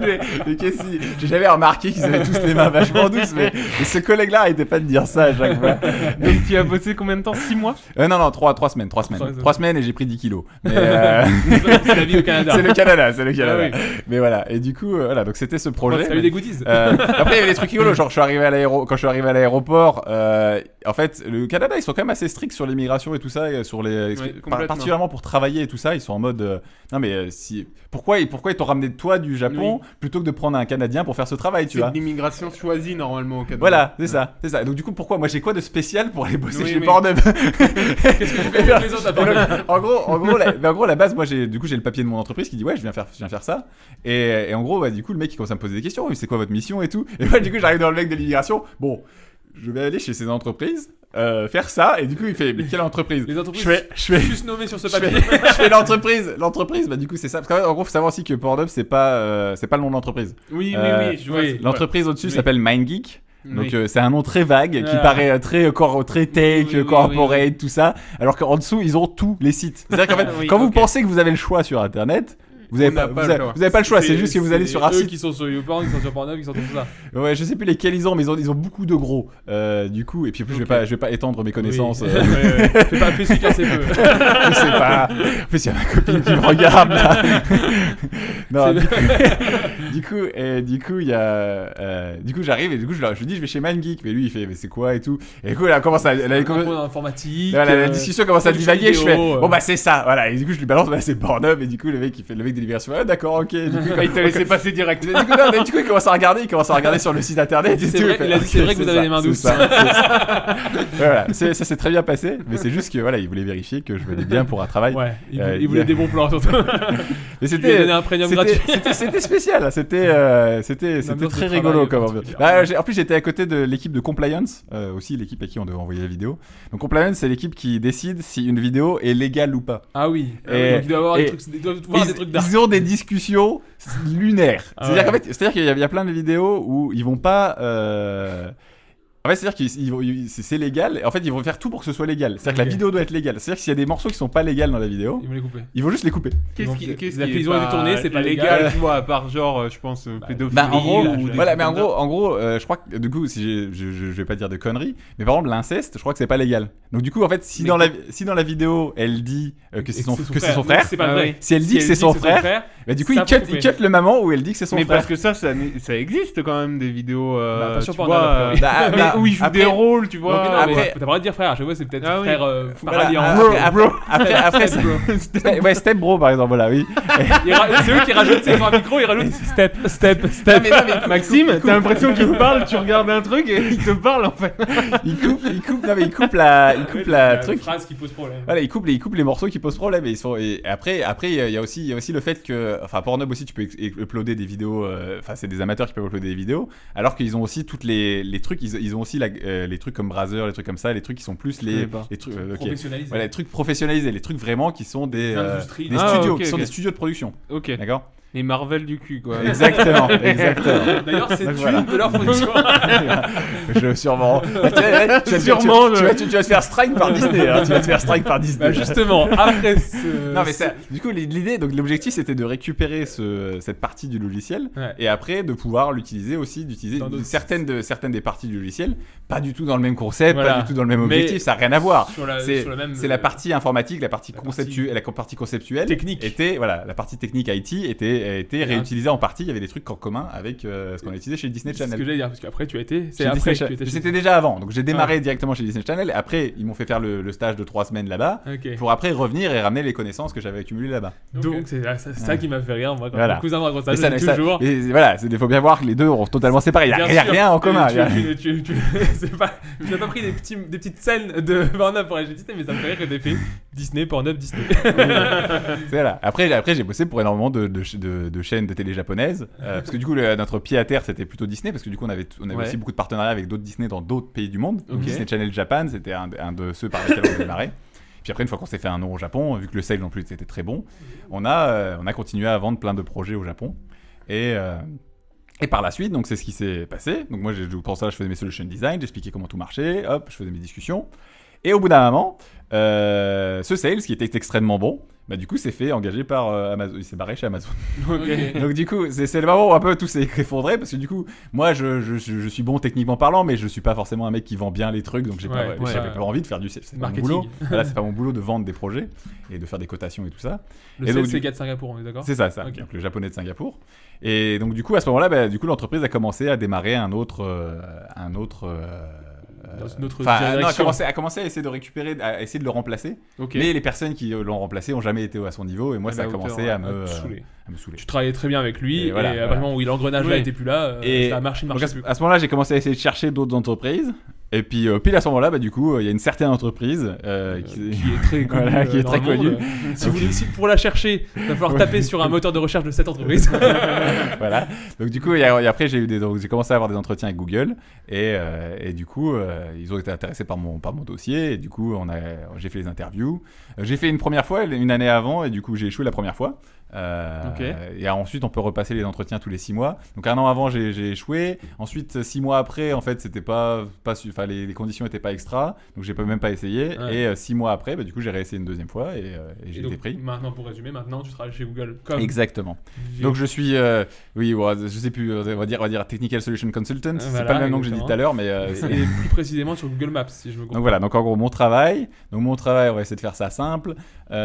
S8: mais, mais qu'est-ce qu'il- J'ai jamais remarqué qu'ils avaient tous les mains vachement douces, mais, mais ce collègue-là arrêtait pas de dire ça à chaque fois.
S9: Donc tu as bossé combien de temps 6 mois
S8: Euh, non, non, 3, semaines,
S7: Trois
S8: 3 semaines.
S7: semaines.
S8: 3 semaines et j'ai pris 10 kilos. Mais, euh,
S7: C'est la vie au Canada.
S8: c'est le Canada, c'est le Canada.
S7: Ah
S8: Mais voilà, et du coup, euh, voilà, donc c'était ce projet.
S7: T'as eu des goodies
S8: Euh, après, il y avait des trucs rigolos. Genre, je suis arrivé à l'aéro... quand je suis arrivé à l'aéroport, euh, en fait, le Canada, ils sont quand même assez stricts sur l'immigration et tout ça, et sur les,
S9: Ouais,
S8: par-
S9: complètement.
S8: particulièrement pour travailler et tout ça. Ils sont en mode, euh, non mais euh, si, pourquoi, ils- pourquoi ils t'ont ramené toi du Japon plutôt que de prendre un Canadien pour faire ce travail, tu
S9: C'est
S8: vois
S9: de l'immigration choisie normalement au Canada.
S8: Voilà, c'est ça, c'est ça. Et Donc du coup, pourquoi moi j'ai quoi de spécial pour aller bosser
S9: Oui,
S8: chez
S9: oui.
S8: Pornhub
S7: Qu'est-ce que tu fais avec les autres à part
S8: Et donc, en gros, en gros, la, mais en gros, la base, moi, j'ai, du coup, j'ai le papier de mon entreprise qui dit ouais, je viens faire, je viens faire ça. Et, et en gros, bah, du coup, le mec il commence à me poser des questions. Oui, C'est quoi votre mission et tout. Et moi, du coup, j'arrive dans le mec de l'immigration. Bon, je vais aller chez ces entreprises, euh, faire ça. Et du coup, il fait mais quelle entreprise
S7: Les entreprises
S8: Je fais, je fais,
S7: juste nommées sur ce
S8: je fais,
S7: papier.
S8: je fais l'entreprise, l'entreprise. Bah, du coup, c'est ça. Parce qu'en fait, en gros, faut savoir aussi que Pornhub, c'est pas, euh, c'est pas le nom de l'entreprise.
S9: Oui, oui,
S8: Euh,
S9: oui, je vois.
S7: oui,
S9: c'est-
S8: L'entreprise au-dessus
S9: Oui.
S8: s'appelle MindGeek.
S9: Oui.
S8: Donc euh, c'est un nom très vague qui
S7: Ah.
S8: paraît euh, très euh, cor- très tech,
S9: Oui, oui,
S8: euh,
S9: oui,
S8: corporate,
S9: oui,
S8: tout ça. Alors qu'en dessous ils ont tous les sites. C'est-à-dire qu'en fait,
S9: Oui,
S8: quand vous
S9: ok.
S8: pensez que vous avez le choix sur Internet, vous n'avez
S9: On
S8: pas,
S9: n'a
S8: vous
S9: pas le
S8: avez-
S9: choix.
S8: vous avez pas le choix. C'est juste que vous allez sur un
S7: eux
S8: site.
S7: qui sont sur YouPorn, qui sont sur Pornhub, qui sont sur tout ça.
S8: Ouais, je sais plus lesquels ils ont, mais ils ont, ils ont beaucoup de gros. Euh, du coup, et puis en plus, je vais
S7: Ok.
S8: pas, je vais pas étendre mes connaissances.
S7: Oui.
S8: euh,
S7: Ouais, ouais. Fais pas fais celui qui en sait peu.
S8: je sais pas. En plus, il y a ma copine qui me regarde là. non, du coup, du coup, et du coup, il y a, euh, du coup, j'arrive et du coup, je, leur- je lui dis, je vais chez ManGeek, mais lui, il fait, mais c'est quoi et tout. Et du coup, elle commence à, elle a-
S7: Un cours d'informatique.
S8: Voilà, la
S7: euh,
S8: discussion commence à
S7: jeux
S8: divaguer. Je
S7: vidéo,
S8: fais
S7: euh.
S8: bon bah c'est ça, voilà. Et du coup je lui balance bah c'est Pornhub et du coup le mec il fait le mec de libération. Ah d'accord, ok. Du coup, quand il te laissait passer direct. Du coup, non, mais du coup il commence à regarder, il commence à regarder sur le site internet.
S7: Il dit,
S8: et
S7: c'est
S8: tout,
S7: vrai-
S8: fait,
S7: il a dit,
S8: ok,
S7: c'est vrai que vous avez
S8: ça,
S7: les mains
S8: c'est
S7: douces.
S8: ça, c'est ça. voilà, c'est- ça s'est très bien passé, mais c'est juste que voilà il voulait vérifier que je venais bien pour un travail.
S7: Ouais, il,
S8: Euh,
S7: il voulait
S8: il-
S7: des bons plans surtout.
S8: Mais
S7: Il lui a
S8: c'était
S7: donné un premium
S8: c'était-
S7: gratuit.
S8: c'était- C'était spécial, c'était euh, c'était c'était
S7: ambiance de
S8: très
S7: travail
S8: rigolo comme ambiance.
S7: particulière.
S8: Bah, j'ai- en plus j'étais à côté de l'équipe de compliance, euh, aussi l'équipe à qui on devait envoyer la vidéo. Donc compliance c'est l'équipe qui décide si une vidéo est légale ou pas.
S7: Ah oui.
S8: Et-
S7: Euh, donc il doit avoir
S8: et-
S7: des trucs, il doit voir
S8: ils,
S7: des trucs d'art.
S8: ils ont des discussions lunaires.
S7: Ah
S8: c'est-à-dire
S7: ouais.
S8: qu'en fait, c'est-à-dire qu'il y, a- il y a plein de vidéos où ils vont pas. euh, En fait, c'est-à-dire qu'ils ils vont- ils- c'est c'est légal. et En fait, ils vont faire tout pour que ce soit légal. C'est-à-dire que la
S7: Ok.
S8: vidéo doit être légale. C'est-à-dire que s'il y a des morceaux qui sont pas légaux dans la vidéo,
S7: Ils vont les couper.
S8: ils vont juste les couper.
S9: Qu'est-ce
S7: Donc,
S9: qui,
S7: euh,
S9: qu'est-ce
S7: la
S9: qui
S7: prison
S9: est
S7: est détournée, c'est pas légal.
S9: tu vois, à part genre, euh, je pense, euh, pédophilie.
S8: Bah, en gros,
S9: là, je-
S8: voilà,
S9: des
S8: mais en
S9: trucs comme
S8: gros, en gros, euh, je crois que du coup, si j'ai- je, je, je vais pas dire de conneries, mais par exemple l'inceste, je crois que c'est pas légal. Donc du coup, en fait, si
S9: Mais
S8: dans la si dans la vidéo elle dit euh, que c'est son, que c'est son
S7: donc
S8: frère,
S7: C'est pas
S9: Ah
S7: vrai.
S9: oui.
S8: si elle dit
S7: Si
S8: que c'est son
S7: dit
S8: frère, bah, du coup,
S7: ça
S8: il
S7: faut
S8: cut, il
S7: couper.
S8: cut le moment où elle dit que c'est son
S9: mais
S8: frère.
S9: parce que ça, ça, n'est- ça existe quand même des vidéos.
S7: Bah,
S9: Euh,
S7: pas sur
S9: tu
S7: Pornhub,
S9: vois,
S7: a priori.
S9: euh,
S8: Bah,
S9: mais
S8: bah,
S9: où ils jouent des
S8: après-
S9: rôles, tu vois.
S7: Donc, non, mais
S8: après-
S7: T'as pas le droit de dire frère, à chaque fois c'est peut-être
S9: Ah oui.
S7: frère euh,
S8: Voilà, Ah,
S7: paralliant.
S8: après- après, après, après, ça- Ouais, ouais, Step Bro par exemple, voilà, oui.
S7: Il ra- C'est eux qui rajoutent, c'est sur un micro, ils rajoutent step, step, step.
S9: Maxime, t'as l'impression qu'il te parle, tu regardes un truc et il te parle en fait.
S8: Il coupe, il coupe, non mais il coupe la, il coupe la truc.
S7: phrase qui pose problème.
S8: Voilà, il coupe, les, il coupe les morceaux qui posent problème et ils sont et après après il y a aussi il y a aussi le fait que enfin Pornhub aussi tu peux ex- uploader des vidéos euh, enfin c'est des amateurs qui peuvent uploader des vidéos alors qu'ils ont aussi toutes les, les trucs ils, ils ont aussi la- euh, les trucs comme Brazzer les trucs comme ça les trucs qui sont plus les
S9: connais pas.
S8: les trucs euh, ok.
S7: Professionnalisé.
S8: voilà les trucs professionnalisés les trucs vraiment qui sont des
S7: Des
S8: euh,
S7: industries.
S8: des
S9: Ah,
S8: studios
S9: ok,
S8: qui sont
S9: ok.
S8: des studios de production
S9: Ok,
S8: d'accord
S9: les Marvel du cul quoi.
S8: exactement exactement
S7: D'ailleurs, c'est
S8: Donc
S7: une
S8: voilà.
S7: de leur fonction.
S8: Je sûrement. Bah, tu vois, tu vas te faire- tu-
S9: Sûrement,
S8: tu,
S9: je-
S8: vas- tu- tu vas te faire strike par Disney. hein, tu vas te faire strike par Disney.
S7: Bah justement, après ce.
S8: Non mais ça, du coup l'idée donc l'objectif c'était de récupérer ce, cette partie du logiciel
S7: Ouais.
S8: et après de pouvoir l'utiliser aussi d'utiliser
S7: Dans d'autres-
S8: certaines de certaines des parties du logiciel pas du tout dans le même concept pas
S7: Voilà.
S8: du tout dans le même
S7: Mais
S8: objectif ça n'a rien à voir
S7: Sur la,
S8: c'est
S7: sur la même. euh,
S8: c'est la partie informatique la partie
S7: la
S8: conceptuelle la partie conceptuelle
S7: Technique.
S8: était voilà la partie technique IT était était réutilisée en partie il y avait des trucs en commun avec euh, ce qu'on a utilisé chez Disney
S7: C'est ce
S8: Channel
S7: que j'allais dire, parce qu'après tu as été. C'est
S8: Chez
S7: après
S8: Disney
S7: que tu étais
S8: Channel.
S7: chez
S8: C'était déjà avant, donc j'ai démarré directement chez Disney Channel. Après, ils m'ont fait faire le, le stage de trois semaines là-bas,
S7: Ok.
S8: pour après revenir et ramener les connaissances que j'avais accumulées là-bas.
S7: Donc c'est ah, ça, c'est ça qui m'a fait rire, moi, quand
S8: Voilà.
S7: mon cousin me raconte ça,
S8: Et
S7: je
S8: mais
S7: dis toujours.
S8: et voilà, il faut bien voir que les deux ont totalement séparé. Il n'y a,
S7: Bien
S8: rien-
S7: sûr,
S8: rien en commun.
S7: Tu,
S8: il y a-
S7: tu, tu, tu- c'est pas, tu n'as pas pris des, petits, des petites scènes de Pornhub pour aller chez Disney, mais ça me fait rire que t'aies fait Disney, Pornhub, Disney.
S8: C'est voilà. Après, j'ai- après j'ai bossé pour énormément de, de ch- de- de chaînes de télé japonaises. euh, parce que du coup, le- notre pied à terre, c'était plutôt Disney. Parce que du coup, on avait, t- on avait
S9: Ouais.
S8: aussi beaucoup de partenariats avec d'autres Disney dans d'autres pays du monde. Donc,
S9: Ok.
S8: Disney Channel Japan, c'était un, de- un de ceux par lesquels on démarrait. Puis après, une fois qu'on s'est fait un nom au Japon, vu que le sale non plus était très bon, on a, euh, on a continué à vendre plein de projets au Japon. Et. euh, et par la suite, donc c'est ce qui s'est passé. Donc moi, j'ai- pour ça, je faisais mes solution design, j'expliquais comment tout marchait, hop, je faisais mes discussions. Et au bout d'un moment, euh, ce sales qui était extrêmement bon, bah du coup s'est fait engager par euh, Amazon. Il s'est barré chez Amazon. Donc du coup, c'est c'est le moment où un peu tout s'est effondré parce que du coup, moi je, je- je- je suis bon techniquement parlant, mais je suis pas forcément un mec qui vend bien les trucs, donc j'ai pas,
S7: Ouais,
S8: j'avais
S7: ouais.
S8: pas envie de faire du sales. C'est pas mon
S7: Marketing.
S8: boulot. Voilà, c'est pas mon boulot de vendre des projets et de faire des cotations et tout ça.
S7: Le
S8: Et donc,
S7: sel, c'est
S8: du-
S7: gars de Singapour, on est d'accord
S8: C'est ça, ça.
S7: Ok.
S8: Donc le japonais de Singapour. Et donc du coup, à ce moment-là, bah, du coup l'entreprise a commencé à démarrer un autre, euh, un autre. euh,
S7: Dans une autre
S8: Enfin, non, a
S7: direction.
S8: commencé, a commencé à essayer de récupérer, à essayer de le remplacer.
S7: Ok. Ah
S8: Mais les personnes qui l'ont remplacé ont jamais été à son niveau et moi
S7: À
S8: ça a
S7: la hauteur,
S8: commencé
S7: ouais,
S8: à me,
S7: te
S8: euh,
S7: saouler.
S8: à me saouler.
S7: Tu travaillais très bien avec lui,
S8: Et
S7: et,
S8: voilà,
S7: à partir
S8: voilà.
S7: du moment où l'engrenage là
S9: Oui.
S7: était plus là, euh,
S8: Et-
S7: ça a marché,
S8: Donc
S7: marché
S8: à ce, à ce moment-là, j'ai commencé à essayer de chercher d'autres entreprises. Et puis euh, pile à ce moment-là, bah, du coup, il y a une certaine entreprise euh, qui,
S7: qui est très connue.
S8: Voilà, qui
S7: euh,
S8: est
S7: dans
S8: très
S7: le monde.
S8: connue.
S7: Si, vous, voulez- si pour la chercher, il va falloir taper sur un moteur de recherche de cette entreprise.
S8: voilà. Donc du coup, et, alors- et après j'ai eu des, donc, j'ai commencé à avoir des entretiens avec Google et, euh, et du coup euh, ils ont été intéressés par mon par mon dossier et du coup on a j'ai fait les interviews. Euh, J'ai fait une première fois une année avant et du coup j'ai échoué la première fois. Euh,
S9: Ok.
S8: Et ensuite on peut repasser les entretiens tous les six mois. Donc un an avant j'ai j'ai échoué. Ensuite six mois après en fait c'était pas pas su- enfin les, les conditions étaient pas extra donc j'ai pas- même pas essayé.
S7: Ouais.
S8: Et euh, six mois après bah, du coup j'ai réessayé une deuxième fois et, euh, et j'ai
S7: Et donc,
S8: été pris.
S7: Maintenant, pour résumer, maintenant tu travailles chez Google. Comme
S8: Exactement.
S7: Vic.
S8: Donc je suis, euh, oui, ouais, je sais plus, euh, on va dire, on va dire technical solution consultant. c'est
S7: voilà,
S8: pas le même nom que j'ai dit
S7: exactement.
S8: tout à l'heure, mais euh, c'est-
S7: et plus précisément sur Google Maps, si je me
S8: donc
S7: comprends.
S8: voilà. Donc en gros, mon travail. Donc mon travail, on va essayer de faire ça simple.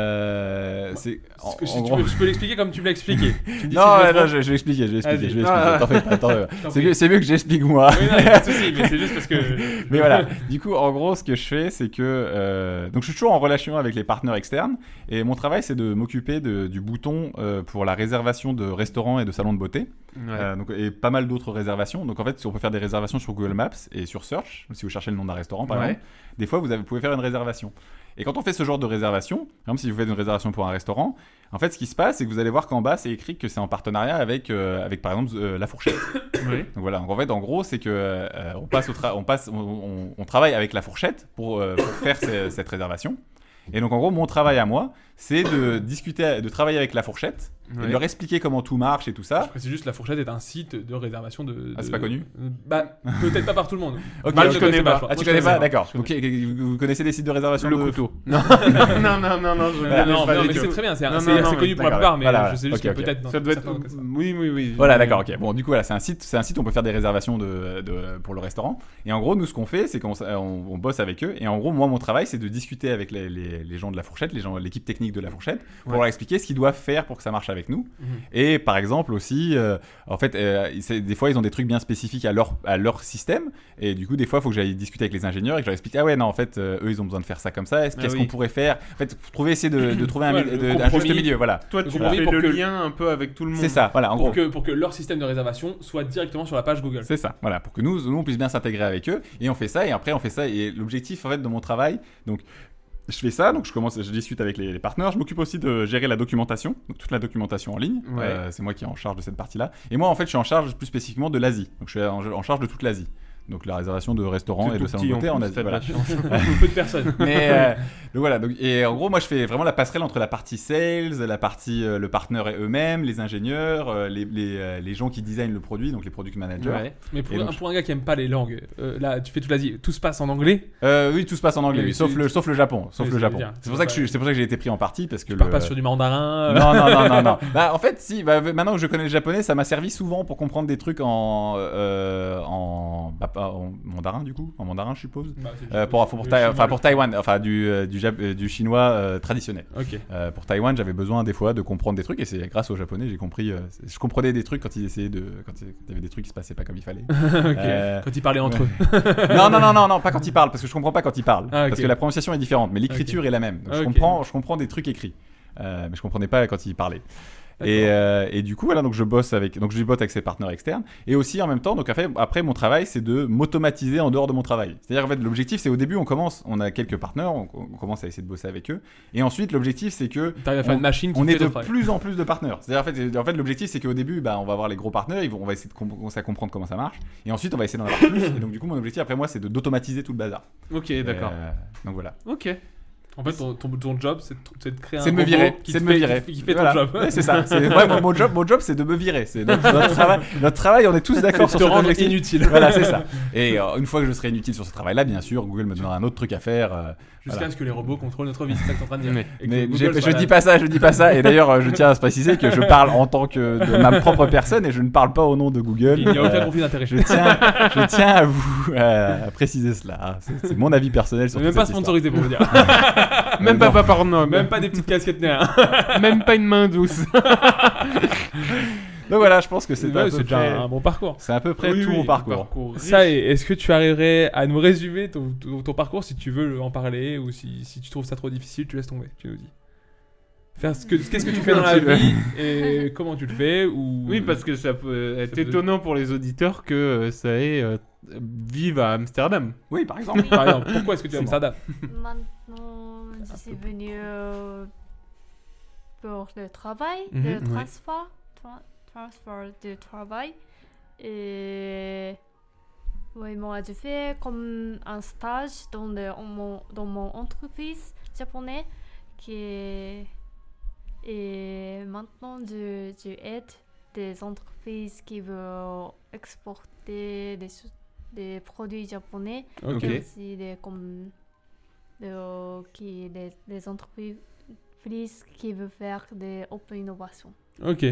S8: Euh, c'est en-
S7: Parce que si
S8: en
S7: tu,
S8: gros-
S7: peux, tu peux l'expliquer comme tu me l'as expliqué. Tu me dis si je
S8: Non,
S7: me
S8: ouais,
S7: trompe.
S8: non, je, je vais expliquer, je vais expliquer,
S7: Vas-y.
S8: je vais expliquer.
S7: Ah,
S8: T'en fais pas, t'en fais pas.
S7: t'en
S8: C'est
S7: prie.
S8: mieux, c'est mieux que j'explique moi.
S7: Oui, non, y a pas de souci, mais c'est juste parce que.
S8: Mais voilà, du coup, en gros, ce que je fais, c'est que. euh, donc, je suis toujours en relation avec les partenaires externes. Et mon travail, c'est de m'occuper de- du bouton euh, pour la réservation de restaurants et de salons de beauté. Euh, donc, et pas mal d'autres réservations. Donc, en fait, on peut faire des réservations sur Google Maps et sur Search, si vous cherchez le nom d'un restaurant, par
S9: Ouais.
S8: exemple. Des fois, vous, avez- vous pouvez faire une réservation. Et quand on fait ce genre de réservation, par exemple, si vous faites une réservation pour un restaurant, en fait, ce qui se passe, c'est que vous allez voir qu'en bas, c'est écrit que c'est en partenariat avec, euh, avec par exemple, euh, La Fourchette. Donc voilà, donc en fait, en gros, c'est que euh, on passe, au tra- on, passe on, on- on travaille avec la fourchette pour, euh, pour faire ce- cette réservation. Et donc en gros, mon travail à moi, c'est de discuter, de travailler avec la fourchette et de leur expliquer comment tout marche et tout ça.
S7: C'est juste la fourchette est un site de réservation de.
S8: Ah, c'est
S7: de-
S8: pas connu
S7: Bah, peut-être pas par tout le monde.
S8: Ok,
S7: Moi,
S8: ok.
S7: je connais pas.
S8: Ah, tu
S7: Moi, je
S8: connais
S7: connais
S8: pas,
S7: pas.
S8: d'accord. Ok, ok, vous vous connaissez des sites de réservation de couteau.
S9: Ah, non, non, non, non, je
S8: Bah,
S7: Non, non,
S9: pas
S7: non,
S9: du
S7: mais
S9: tout.
S7: c'est très bien, c'est
S9: Non,
S7: c'est
S9: non,
S7: assez
S9: non,
S7: connu
S9: mais
S7: pour la
S8: d'accord,
S7: plupart, mais
S8: voilà,
S7: je sais juste
S8: ok,
S7: que
S8: ok.
S7: peut-être dans
S9: Ça doit être.
S7: certains cas, ça-
S9: Oui, oui, oui.
S8: Voilà, d'accord, ok. Bon, du coup, voilà, c'est un site, c'est un site où on peut faire des réservations de, de- pour le restaurant. Et en gros, nous, ce qu'on fait, c'est qu'on s- euh, on, on bosse avec eux. Et en gros, moi, mon travail, c'est de discuter avec les, les- les gens de la fourchette, les gens, l'équipe technique de la fourchette, pour leur expliquer ce qu'ils doivent faire pour que ça marche avec nous. Et par exemple aussi, euh, en fait, euh, c'est- des fois, ils ont des trucs bien spécifiques à leur, à leur système. Et du coup, des fois, il faut que j'aille discuter avec les ingénieurs et que je leur explique, ah ouais, non, en fait, euh, eux, ils ont besoin de faire ça comme ça. Est-ce-
S9: Ah
S8: Qu'est-ce
S9: oui.
S8: qu'on pourrait faire En fait, trouver, essayer de, de trouver un,
S7: Ouais,
S8: mi-
S7: le
S8: de- un
S7: compromis.
S8: juste milieu. Voilà.
S9: Toi, tu
S7: Compromis
S9: fais
S7: pour
S9: le
S7: que-
S9: lien un peu avec tout le monde.
S8: C'est ça, voilà, en gros.
S7: Pour que, pour que leur système de réservation soit directement sur la page Google.
S8: C'est ça, voilà, pour que nous, nous on puisse bien s'intégrer avec eux. Et on fait ça, et après on fait ça. Et l'objectif en fait de mon travail, donc je fais ça, donc je commence, je discute avec les, les partenaires. Je m'occupe aussi de gérer la documentation, donc toute la documentation en ligne.
S9: Ouais.
S8: Euh, c'est moi qui est en charge de cette partie-là. Et moi en fait, je suis en charge plus spécifiquement de l'Asie. Donc je suis en, en charge de toute l'Asie. Donc la réservation de restaurants et
S9: C'est
S8: de
S9: tout
S8: salons de
S9: petit en
S8: beauté en
S9: plus,
S8: Asie.
S9: t'as de
S8: voilà.
S9: la chance.
S7: Peu de personnes.
S8: Mais euh, donc voilà, donc, et en gros, moi je fais vraiment la passerelle entre la partie sales, la partie euh, le partenaire et eux-mêmes, les ingénieurs, euh, les, les, euh, les gens qui designent le produit, donc les product managers.
S9: Ouais.
S7: Mais pour,
S8: Et
S7: un,
S8: donc-
S7: pour un gars qui aime pas les langues, euh, là, tu fais toute l'Asie, tout se passe en anglais,
S8: Euh, oui, tout se passe en anglais,
S7: Oui,
S8: oui, sauf,
S7: tu-
S8: le, sauf le Japon. Sauf
S7: Oui,
S8: le
S7: ça veut
S8: Japon.
S7: dire.
S8: C'est pour, ça que je suis- c'est pour ça que j'ai été pris en partie parce que
S7: tu
S8: le...
S7: pars pas sur du mandarin. euh,
S8: Non, non, non, non, non. Bah, en fait, si, bah, maintenant que je connais le japonais, ça m'a servi souvent pour comprendre des trucs en. euh, en, bah, pas en mandarin, du coup En mandarin, je suppose
S7: bah, c'est-
S8: Euh, pour, pour,
S7: le
S8: Taï-
S7: chinois,
S8: enfin,
S7: le-
S8: pour Taïwan, enfin du, euh, du, Jap- euh, du chinois euh, traditionnel.
S7: Ok.
S8: Euh, pour Taïwan, j'avais besoin des fois de comprendre des trucs et c'est grâce aux japonais, j'ai compris. euh, c'est- je comprenais des trucs quand ils essayaient de. Quand il y avait des trucs qui se passaient pas comme il fallait.
S7: Ok.
S8: Euh,
S7: Quand ils parlaient entre eux.
S8: non, non, non, non, non, pas quand il parle, parce que je comprends pas quand il parle.
S7: Ah, ok.
S8: Parce que la prononciation est différente, mais l'écriture est la même. Donc,
S7: Ok.
S8: je, comprends, je comprends des trucs écrits, euh, mais je comprenais pas quand il parlait. Et, euh, et du coup, voilà, donc je bosse avec, donc je bosse avec ses partenaires externes, et aussi en même temps, donc après, après mon travail, c'est de m'automatiser en dehors de mon travail. C'est-à-dire en fait, l'objectif, c'est au début, on commence, on a quelques partenaires, on, on commence à essayer de bosser avec eux, et ensuite, l'objectif, c'est que
S7: T'arrives à faire
S8: on-
S7: une machine qui
S8: on
S7: fait
S8: est de
S7: ton travail.
S8: plus en plus de partenaires. C'est-à-dire, en fait, en fait l'objectif, c'est qu'au début, bah, on va avoir les gros partenaires, ils vont, on va essayer de com- commencer à comprendre comment ça marche, et ensuite, on va essayer d'en avoir plus. Et donc, du coup, mon objectif après moi, c'est de- d'automatiser tout le bazar.
S9: Ok, d'accord.
S8: Euh, donc voilà.
S9: Ok.
S7: En fait, ton, ton- ton job, c'est de, tr- c'est de créer un
S8: C'est de me
S7: robot
S8: virer,
S7: qui
S8: c'est
S7: te
S8: de me
S7: fait-
S8: virer.
S7: Qui, fait
S8: Voilà.
S7: ton job.
S8: Ouais, c'est ça. C'est ouais, mon, mon job, mon job, c'est de me virer. C'est notre, notre travail. Notre travail, on est tous d'accord
S7: Je
S8: sur
S7: te
S8: cet
S7: rends
S8: objectif.
S7: inutile.
S8: Voilà, c'est ça. Et euh, une fois que je serai inutile sur ce travail-là, bien sûr, Google me donnera un autre truc à faire. euh,
S7: Jusqu'à
S8: Voilà.
S7: ce que les robots contrôlent notre vie, c'est ça que t'es en train de dire.
S9: Mais-
S7: Et que
S8: mais
S7: Google
S8: j'ai-
S7: soit
S8: je
S7: là.
S8: dis pas ça, je dis pas ça. Et d'ailleurs, euh, je tiens à se préciser que je parle en tant que de ma propre personne et je ne parle pas au nom de Google.
S7: Il n'y a aucun
S8: Euh,
S7: conflit d'intérêt.
S8: je tiens, je tiens à vous euh, à préciser cela. hein. C'est c'est mon avis personnel sur
S7: Même
S8: toute
S7: pas
S8: cette histoire.
S7: sponsorisé pour vous dire.
S9: Même pas Papa Pornhub.
S7: Même pas des petites casquettes hein. néas.
S9: Même pas une main douce.
S8: Donc voilà, je pense que c'est à
S7: Ouais,
S8: peu
S7: C'est déjà
S8: près-
S7: un bon parcours.
S8: c'est à peu près
S7: Oui,
S8: tout
S7: oui,
S8: mon parcours.
S7: Ça, et est-ce que tu arriverais à nous résumer ton, ton- ton parcours si tu veux en parler ou si, si tu trouves ça trop difficile, tu laisses tomber, tu nous dis. Faire ce que- Qu'est-ce que tu fais dans la vie et comment tu le fais ou...
S9: Oui, parce que ça peut être
S7: peut-
S9: étonnant pour les auditeurs que euh, ça est euh, vive à Amsterdam.
S8: Oui, par exemple.
S7: Par exemple, pourquoi est-ce que tu es à Amsterdam
S10: Maintenant, je suis venue euh, pour le travail,
S7: Mhm, ouais.
S10: le transfert, tra- transfert de travail. Et oui, moi, j'ai fait comme un stage dans, le- en mon, dans mon entreprise japonaise. Qui est... Et maintenant, je, je aide des entreprises qui veulent exporter des, sou- des produits japonais
S7: Ok.
S10: et aussi des, comme, de- qui, des, des entreprises qui veulent faire des open innovations.
S7: Ok.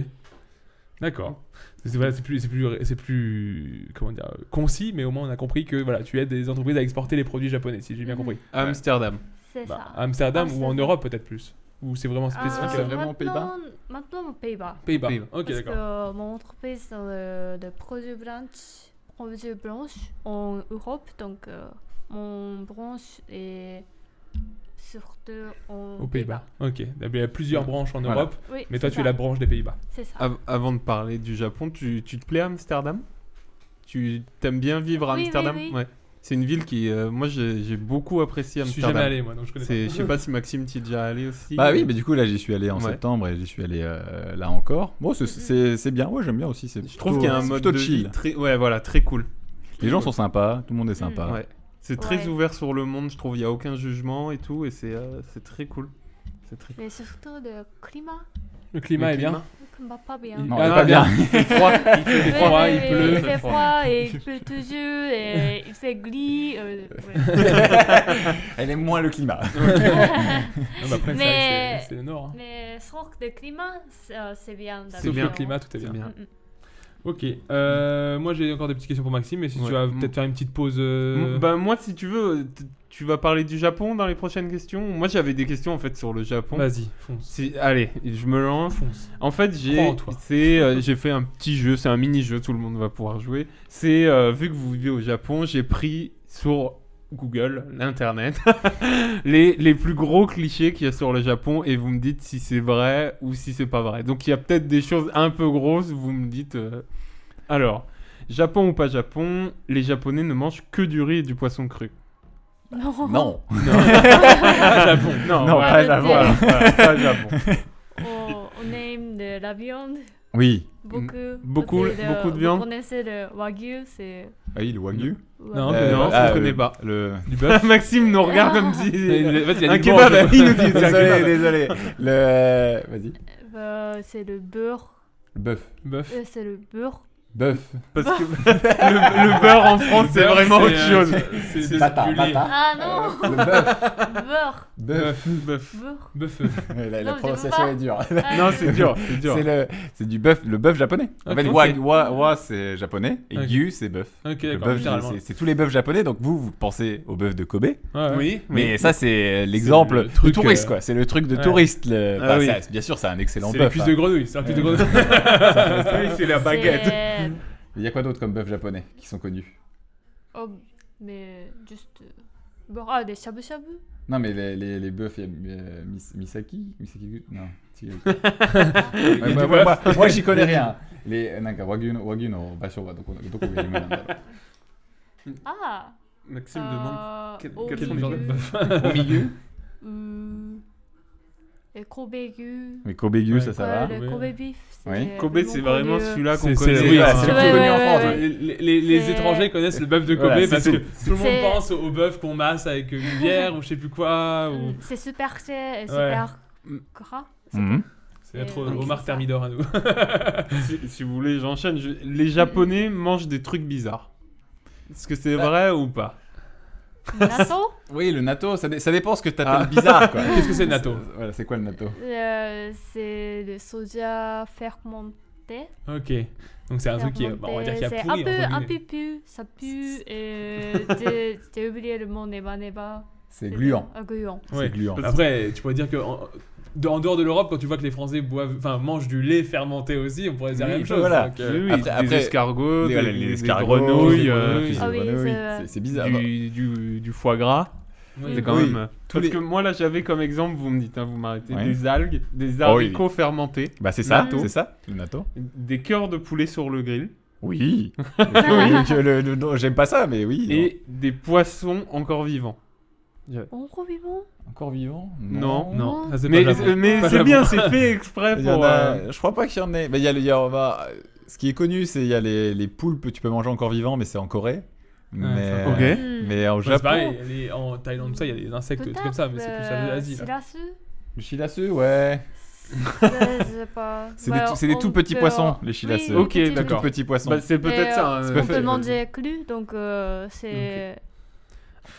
S7: D'accord. C'est voilà, c'est plus, c'est plus, c'est plus, comment dire, euh, concis, mais au moins on a compris que voilà, tu aides des entreprises à exporter les produits japonais, si j'ai bien
S10: Mhm.
S7: compris.
S9: À
S7: Ouais.
S9: Amsterdam.
S10: C'est
S7: Bah, à
S10: ça.
S7: Amsterdam ou en
S10: Amsterdam.
S7: Europe peut-être plus. Ou c'est vraiment spécifique
S10: Euh,
S7: à
S8: vraiment aux Pays-Bas
S10: maintenant, maintenant, aux Pays-Bas.
S7: Pays-Bas.
S9: Pays-Bas.
S7: Ok,
S10: parce
S7: d'accord.
S10: que mon entreprise dans le, de produits blanches, produits blanches en Europe, donc euh, mon branche est surtout en
S7: Aux Pays-Bas. Ok. Il y a plusieurs branches en
S8: Voilà.
S7: Europe,
S10: Oui,
S7: mais toi
S10: c'est
S7: tu Ah. es
S10: ça,
S7: la branche des Pays-Bas.
S10: C'est ça.
S9: Av- avant de parler du Japon, tu, tu te plais à Amsterdam Tu t'aimes bien vivre à
S10: Oui, oui,
S9: Amsterdam
S10: oui.
S9: Ouais. C'est une ville qui, euh, moi, j'ai j'ai beaucoup apprécié
S7: Je suis
S9: Amsterdam.
S7: jamais allé moi, donc je connais
S9: C'est- Je sais pas si Maxime t'y est déjà allé aussi.
S8: Bah oui, mais du coup, là, j'y suis allé en
S9: Ouais.
S8: septembre et j'y suis allé euh, là encore. Bon, c'est- c'est c'est bien. Ouais, j'aime bien aussi.
S9: Je trouve qu'il y a un mode de vie
S8: chill.
S9: très, ouais, voilà, très cool.
S8: Les gens sont sympas, tout le monde est sympa.
S9: Ouais. C'est très
S10: Ouais.
S9: ouvert sur le monde, je trouve. Il y a aucun jugement et tout, et c'est euh, c'est très cool. C'est très.
S10: Mais surtout le climat,
S7: pas. Le climat est bien.
S10: ne va pas bien.
S7: Il-
S8: Non,
S7: Ah,
S8: il est
S7: non,
S8: pas bien.
S7: Il fait froid, il fait des
S10: Oui,
S7: froids,
S10: oui,
S7: il
S10: oui,
S7: pleut.
S10: Il fait froid et il pleut toujours et il fait gris. euh, ouais.
S8: Elle aime moins le climat.
S7: Ah, bah, après, c'est
S10: Mais-
S7: vrai que c'est- c'est le nord. hein.
S10: Mais sans que le climat, c'est euh, c'est bien.
S7: Sauf
S9: bien.
S7: le climat, tout est bien.
S9: bien.
S7: Ok. euh, moi j'ai encore des petites questions pour Maxime, mais si
S9: Ouais.
S7: tu vas peut-être faire une petite pause. euh,
S9: M- Bah moi, si tu veux, t- tu vas parler du Japon dans les prochaines questions. Moi, j'avais des questions en fait sur le Japon.
S7: Vas-y, fonce.
S9: Si- Allez, je me lance.
S7: Fonce.
S9: En fait,
S7: Crois
S9: j'ai
S7: en toi.
S9: c'est, euh, j'ai fait un petit jeu, c'est un mini-jeu, tout le monde va pouvoir jouer. C'est, euh, vu que vous vivez au Japon, j'ai pris sur Google, l'Internet, les, les plus gros clichés qu'il y a sur le Japon et vous me dites si c'est vrai ou si c'est pas vrai. Donc il y a peut-être des choses un peu grosses, vous me dites... euh, Alors, Japon ou pas Japon, les Japonais ne mangent que du riz et du poisson cru.
S10: Non.
S8: Non.
S9: Japon, Ah, bah, non,
S8: Non,
S9: voilà,
S8: pas
S10: Japon.
S9: voilà, voilà, pas Japon.
S10: On, on aime de la viande
S8: Oui.
S10: beaucoup.
S9: Beaucoup-
S10: Vous savez,
S9: beaucoup de
S10: vous
S9: viande.
S10: connaissez le wagyu, c'est.
S8: Ah oui, le wagyu.
S7: Non,
S10: Ouais.
S8: Euh,
S7: mais
S9: non,
S7: ça-
S9: je connais pas.
S8: ah, Le...
S7: Du bœuf.
S9: Maxime nous regarde comme si...
S7: Vas-y, il y a
S9: Un
S7: du
S9: kebab,
S7: bon, je-
S9: il nous dit c'est un
S8: désolé,
S9: kebab.
S8: désolé. Le. Vas-y.
S10: Euh, c'est le beurre.
S8: Le bœuf.
S7: Bœuf.
S10: Euh, c'est le beurre.
S8: Bœuf.
S9: Parce que le, le beurre en France, c'est vraiment autre chose.
S7: C'est c'est
S8: Bata,
S7: du lait.
S8: bata.
S10: Ah non
S8: Le bœuf.
S10: Beurre
S8: Bœuf.
S10: Beurre
S7: Bœuf.
S8: La, la
S10: Non, je
S8: prononciation
S10: veux pas.
S8: est dure.
S10: Ah,
S9: Non, c'est dur, c'est dur.
S8: C'est le, c'est du bœuf, le bœuf japonais. En
S7: Ok.
S8: fait, wa, wa, wa, c'est japonais et
S7: Ok.
S8: gyu c'est bœuf.
S7: Ok,
S8: Le
S7: d'accord,
S8: bœuf,
S7: littéralement.
S8: c'est- C'est tous les bœufs japonais. Donc vous, vous pensez au bœuf de Kobe.
S7: Ouais, ouais.
S9: Oui,
S8: Mais
S9: mais
S8: ça, c'est l'exemple
S7: le truc,
S8: de touriste,
S7: euh,
S8: quoi. C'est le truc de
S7: ouais.
S8: touriste. le-
S9: Ah
S8: bah,
S9: oui.
S8: ça, bien sûr, c'est un excellent
S7: C'est la
S8: bœuf.
S7: cuisse
S8: hein.
S7: de grenouille. C'est la cuisse de grenouille.
S9: c'est la baguette.
S10: c'est-
S8: Il y a quoi d'autre comme bœuf japonais qui sont connus
S10: Oh, mais juste. euh, Beurre. Ah, des shabu-shabu
S8: Non, mais les, les, les bœufs, il y a euh, Mis- Misaki Misaki Non. Si- Ouais,
S7: du
S8: moi,
S7: bœuf.
S8: moi- moi, j'y connais rien. Les nanka wagyu no- wagyu no basho wa doko- doko ga imanan daro.
S10: Ah
S9: Maxime demande.
S10: euh,
S9: quel-
S10: au
S9: quels sont les
S10: milieu.
S9: genres de
S7: bœuf
S10: Euh, Et Kobe Gu.
S8: Mais Kobegu,
S7: Ouais,
S8: ça, ça
S10: ouais,
S8: va.
S7: Kobe.
S10: le Ah, Kobe beef. c'est
S8: Oui.
S10: le
S9: Kobe,
S10: plus
S9: c'est
S10: bon
S9: vraiment
S10: Kobe.
S9: celui-là
S7: C'est-
S9: qu'on
S7: c'est-
S9: connaît.
S7: oui,
S9: Ah,
S7: c'est
S9: c'est
S10: le plus
S9: connu
S10: ouais,
S9: en
S10: ouais,
S9: France.
S10: ouais.
S7: Les, les- les
S10: C'est-
S7: étrangers connaissent le bœuf de Kobe
S8: Voilà, c'est-
S7: parce que
S8: c'est-
S7: tout le monde
S10: c'est-
S7: pense au bœuf qu'on masse avec une bière ou je sais plus quoi. Ou...
S10: Mm, C'est super cher et super
S9: Hmm.
S10: gras. c'est
S8: Mhm.
S7: C'est notre
S10: Euh,
S7: Omar
S10: c'est ça.
S7: Thermidor à nous.
S9: Si, si vous voulez, j'enchaîne. Je- Les Japonais mangent des trucs bizarres. Est-ce que c'est vrai ou pas
S10: pas- Natto,
S8: Oui, le natto, ça, dé- ça dépend ce que t'appelles bizarre, quoi.
S7: Qu'est-ce que c'est natto
S8: Voilà, c'est quoi le natto
S10: euh, c'est le soja fermenté.
S7: Ok. Donc c'est un truc qui est, bah, on va dire qu'il y a
S10: fermenté,
S7: pourri.
S10: C'est
S7: entre
S10: un peu, un
S7: guillemets.
S10: peu pu, ça pue. et J'ai j'ai oublié le mot neba neba.
S8: C'est gluant.
S10: Ah, gluant.
S7: Ouais.
S8: C'est gluant.
S7: Après, tu pourrais dire que en, de- en dehors de l'Europe, quand tu vois que les Français boivent, enfin mangent du lait fermenté aussi, on pourrait dire la
S8: Oui,
S7: même chose.
S8: voilà.
S7: donc,
S9: Oui,
S7: euh,
S9: oui,
S8: après-
S9: des
S8: après,
S9: escargots,
S8: les-
S9: des,
S8: les- les
S9: des
S8: escargots,
S9: grenouilles,
S7: les
S9: euh,
S7: grenouilles.
S10: Ah oui,
S8: Voilà,
S10: c'est
S8: oui,
S10: vrai.
S8: c'est- c'est bizarre.
S9: du, du- du foie gras.
S7: oui.
S9: C'est
S10: Hmm.
S9: quand
S8: Oui,
S9: même. euh,
S8: tous
S9: Parce
S8: les-
S9: que moi, là, j'avais comme exemple, vous me dites, hein, vous m'arrêtez,
S8: Ouais.
S9: des algues, des
S8: Oh oui.
S9: haricots fermentés,
S8: Bah, c'est ça,
S9: Natto.
S8: c'est ça, le natto.
S9: des cœurs de poulet sur le grill
S8: Oui. oui, je- le- le- non, j'aime pas ça, mais oui.
S9: et des poissons encore vivants.
S10: On revit bon
S8: Encore vivant
S9: Non.
S7: Non, ça c'est
S9: Mais,
S7: pas Japon.
S9: euh, mais
S7: Pas
S9: c'est
S7: Japon.
S9: bien, c'est fait exprès
S8: Il y en
S9: pour.
S8: a-
S9: euh,
S8: Je crois pas qu'il y en ait. Bah, il y a, le- il y a- bah, ce qui est connu, c'est il y a les, les poulpes, tu peux manger encore vivant, mais c'est en Corée. Mais, euh,
S9: Ok.
S10: Hmm.
S8: mais en
S7: Ouais, c'est
S8: Japon.
S7: pareil, les- en Thaïlande, tout ça, il y a des insectes, des trucs comme ça, mais c'est plus à
S10: Peut-être,
S7: l'Asie.
S10: euh,
S7: là.
S10: silassu
S8: Le shilasu, ouais.
S10: Je sais pas.
S8: C'est
S10: Bah,
S8: des, tout- c'est des
S10: on
S8: tout petits
S10: peut-
S8: poissons, les
S10: oui,
S8: shilasu.
S10: oui,
S9: Ok,
S10: oui, oui.
S9: d'accord.
S8: Tout petits poissons.
S9: bah, c'est
S10: Mais,
S9: peut-être ça.
S10: euh,
S9: hein.
S8: pas
S10: On
S8: fait,
S10: peut
S8: euh,
S10: manger cru, donc euh, c'est.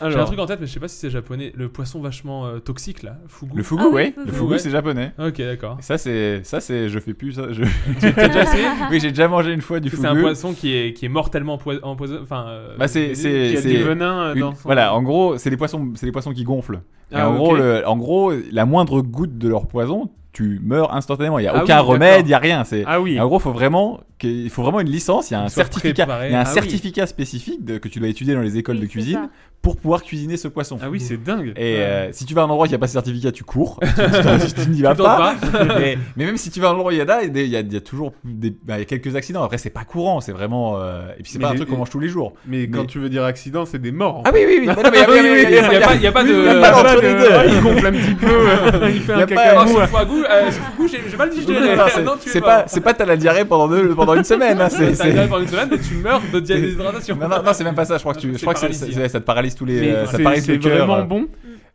S7: J'ai un
S9: Alors,
S7: truc en tête, mais je sais pas si c'est japonais. Le poisson vachement euh, toxique là, fugu.
S8: le fugu,
S10: Ah oui,
S8: ouais.
S10: fugu.
S8: Le fugu,
S7: Ouais.
S8: c'est japonais.
S7: Ok, d'accord.
S8: Et Ça, c'est. Ça, c'est. Je fais plus ça. je-
S7: T'as déjà essayé
S8: oui, j'ai déjà mangé une fois du
S7: Parce que
S8: fugu.
S7: C'est un poisson qui est, qui est mortellement poi- empoisonné. Enfin, euh,
S8: Bah, c'est-
S7: il-
S8: c'est-
S9: il y a du
S8: c'est-
S9: venin euh,
S8: Une-
S9: dans son-
S8: Voilà, en gros, c'est les poissons, c'est les poissons qui gonflent. Et
S9: Ah,
S8: en,
S9: ok.
S8: gros, le- en gros, la moindre goutte de leur poison, tu meurs instantanément. Il y a
S9: Ah
S8: aucun
S9: oui,
S8: remède,
S9: d'accord.
S8: il y a rien. C'est
S9: Ah oui.
S8: en gros, faut vraiment qu'il il faut vraiment une licence, il y a un
S7: soit
S8: certificat,
S7: préparé.
S8: il y a un
S9: Ah oui.
S8: certificat spécifique de- que tu dois étudier dans les écoles
S10: Oui,
S8: de
S10: c'est
S8: cuisine
S10: ça.
S8: pour pouvoir cuisiner ce poisson.
S9: Ah oui, c'est dingue.
S8: Et euh, si tu vas à un endroit qui a pas ce certificat, tu cours, tu, tu- tu- tu n'y vas
S7: Tu tentes
S8: pas.
S7: pas.
S8: mais, mais même si tu vas à un endroit où il y a là, il y a des- il y, a- il y a toujours des, bah, il y a quelques accidents. Après, c'est pas courant, c'est vraiment euh, et puis c'est
S9: Mais
S8: pas un
S9: les-
S8: truc qu'on mange tous les jours.
S9: Mais quand
S8: Mais-
S9: tu veux dire accident, c'est des morts.
S8: Ah oui, oui, oui. Mais non, mais il y a-
S9: Oui,
S8: il y a-
S9: oui,
S8: il y a-
S7: Il y a pas- il y a pas de.
S9: Euh,
S8: il y a pas d'entre les deux.
S9: il gonfle un petit peu. il fait
S8: Il y
S9: un
S8: a pas-
S7: Ah,
S9: cacamou.
S7: c'est foie goût, euh, c'est foie goût, j'ai j'ai mal
S8: Oui,
S7: digéré.
S8: non, c'est-
S7: Non, tu es
S8: c'est
S7: mort.
S8: pas, c'est pas t'as la diarrhée pendant, deux- pendant une semaine. hein, c'est-
S7: T'as
S8: c'est-
S7: diarrhée pendant une semaine, mais tu meurs de déshydratation.
S8: Non, non, non, c'est même pas ça. Je crois que, tu, je
S7: C'est
S8: crois que c'est-
S7: paralysie,
S8: c'est- ça te paralyse tous les,
S9: Mais
S8: euh, ça te
S9: c'est-
S8: paralyse
S9: C'est
S8: le cœur.
S9: vraiment bon.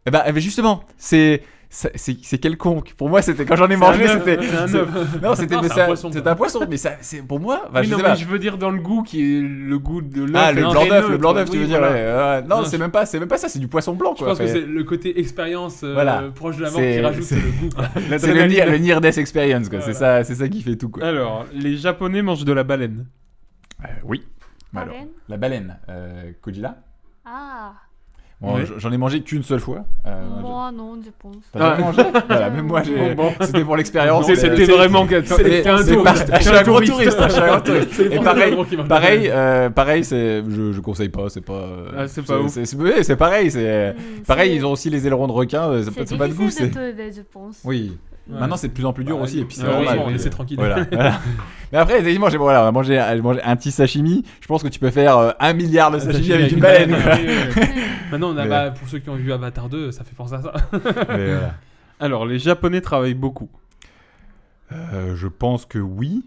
S8: Eh ben, eh ben, justement, c'est. C'est c'est quelconque. Pour moi, c'était quand j'en ai mangé,
S9: un œuf,
S8: c'était.
S9: c'est un
S8: c'est- Non, c'était
S7: Non,
S8: mais
S7: c'est un
S8: ça-
S7: poisson,
S8: c'était
S7: quoi.
S8: un poisson. Mais ça, c'est pour moi. enfin,
S9: Oui,
S8: je
S9: non,
S8: sais
S9: mais
S8: pas.
S9: je veux dire dans le goût qui est le goût de l'œuf.
S8: Ah, le
S9: très
S8: blanc d'œuf, le
S9: neutre.
S8: blanc d'œuf, tu
S9: Oui,
S8: veux dire.
S9: voilà.
S8: ouais, euh,
S7: Non,
S8: Non,
S7: je-
S8: c'est même pas, c'est même pas ça. C'est du poisson blanc,
S7: Je
S8: quoi.
S7: pense que
S8: Enfin,
S7: c'est le côté expérience euh,
S8: Voilà.
S7: proche de la mort
S8: C'est-
S7: qui rajoute
S8: c'est-
S7: le goût. quoi.
S8: C'est le
S9: L'adrénaline.
S8: near, le near death experience, quoi. C'est
S7: Voilà.
S8: ça, c'est ça qui fait tout, quoi.
S9: Alors, les Japonais mangent de la baleine.
S8: Euh, oui. Alors,
S10: Baleine
S8: la baleine, euh, Kojila.
S10: Ah,
S8: Bon,
S9: Ouais.
S8: j- J'en ai mangé qu'une seule fois. Euh,
S10: moi non, je pense.
S8: T'as jamais
S9: Ah.
S8: mangé Voilà, même moi, j'ai-
S9: Bon, bon.
S8: c'était pour l'expérience.
S9: C'est-
S8: mais-
S9: C'était
S8: c'est-
S9: vraiment.
S8: c'est-
S9: C'était un
S8: c'est
S9: tour.
S8: pas-
S9: C'était
S8: Je suis un gros touriste, hein, je suis un gros touriste.
S7: C'est les
S8: Et
S7: Français,
S8: pareil,
S7: gros, qui mangent
S8: pareil,
S7: la
S8: euh, pareil, c'est, je, je conseille pas, c'est pas. euh,
S9: Ah, c'est pas ouf.
S8: C'est, c'est- ouais, c'est pareil, c'est. euh,
S10: Hmm,
S8: Pareil,
S10: c'est-
S8: ils ont aussi les ailerons de requin, euh, c'est,
S10: C'est
S8: pas- c'est pas de goût,
S10: difficile
S8: c'est.
S10: de trouver, je pense.
S8: Oui.
S7: Ouais.
S8: Maintenant, c'est de plus en plus dur
S7: Bah,
S8: aussi,
S7: oui.
S8: et puis c'est
S7: Ouais,
S8: normal.
S7: heureusement,
S8: mais-
S7: laissez tranquille.
S8: Voilà, voilà. Mais après, effectivement, j'ai, bon, voilà, on a mangé, j'ai mangé un petit sashimi. Je pense que tu peux faire euh, un milliard de sashimi avec une baleine. quoi.
S7: Oui, oui, oui. Maintenant, on a,
S8: Mais-
S7: bah, pour ceux qui ont vu Avatar 2, ça fait penser à ça.
S8: Mais, euh,
S9: Alors, les Japonais travaillent beaucoup.
S8: euh, je pense que oui.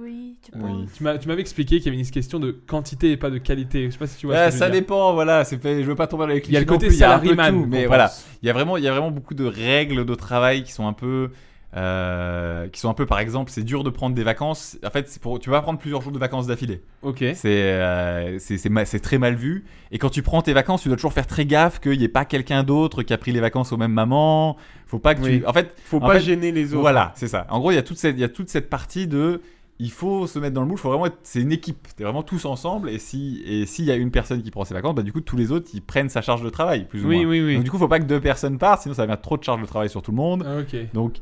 S10: Oui, je
S8: Oui.
S10: pense.
S7: Tu m'as- tu m'avais expliqué qu'il y avait une question de quantité et pas de qualité. Je sais pas si tu vois.
S8: Ah,
S7: ce que je
S8: ça
S7: veux dire.
S8: dépend, voilà. C'est fait, je veux pas tomber dans les clichés.
S7: Il y a le
S8: non
S7: côté
S8: plus, il y a un peu
S7: salaryman.
S8: tout,
S7: qu'on
S8: mais
S7: pense.
S8: voilà, il y a vraiment, il y a vraiment beaucoup de règles de travail qui sont un peu, euh, qui sont un peu, par exemple, c'est dur de prendre des vacances. En fait, c'est pour, tu vas prendre plusieurs jours de vacances d'affilée.
S9: Ok.
S8: C'est, euh, c'est, c'est ma- c'est très mal vu. Et quand tu prends tes vacances, tu dois toujours faire très gaffe qu'il n'y ait pas quelqu'un d'autre qui a pris les vacances au même moment. Faut pas que
S9: Oui.
S8: tu, en fait,
S9: Faut
S8: En
S9: pas
S8: fait,
S9: gêner les autres.
S8: voilà, c'est ça. En gros, il y a toute cette, il y a toute cette partie de, il faut se mettre dans le moule. Faut vraiment être, c'est une équipe. T'es vraiment tous ensemble. Et si, et s'il y a une personne qui prend ses vacances, bah du coup tous les autres ils prennent sa charge de travail plus ou moins.
S9: Oui, oui, oui.
S8: Donc du coup, faut pas que deux personnes partent, sinon ça va mettre trop de charge de travail sur tout le monde.
S7: Ah, ok.
S8: Donc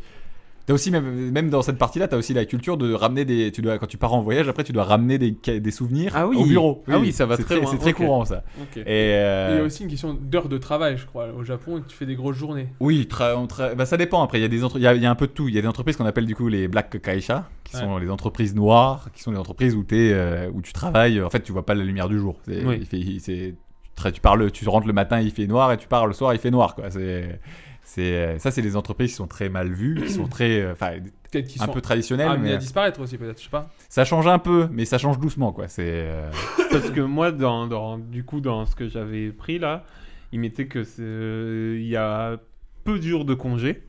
S8: T'as aussi, même, même dans cette partie-là, t'as aussi la culture de ramener des. Tu dois, quand tu pars en voyage, après, tu dois ramener des, ca- des souvenirs
S9: Ah oui.
S8: au bureau.
S9: Ah oui, ça va
S8: C'est
S9: très loin.
S8: C'est très
S9: Ok.
S8: courant, ça.
S9: Ok.
S8: Et. euh,
S7: Il y a aussi une question d'heures de travail, je crois. Au Japon, tu fais des grosses journées.
S8: Oui, tra- on tra- bah, ça dépend. Après, il y, a des entre- il y a, il y a un peu de tout. Il y a des entreprises qu'on appelle du coup les Black Kaisha, qui sont les entreprises noires, qui sont les entreprises où, t'es, euh, où tu travailles. En fait, tu vois pas la lumière du jour. C'est-
S9: Oui.
S8: il fait- il- c'est- tu tra- tu, parles, tu rentres le matin, il fait noir, et tu pars le soir, il fait noir. Quoi. C'est, C'est euh, ça, c'est des entreprises qui sont très mal vues, qui sont très, euh, enfin,
S7: Peut-être qu'ils
S8: un
S7: sont
S8: peu traditionnelles,
S7: amenés
S8: mais euh,
S7: à disparaître aussi, peut-être, je sais pas.
S8: ça change un peu, mais ça change doucement, quoi. C'est euh,
S9: Parce que moi, dans, dans- du coup, dans ce que j'avais pris là, il mettait que c'est- euh, il y a peu d'heures de congé,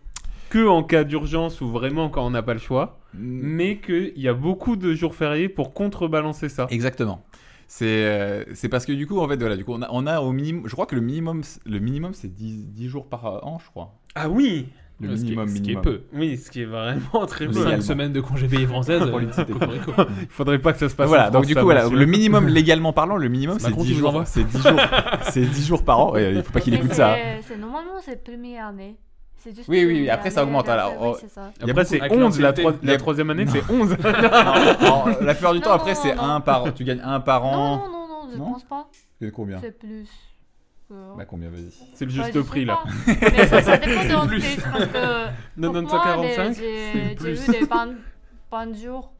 S9: que en cas d'urgence ou vraiment quand on n'a pas le choix, mais qu'il y a beaucoup de jours fériés pour contrebalancer ça.
S8: Exactement. C'est euh, c'est parce que du coup, en fait, voilà, du coup, on a, on a au minimum, je crois que le minimum, le minimum, c'est 10, 10 jours par an, je crois.
S9: Ah oui
S8: Le
S7: Ce qui est-
S8: minimum,
S7: ce qui est
S8: minimum.
S7: peu.
S9: Oui, ce qui est vraiment très
S8: Oui.
S9: peu.
S8: Légalement.
S7: Cinq semaines de congé payé française.
S8: Pour
S7: euh,
S8: les citer.
S7: cocorico.
S9: Il faudrait pas que ça se passe.
S8: voilà,
S9: en
S8: donc
S9: France,
S8: du
S9: ça,
S8: coup, voilà,
S9: monsieur.
S8: le minimum, légalement parlant, le minimum,
S7: C'est
S8: c'est
S7: Macron
S8: 10
S7: qui vous
S8: jours.
S7: envoie.
S8: C'est 10 jours. C'est 10 jours par an. Ouais, il faut pas qu'il
S10: Mais
S8: écoute
S10: c'est-
S8: ça.
S10: C'est normalement, c'est première année. C'est juste.
S8: Oui, oui, oui,
S10: première
S8: après, ça
S10: année,
S8: augmente,
S10: et
S8: alors,
S10: après, oui,
S8: oh.
S10: c'est ça.
S7: Il y a beaucoup-
S9: Après, Ah, c'est
S7: avec
S9: 11, la,
S7: l'ancienneté.
S9: troi- la troisième année, c'est 11.
S8: Alors, la plupart du
S10: Non,
S8: temps, après,
S10: non,
S8: c'est
S10: non.
S8: un par. Tu gagnes un par
S10: Non,
S8: an.
S10: non, non, non, je
S8: Non
S10: pense pas.
S8: C'est combien
S10: C'est plus. euh,
S8: Bah, combien, vas-y.
S9: c'est le
S10: bah,
S9: juste
S10: je sais
S9: prix là.
S10: pas. Mais ça, ça dépend de l'entreprise parce que. pour moi,
S9: 95-45
S10: les- j'ai-
S9: plus.
S10: J'ai eu des ban- ban jours.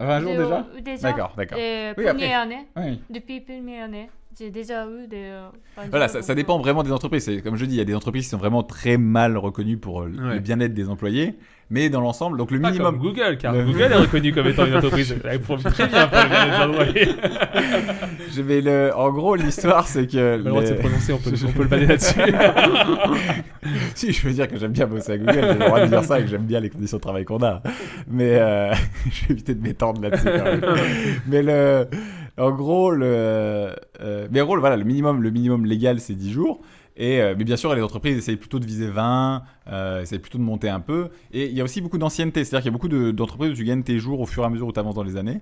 S8: 20 jours
S10: J'ai-
S8: déjà
S10: déjà.
S8: D'accord, d'accord.
S10: Des
S8: Oui, après.
S10: premières années.
S8: Oui.
S10: Depuis première année, j'ai déjà eu des. euh, ban
S8: Voilà,
S10: jours
S8: ça,
S10: pour
S8: ça dépend vraiment des entreprises. C'est- Comme je dis, il y a des entreprises qui sont vraiment très mal reconnues pour euh, le
S9: Ouais.
S8: bien-être des employés, mais dans l'ensemble, donc le
S7: Pas
S8: minimum.
S7: comme Google, car
S8: Le-
S7: Google est reconnu comme étant une entreprise. Elle profite très bien pour le bien-être des employés.
S8: Je vais le. En gros, l'histoire, c'est que.
S7: On a le droit de se
S8: les-
S7: prononcer, on peut, on peut le baser là-dessus.
S8: si, je veux dire que j'aime bien bosser à Google, j'ai le droit de dire ça et que j'aime bien les conditions de travail qu'on a. Mais euh, je vais éviter de m'étendre là-dessus. quand même. Mais le, en gros, le, euh, mais en gros, voilà, le minimum, le minimum légal, c'est 10 jours. Et, euh, mais bien sûr, les entreprises essayent plutôt de viser 20, euh, essayent plutôt de monter un peu. Et il y a aussi beaucoup d'ancienneté, c'est-à-dire qu'il y a beaucoup de- d'entreprises où tu gagnes tes jours au fur et à mesure où tu avances dans les années.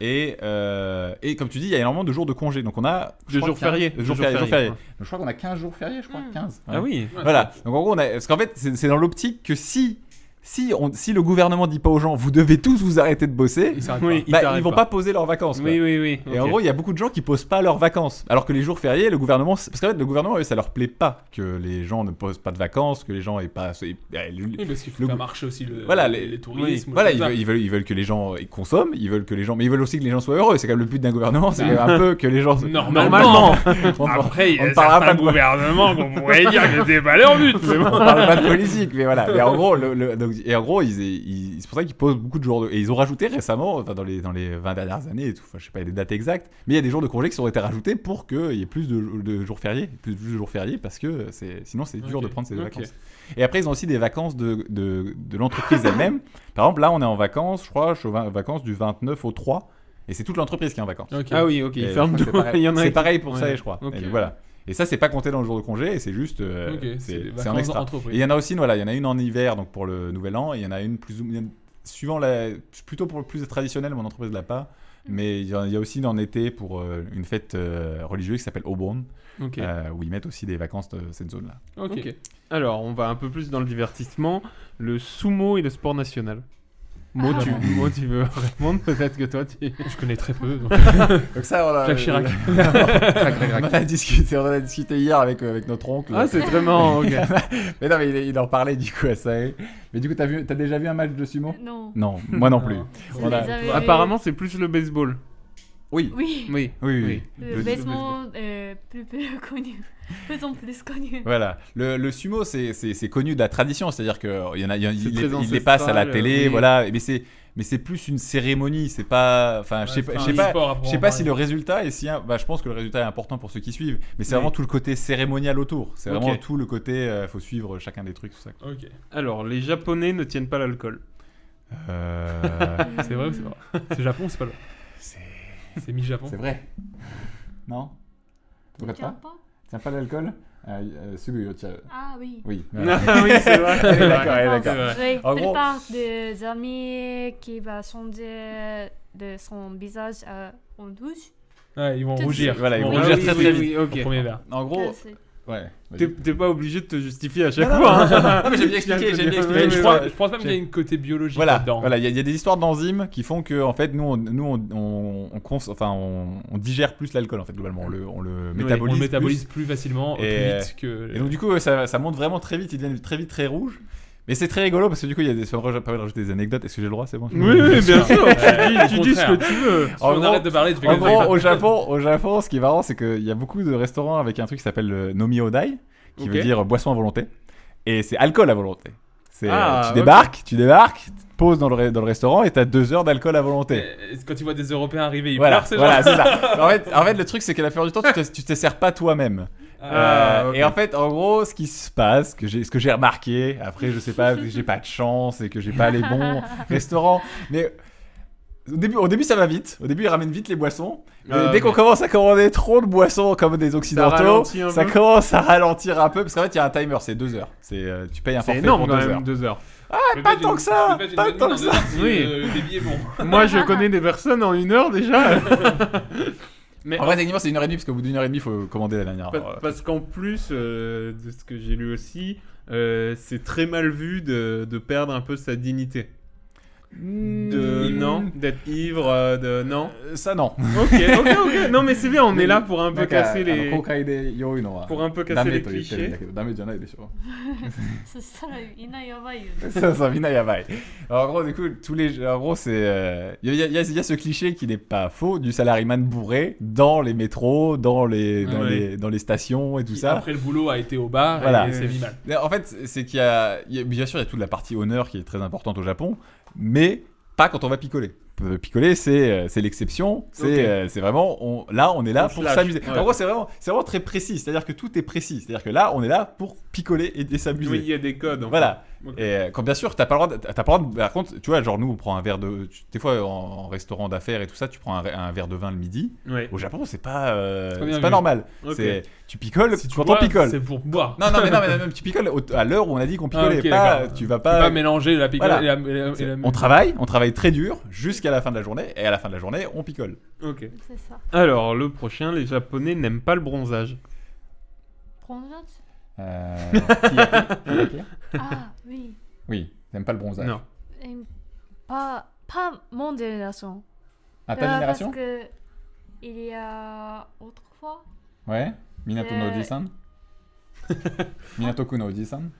S8: Et, euh, et comme tu dis, il y a énormément de jours de congé. Donc on a. je
S9: De
S8: crois
S9: jours
S8: qu'il y a-
S9: fériés.
S8: de Jours
S9: De jours
S8: fériés. jours
S9: fériés.
S8: fériés. Je crois qu'on a 15 jours fériés, je crois.
S10: Mm.
S8: 15. ouais.
S9: Ah oui
S8: Voilà. Donc en gros, on a... parce qu'en fait, c'est c'est dans l'optique que si, si, on, si le gouvernement dit pas aux gens, vous devez tous vous arrêter de bosser,
S7: Il s'arrête
S9: Oui,
S7: pas.
S9: ils
S8: bah, ils,
S9: t'arrêtent
S8: vont pas poser leurs vacances.
S7: Bah,
S8: quoi.
S9: Oui, oui, oui.
S8: Et en
S9: ok.
S8: gros, il y a beaucoup de gens qui posent pas leurs vacances. Alors que les jours fériés, le gouvernement. Parce qu'en fait, le gouvernement, eux, ça leur plaît pas que les gens ne posent pas de vacances, que les gens aient pas. aient-
S7: Oui, parce qu'il faut
S8: Le-
S7: faire marcher aussi le,
S8: Voilà,
S7: les,
S8: les-
S7: tourismes.
S8: Voilà,
S7: tout
S8: ils
S7: ça.
S8: veulent, ils, veulent, ils veulent que les gens ils consomment, ils veulent que les gens. Mais ils veulent aussi que les gens soient heureux. C'est quand même le but d'un gouvernement, c'est un peu que les gens.
S7: Normalement.
S8: On ne-
S9: Après, il y
S8: on
S9: a
S8: ne parlera pas
S9: certains
S8: de-
S9: gouvernements qu'on pourrait dire que c'était pas leur but. mais
S8: on
S9: bon.
S8: parle pas de politique, mais voilà. Mais en gros, le- le- donc- et en gros, ils, ils- c'est pour ça qu'ils posent beaucoup de jours. de- et ils ont rajouté récemment, enfin, dans les dans les 20 dernières années, et tout, enfin, je sais pas les dates exactes, mais il y a des jours de congés qui ont été rajoutés pour qu'il y ait plus de, de jours fériés, plus de jours fériés, parce que c'est sinon c'est dur
S7: Ok.
S8: de prendre ses
S7: Ok.
S8: vacances. Et après, ils ont aussi des vacances de de, de l'entreprise elle-même. Par exemple, là, on est en vacances, je crois, je suis en vacances du 29 au 3, et c'est toute l'entreprise qui est en vacances.
S7: Ok.
S9: Ah oui, ok,
S8: Et
S9: ils
S8: je
S9: ferment
S8: crois que
S9: tout.
S8: c'est pareil-
S9: Il y en a
S8: C'est
S9: qui-
S8: pareil pour ça,
S9: Ouais.
S8: je crois.
S9: Ok.
S8: Et voilà. Et ça, c'est pas compté dans le jour de congé, et c'est juste, euh,
S7: Ok, c'est des
S8: c'est c'est un
S7: vacances
S8: extra.
S7: entreprises.
S8: Et il y en a aussi, voilà, il y en a une en hiver, donc pour le nouvel an, et il y en a une plus ou moins suivant la, plutôt pour le plus traditionnel, mon entreprise l'a pas.
S9: Mm.
S8: Mais il y, en- il y a aussi en été pour euh, une fête euh, religieuse qui s'appelle Auburn,
S9: Ok.
S8: euh, où ils mettent aussi des vacances de cette zone-là.
S7: Ok.
S9: Ok. Alors, on va un peu plus dans le divertissement. Le sumo et le sport national. Moi, tu, moi, tu veux répondre Peut-être que toi, tu.
S7: Je connais très peu. donc- euh,
S8: Donc ça, on a,
S7: Jacques Chirac.
S8: on en a discuté, on en a discuté hier avec, euh, avec notre oncle.
S9: Ah, c'est très marrant, ok.
S8: mais non, mais il, il en parlait du coup à ça. Mais du coup, t'as vu- t'as déjà vu un match de sumo
S10: Non.
S8: Non, moi non plus.
S9: Ah.
S10: Vous
S8: On a-
S10: les avez-
S9: Apparemment, c'est plus le baseball.
S8: Oui.
S10: Oui.
S9: Oui.
S8: Oui, oui,
S9: Oui.
S10: Le,
S8: Le-
S10: baseball est plus, plus connu. Faisons plus connu.
S8: Voilà, le, le sumo c'est- c'est c'est connu de la tradition, c'est-à-dire que euh, il y en a, il y en-
S9: C'est
S8: il,
S9: très
S8: les- il
S9: ancestral, euh,
S8: les passe à la télé,
S9: oui.
S8: voilà, mais c'est mais c'est plus une cérémonie, c'est pas, enfin je sais pas, je sais pas, je sais pas si le résultat est si, im- bah, je pense que le résultat est important pour ceux qui suivent, mais c'est
S9: Oui.
S8: vraiment tout le côté cérémonial autour, c'est vraiment
S9: Ok.
S8: tout le côté, euh, faut suivre chacun des trucs tout ça.
S7: Ok.
S9: Alors, les Japonais ne tiennent pas l'alcool.
S8: Euh,
S7: C'est vrai ou c'est pas vrai C'est Japon, c'est pas vrai
S8: c'est
S7: C'est mi-Japon.
S8: c'est vrai, non, vous faites pas,
S10: Japon
S8: tiens pas l'alcool, euh, euh, sugu, tiens.
S10: Ah oui. Ah,
S8: oui, voilà.
S9: Ah oui, c'est vrai.
S8: Elle est d'accord,
S10: Je
S8: elle est
S10: pense,
S8: d'accord.
S10: Oui,
S8: En
S10: je
S8: gros-
S10: parle des amis qui va changer de son visage à en douche.
S7: Ouais, Ah, ils vont
S10: Tout de
S7: rougir.
S10: suite.
S8: Voilà, ils
S7: Ils
S8: vont
S7: vont
S9: Ah
S8: rougir
S9: oui,
S8: très
S9: oui,
S8: très vite.
S9: oui, ok.
S7: Au premier verre.
S8: En gros, ouais.
S9: T'es t'es pas obligé de te justifier à chaque
S8: Non, non,
S9: fois. hein.
S8: mais j'ai bien expliqué, j'ai bien expliqué.
S9: Oui,
S7: Mais je,
S9: oui,
S7: crois-
S9: oui.
S7: je pense même qu'il y a une côté biologique
S8: Voilà,
S7: là-dedans.
S8: voilà, il y, a- il y a des histoires d'enzymes qui font que en fait nous on, nous on, on, on cons- enfin on, on digère plus l'alcool en fait globalement, on le, on le
S7: Ouais,
S8: métabolise.
S7: on le
S8: plus.
S7: métabolise plus, facilement,
S8: Et-
S7: plus vite que.
S8: Et donc du coup ça, ça monte vraiment très vite, ils deviennent très vite très rouges. Mais c'est très rigolo parce que du coup il y a des ça me permet de rajouter des anecdotes. Est-ce que j'ai le droit C'est bon. je-
S9: Oui, oui, bien sûr.
S7: Ouais,
S9: tu
S7: au
S9: dis, tu dis ce
S7: contraire.
S9: que tu veux.
S7: Si on
S8: en
S7: arrête
S8: gros-
S7: de parler, tu fais
S8: En
S7: comme ça.
S8: gros, au Japon, au Japon, ce qui est marrant, c'est qu'il y a beaucoup de restaurants avec un truc qui s'appelle le Nomi euh, Odai, qui
S9: Ok.
S8: veut dire boisson à volonté. Et c'est alcool à volonté. C'est,
S7: Ah,
S8: tu
S7: ok.
S8: débarques, tu débarques, tu te poses dans le, ré- dans le restaurant et t'as deux heures d'alcool à volonté.
S7: Euh, Quand tu vois des Européens arriver, ils
S8: Voilà,
S7: pleurent, ces gens.
S8: voilà, c'est ça. En fait, en fait, le truc, c'est que la plupart du temps, tu te, tu te sers pas toi-même.
S7: Ah,
S8: Euh,
S7: ok.
S8: Et en fait, en gros, ce qui se passe, que j'ai- ce que j'ai remarqué, après, je sais pas, parce que j'ai pas de chance et que j'ai pas les bons restaurants, mais au début, au début, ça va vite. Au début, ils ramènent vite les boissons. Mais
S7: Ah,
S9: Euh,
S8: dès qu'on
S7: ok.
S8: commence à commander trop de boissons comme des occidentaux,
S9: ralentit un
S8: ça,
S9: peu.
S8: commence à ralentir un peu, parce qu'en fait, il y a un timer, c'est deux heures. C'est, euh, tu payes un
S9: C'est
S8: forfait
S9: énorme
S8: pour
S9: quand
S8: deux
S9: même,
S8: heures.
S9: deux heures.
S7: Mais
S8: pas
S7: une-
S8: tant que ça,
S7: mais une
S8: pas
S7: demi-heure
S8: tant que
S7: de sortie,
S9: Oui.
S7: euh, des billets bons.
S9: Moi, je connais des personnes en une heure déjà.
S8: En vrai, techniquement, c'est une heure et demie, parce qu'au bout d'une heure et demie, il faut commander la dernière.
S9: Pa- Parce qu'en plus euh, de ce que j'ai lu aussi, euh, c'est très mal vu de, de perdre un peu sa dignité. De non, d'être ivre, euh, de non.
S8: Euh, Ça, non.
S9: Ok, ok, ok. Non mais c'est bien, on est là pour un peu casser les.
S8: 公開で酔うのは
S9: pour un peu casser les clichés.
S8: ダメと言ってるんだけどダメじゃないでしょ
S10: そしたらみんなやばいよね。
S8: ça, ça, Mina Yabai. Alors, en gros, du coup, tous les, en gros, c'est, euh, il y, a- il y a- il y a ce cliché qui n'est pas faux du salaryman bourré dans les métros, dans les, dans
S9: Ouais.
S8: les, dans les stations et tout
S7: Qui,
S8: ça.
S7: Après le boulot a été au bar
S8: Voilà.
S7: et c'est mis mal.
S8: Mais En fait, c'est qu'il y a, il y a- bien sûr, il y a toute la partie honneur qui est très importante au Japon, mais pas quand on va picoler. Euh, Picoler, c'est euh, c'est l'exception, c'est
S9: Ok.
S8: euh, c'est vraiment, on, là, on est là
S9: On se
S8: pour
S9: lâche,
S8: s'amuser.
S9: ouais.
S8: En gros, c'est vraiment, c'est vraiment très précis, c'est-à-dire que tout est précis, c'est-à-dire que là, on est là pour picoler et, et s'amuser.
S9: Oui, il y a des codes. en fait.
S8: Voilà.
S9: Ok.
S8: Et euh, quand bien sûr, t'as pas le droit. de- T'as pas le droit de- par contre, tu vois, genre nous, on prend un verre de. tu- des fois, en, en restaurant d'affaires et tout ça, tu prends un, un verre de vin le midi.
S9: Ouais.
S8: Au Japon, c'est pas, euh,
S7: Très bien
S8: c'est pas
S7: vu.
S8: normal.
S9: Ok.
S8: C'est- Tu picoles
S7: Si tu
S8: quand
S7: bois,
S8: on picole.
S7: C'est pour boire.
S8: Non, non, mais non, mais même tu picoles au- à l'heure où on a dit qu'on
S7: Ah,
S8: picolait.
S7: ok,
S8: pas,
S7: d'accord.
S8: tu vas
S7: Faut
S8: pas.
S7: pas mélanger la picole
S8: Euh, voilà.
S7: et la- et la- et
S8: c'est-
S7: la-
S8: on travaille, on travaille très dur jusqu'à la fin de la journée, et à la fin de la journée, on picole.
S9: Ok.
S10: C'est ça.
S9: Alors le prochain, les Japonais n'aiment pas le bronzage.
S10: こんなやつ
S8: Euh,
S10: あ、ウィ
S8: oui, t'aimes pas le bronzage.
S9: Non.
S10: えんパパモンデレーション。
S8: À
S10: Euh, Parce que il y a autrefois.
S8: Ouais. Minato
S10: Euh,
S8: Oji-san Minato Kuno Oji-san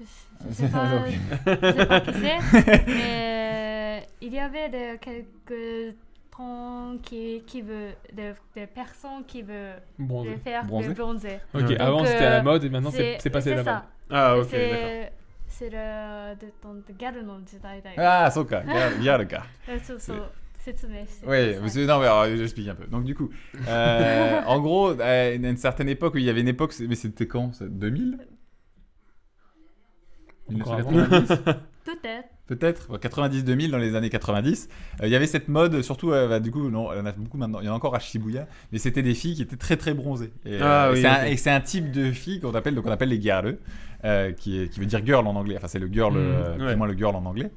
S10: Je je sais pas,
S8: Ok.
S10: je sais pas qui c'est, mais il y avait de, quelques temps qui, qui veut, des des personnes qui veulent
S7: Bon,
S10: le faire
S8: Bronzer
S10: le bronzer.
S7: ok,
S9: Donc,
S7: avant c'était à la
S10: euh,
S7: mode et maintenant c'est c'est passé à la
S10: ça.
S7: mode.
S9: Ah ok. d'accord.
S10: C'est- c'est le de ton deギャルの時代だよ。
S8: Ah, Soka, bien le cas.
S10: えそうそう説明して。
S8: Oui,
S10: ça.
S8: parce que- non, mais alors, j'explique un peu. Donc, du coup, euh, en gros, à une, à une certaine époque, il y avait une époque, c'est- mais c'était quand ça 2000
S7: Encore avant.
S8: 1990,
S10: Peut-être.
S8: Peut-être 90-2000 dans les années 90. euh, il y avait cette mode, surtout, euh, bah, du coup, non, il y en a beaucoup maintenant, il y en a encore à Shibuya, mais c'était des filles qui étaient très très bronzées. Et,
S9: Ah
S8: euh,
S9: oui,
S8: c'est un-
S9: ok.
S8: et c'est un, type de fille qu'on appelle, donc on appelle les girl, euh, qui, est- qui veut dire girl en anglais, enfin c'est le girl,
S7: Mm,
S8: euh, plus
S9: ouais.
S8: ou moins le girl en anglais.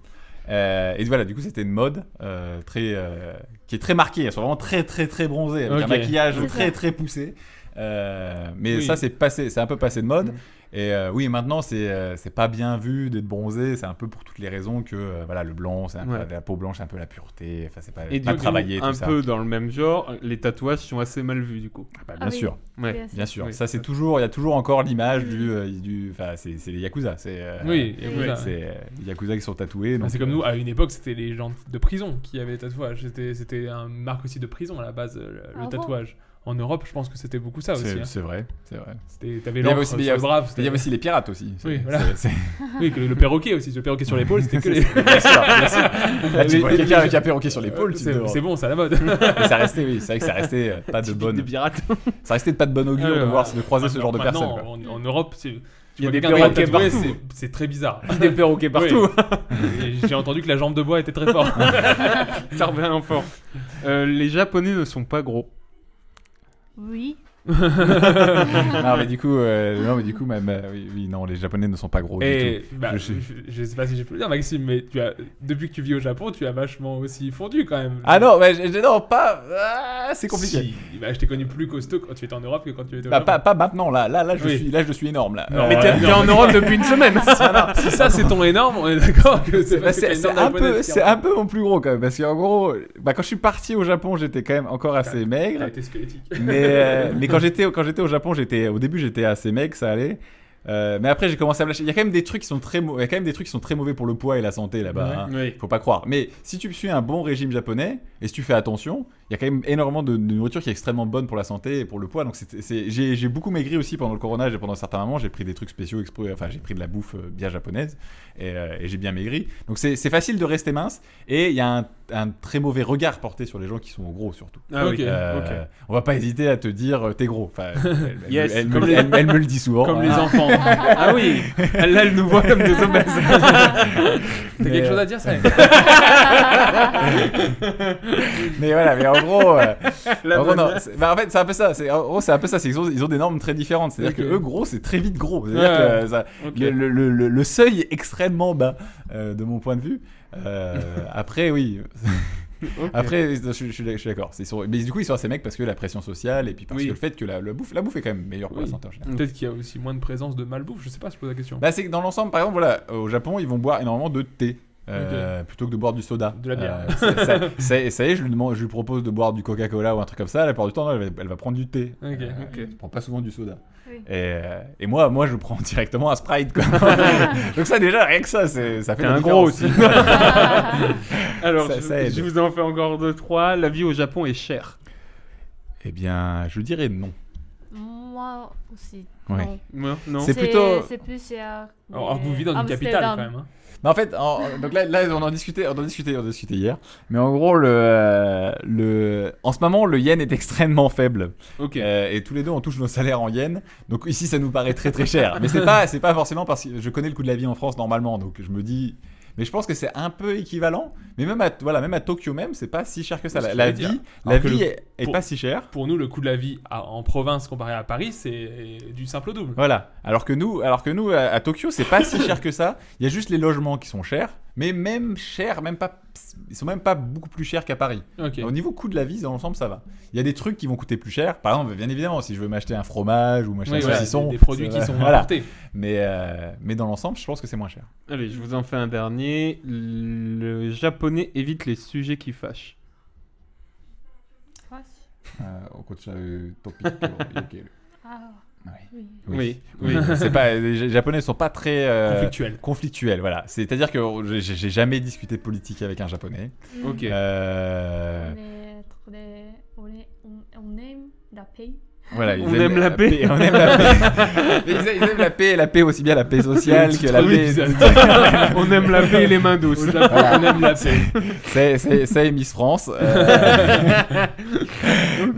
S8: Euh, et voilà, du coup, c'était une mode euh, très, euh, qui est très marquée. Elles sont vraiment très, très, très bronzées, avec
S7: Ok.
S8: un maquillage
S10: C'est
S8: très,
S10: ça.
S8: très poussé. Euh, mais
S7: Oui.
S8: ça, c'est passé, c'est un peu passé de mode. Et euh, oui, maintenant, c'est euh, c'est pas bien vu d'être bronzé. C'est un peu pour toutes les raisons que euh, voilà, le blanc, c'est un peu-
S9: Ouais.
S8: la peau blanche, c'est un peu la pureté. Enfin, c'est pas,
S9: Et du
S8: pas
S9: coup,
S8: travaillé, tout
S9: un
S8: ça.
S9: peu dans le même genre, les tatouages sont assez mal vus du coup.
S8: Bah, bien
S10: Ah oui,
S8: sûr,
S9: Ouais.
S10: bien sûr.
S8: bien sûr.
S9: Oui.
S8: Ça, c'est toujours, il y a toujours encore l'image du, euh, du, enfin, c'est c'est les yakuza. C'est euh,
S7: Oui, et
S10: oui.
S7: voilà.
S8: c'est euh, les yakuza qui sont tatoués.
S7: Bah,
S8: donc,
S7: C'est comme
S8: euh,
S7: nous, à une époque, c'était les gens de prison qui avaient des tatouages. C'était, c'était un marque aussi de prison à la base, euh, le, le
S10: Ah bon
S7: tatouage. en Europe, je pense que c'était beaucoup ça aussi.
S8: C'est
S7: hein.
S8: c'est vrai, c'est vrai.
S7: C'était, t'avais
S8: Il y avait
S7: l'encre
S8: aussi-
S7: sur
S8: il y a
S7: le
S8: aussi-
S7: bras,
S8: Et Il y avait aussi les pirates aussi.
S7: Oui,
S8: C'est-
S7: voilà.
S8: c'est- c'est-
S7: Oui, que le, le perroquet aussi, le perroquet sur l'épaule, c'était que les...
S8: bien sûr, bien sûr. Là, tu
S7: Les-
S8: vois
S7: les-
S8: quelqu'un
S7: les-
S8: avec un perroquet sur l'épaule, tu te
S7: c'est,
S8: demandes.
S7: c'est bon, c'est à la mode.
S8: Mais ça restait, oui, c'est vrai que ça restait euh, pas de
S9: Typique
S8: bonne,
S9: des pirates.
S8: ça restait de pas de bonne augure de
S7: Alors,
S8: voir, de croiser ce genre de
S7: Maintenant,
S8: personnes. quoi.
S7: En, en Europe, c'est...
S9: Il y a des
S7: quelqu'un
S9: perroquets
S7: tatoué,
S9: partout.
S7: c'est, c'est très bizarre.
S9: des perroquets partout.
S7: Et J'ai entendu que la jambe de bois était très forte.
S8: Ah,
S9: Ça revient en forme. Euh, les Japonais ne sont pas gros.
S10: Oui.
S8: non mais du coup, euh, non mais du coup même, euh, oui, oui, non, les Japonais ne sont pas gros du
S7: Et bah,
S8: Je
S7: je,
S8: sais.
S7: je sais pas si j'ai pu le dire, Maxime, mais tu as, depuis que tu vis au Japon, tu as vachement aussi fondu quand même.
S8: tout. Ah non, mais je- je- non pas, ah, c'est compliqué.
S7: Si, bah, je t'ai connu plus costaud quand tu étais en Europe que quand tu étais au
S8: Bah,
S7: Japon.
S8: pas, pas maintenant là, là, là je
S7: Oui.
S8: suis, là je suis énorme là.
S7: Non,
S8: Euh,
S9: Mais t'es
S7: ouais.
S9: t'es en Europe depuis une semaine.
S7: si ça c'est ton énorme, on est d'accord que c'est
S8: bah,
S7: parce que
S8: c'est
S7: t'as une
S8: c'est
S7: norme
S8: un peu,
S7: japonaise qui
S8: c'est
S7: en-
S8: un peu mon plus gros quand même, parce qu'en gros, bah, quand je suis parti au Japon, j'étais quand même encore assez
S7: T'as
S8: maigre.
S7: été squelettique.
S8: mais, euh, mais quand j'étais quand j'étais au Japon, j'étais au début j'étais assez mec, ça allait. Euh, mais après j'ai commencé à me lâcher. Il y a quand même des trucs qui sont très mau- il y a quand même des trucs qui sont très mauvais
S7: Bah.
S8: pour le poids et la santé là-bas. hein.
S9: Oui.
S8: Faut pas croire. Mais si tu suis un bon régime japonais et si tu fais attention, il y a quand même énormément de, de nourriture qui est extrêmement bonne pour la santé et pour le poids. Donc c'est- c'est- j'ai j'ai beaucoup maigri aussi pendant le coronage et pendant certains moments. J'ai pris des trucs spéciaux, exprès- enfin j'ai pris de la bouffe euh, bien japonaise et, euh, et j'ai bien maigri. Donc c'est c'est facile de rester mince et il y a un, un très mauvais regard porté sur les gens qui sont gros surtout.
S9: Ah oui,
S7: Ok,
S8: Euh, On va pas hésiter à te dire euh, t'es gros. Enfin, elle, elle
S9: Yes,
S8: me- elle
S9: comme
S8: me,
S9: les-
S8: elle- elle me le dit souvent.
S7: Comme
S8: hein.
S7: les enfants. ah oui
S9: Là, elle nous voit comme des obèses.
S7: T'as quelque chose à dire, ça
S8: Mais voilà, mais en gros, euh,
S9: La
S8: en, gros, non,
S9: bonne-
S8: c'est- bah, en fait, c'est un peu ça. C'est, en gros, c'est un peu ça. C'est qu'ils ont, ils ont des normes très différentes. C'est-à-dire
S7: Ok.
S8: que eux, gros, c'est très vite gros. C'est-à-dire
S9: Ouais,
S8: que, euh, ça-
S9: Ok.
S8: le, le- le- le- le seuil est extrêmement bas, euh, de mon point de vue. Euh, après, oui. Après, je, je suis- je suis d'accord. Ils sont- mais du coup, ils sont assez mecs parce que la pression sociale et puis parce
S7: Oui.
S8: que le fait que la, la bouffe, la bouffe est quand même meilleure pour
S7: Oui.
S8: la santé en général.
S7: Peut-être qu'il y a aussi moins de présence de malbouffe, je sais pas, je pose la question.
S8: Bah, c'est que dans l'ensemble, par exemple, voilà, au Japon, ils vont boire énormément de thé. euh, plutôt que de boire du soda.
S7: De la bière.
S8: Euh, c'est- ça, c'est- ça y est, je lui, demande, je lui propose de boire du Coca-Cola ou un truc comme ça. La plupart du temps, elle, va- elle va prendre du thé.
S7: Ok,
S8: Euh,
S7: ok.
S8: Elle prend pas souvent du soda.
S10: Oui.
S8: Et, euh, et moi, moi, je prends directement un Sprite. quoi. Donc ça, déjà, rien que ça, c'est- ça fait
S9: T'es
S8: la
S9: un gros
S8: différence.
S9: aussi. Alors,
S8: Ça-
S9: je,
S8: ça aide.
S9: je vous en fais encore deux, trois. La vie au Japon est chère.
S8: Eh bien, je dirais non.
S10: Moi aussi.
S8: Ouais.
S10: Non.
S9: Non, non.
S8: C'est plutôt-
S10: C'est plus cher.
S7: Alors alors que vous vivez dans une capitale
S10: Amsterdam.
S7: quand même. hein.
S8: Mais en fait, en- en- donc là, là, on en discutait, on en discutait, on en discutait hier. Mais en gros, le, euh, le, en ce moment, le yen est extrêmement faible.
S9: Ok.
S8: Euh, et tous les deux, on touche nos salaires en yens. Donc ici, ça nous paraît très très cher. Mais c'est pas, c'est pas forcément parce que je connais le coût de la vie en France normalement. Donc je me dis. Mais je pense que c'est un peu équivalent. Mais même à, voilà, même à Tokyo même, c'est pas si cher que ça.
S7: C'est ce
S8: La,
S7: que
S8: la
S7: je
S8: vie,
S7: veux dire.
S8: la
S7: Alors que
S8: vie
S7: le-
S8: est, est
S7: pour-
S8: pas si chère.
S7: Pour nous, le coût de la vie à- en province comparé à Paris, c'est euh, du simple au double.
S8: Voilà. Alors que nous, alors que nous à, à Tokyo, c'est pas si cher que ça. Il y a juste les logements qui sont chers. Mais même chers, même pas, ils sont même pas beaucoup plus chers qu'à Paris.
S7: Ok.
S8: Au niveau coût de la vie, dans l'ensemble, ça va. Il y a des trucs qui vont coûter plus cher. Par exemple, bien évidemment, si je veux m'acheter un fromage ou m'acheter
S7: Oui,
S8: un
S7: voilà,
S8: saucisson.
S7: des, des produits qui
S8: c'est-
S7: sont
S8: voilà.
S7: importés.
S8: Mais, euh, mais dans l'ensemble, je pense que c'est moins cher.
S9: Allez, je vous en fais un dernier. Le japonais évite les sujets qui fâchent.
S10: Ouais. Ah, oui.
S9: Oui, oui.
S8: Oui, c'est pas, les Ja- Japonais sont pas très euh,
S7: Conflictuels.
S8: conflictuels, voilà. C'est-à-dire que j'ai- j'ai j'ai jamais discuté de politique avec un Japonais.
S9: Ok.
S8: Euh,
S10: On, est trop des- on, est- on- on aime la paix.
S8: voilà, ils
S9: On aime la paix.
S8: On aime la paix. Mais ils, ils aiment la paix, la paix aussi bien la paix sociale que la
S7: Trop
S8: paix.
S7: bizarre.
S9: On aime la paix et les mains douces.
S7: Au Japon, on aime la paix.
S8: C'est- C'est c'est Miss France. euh,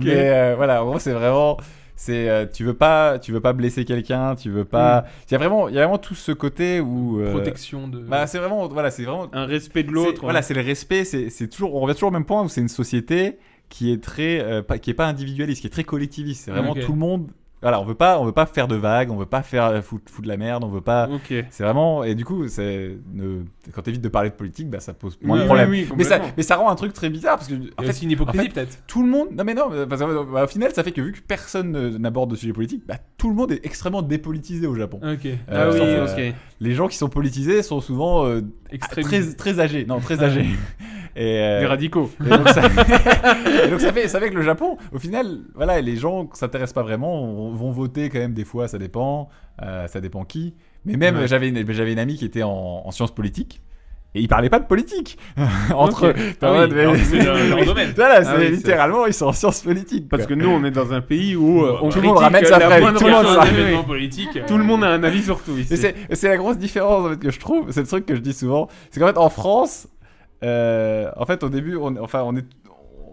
S8: Mais euh, voilà, en gros, c'est vraiment. C'est euh, tu veux pas tu veux pas blesser quelqu'un tu veux pas il y a vraiment il y a vraiment tout ce côté où euh,
S7: Protection de.
S8: bah c'est vraiment voilà c'est vraiment
S9: Un respect de
S8: C'est-
S9: l'autre.
S8: Voilà, c'est le respect. C'est c'est toujours, on revient toujours au même point où c'est une société qui est très, euh, pas- qui est pas individualiste, qui est très collectiviste. C'est vraiment
S7: Ok.
S8: tout le monde. Voilà, on veut pas, on veut pas faire de vagues, on veut pas faire euh, foutre, foutre de la merde, on veut pas.
S9: Ok.
S8: C'est vraiment et du coup, c'est ne- quand t'évites de parler de politique, bah ça pose moins
S9: Oui,
S8: de
S9: oui,
S8: problèmes.
S9: oui,
S8: mais ça,
S9: complètement.
S8: mais ça rend un truc très bizarre parce que en
S7: Il y a
S8: fait,
S7: aussi une hypocrisie
S8: en fait-
S7: peut-être.
S8: tout le monde. Non mais non, parce que, bah, au final, ça fait que vu que personne ne- n'aborde de sujet politique, bah tout le monde est extrêmement dépolitisé au Japon.
S7: Ok.
S9: Ah
S8: Euh,
S9: oui,
S8: sans-
S9: ok.
S8: Les gens qui sont politisés sont souvent euh,
S7: Extrême.
S8: très, très âgé, non, très âgé. Et, euh,
S9: Des radicaux.
S8: et donc, ça... et donc ça fait, ça fait que le Japon, au final, voilà, les gens qui s'intéressent pas vraiment vont vont voter quand même des fois, ça dépend, euh, ça dépend qui. Mais même
S9: Ouais.
S8: j'avais une, j'avais une amie qui était en, en sciences politiques. Et ils parlaient pas de politique entre
S9: Ok.
S8: eux.
S9: Ah oui,
S8: Enfin, ouais,
S7: alors que
S8: mais-
S7: c'est leur- leur domaine.
S8: Voilà,
S9: Ah
S8: c'est
S9: oui, c'est-
S8: littéralement ils sont en sciences politiques.
S9: Parce
S8: quoi.
S9: que nous, on est dans un pays où euh, on
S8: Tout le monde
S9: critique
S8: ramène sa
S9: la
S8: fraise,
S9: moindre
S8: tout le monde
S9: chose.
S8: ramène-
S9: Oui, oui.
S7: politique.
S9: Tout le monde a un avis sur tout ici.
S8: Mais c'est c'est la grosse différence en fait, que je trouve, c'est le truc que je dis souvent, c'est qu'en fait en France, euh, en fait au début, on, enfin on est,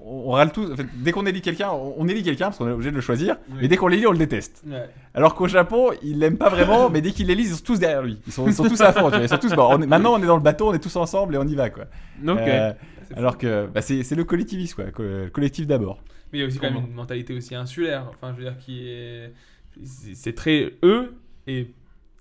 S8: on, on râle tous, en fait, dès qu'on élit quelqu'un, on, on élit quelqu'un parce qu'on est obligé de le choisir, mais dès qu'on l'élit, on le déteste.
S7: Ouais.
S8: Alors qu'au Japon, ils l'aiment pas vraiment, mais dès qu'ils l'élisent, ils sont tous derrière lui, ils sont, ils sont tous à fond, tu vois, ils sont tous, bon, on est- maintenant on est dans le bateau, on est tous ensemble et on y va quoi.
S9: Ok.
S8: Euh, alors que bah, c'est c'est le collectivisme quoi, co- le collectif d'abord.
S7: Mais il y a aussi quand même
S8: Comment
S7: une mentalité aussi insulaire. Enfin, je veux dire, qui est. c'est- C'est très eux et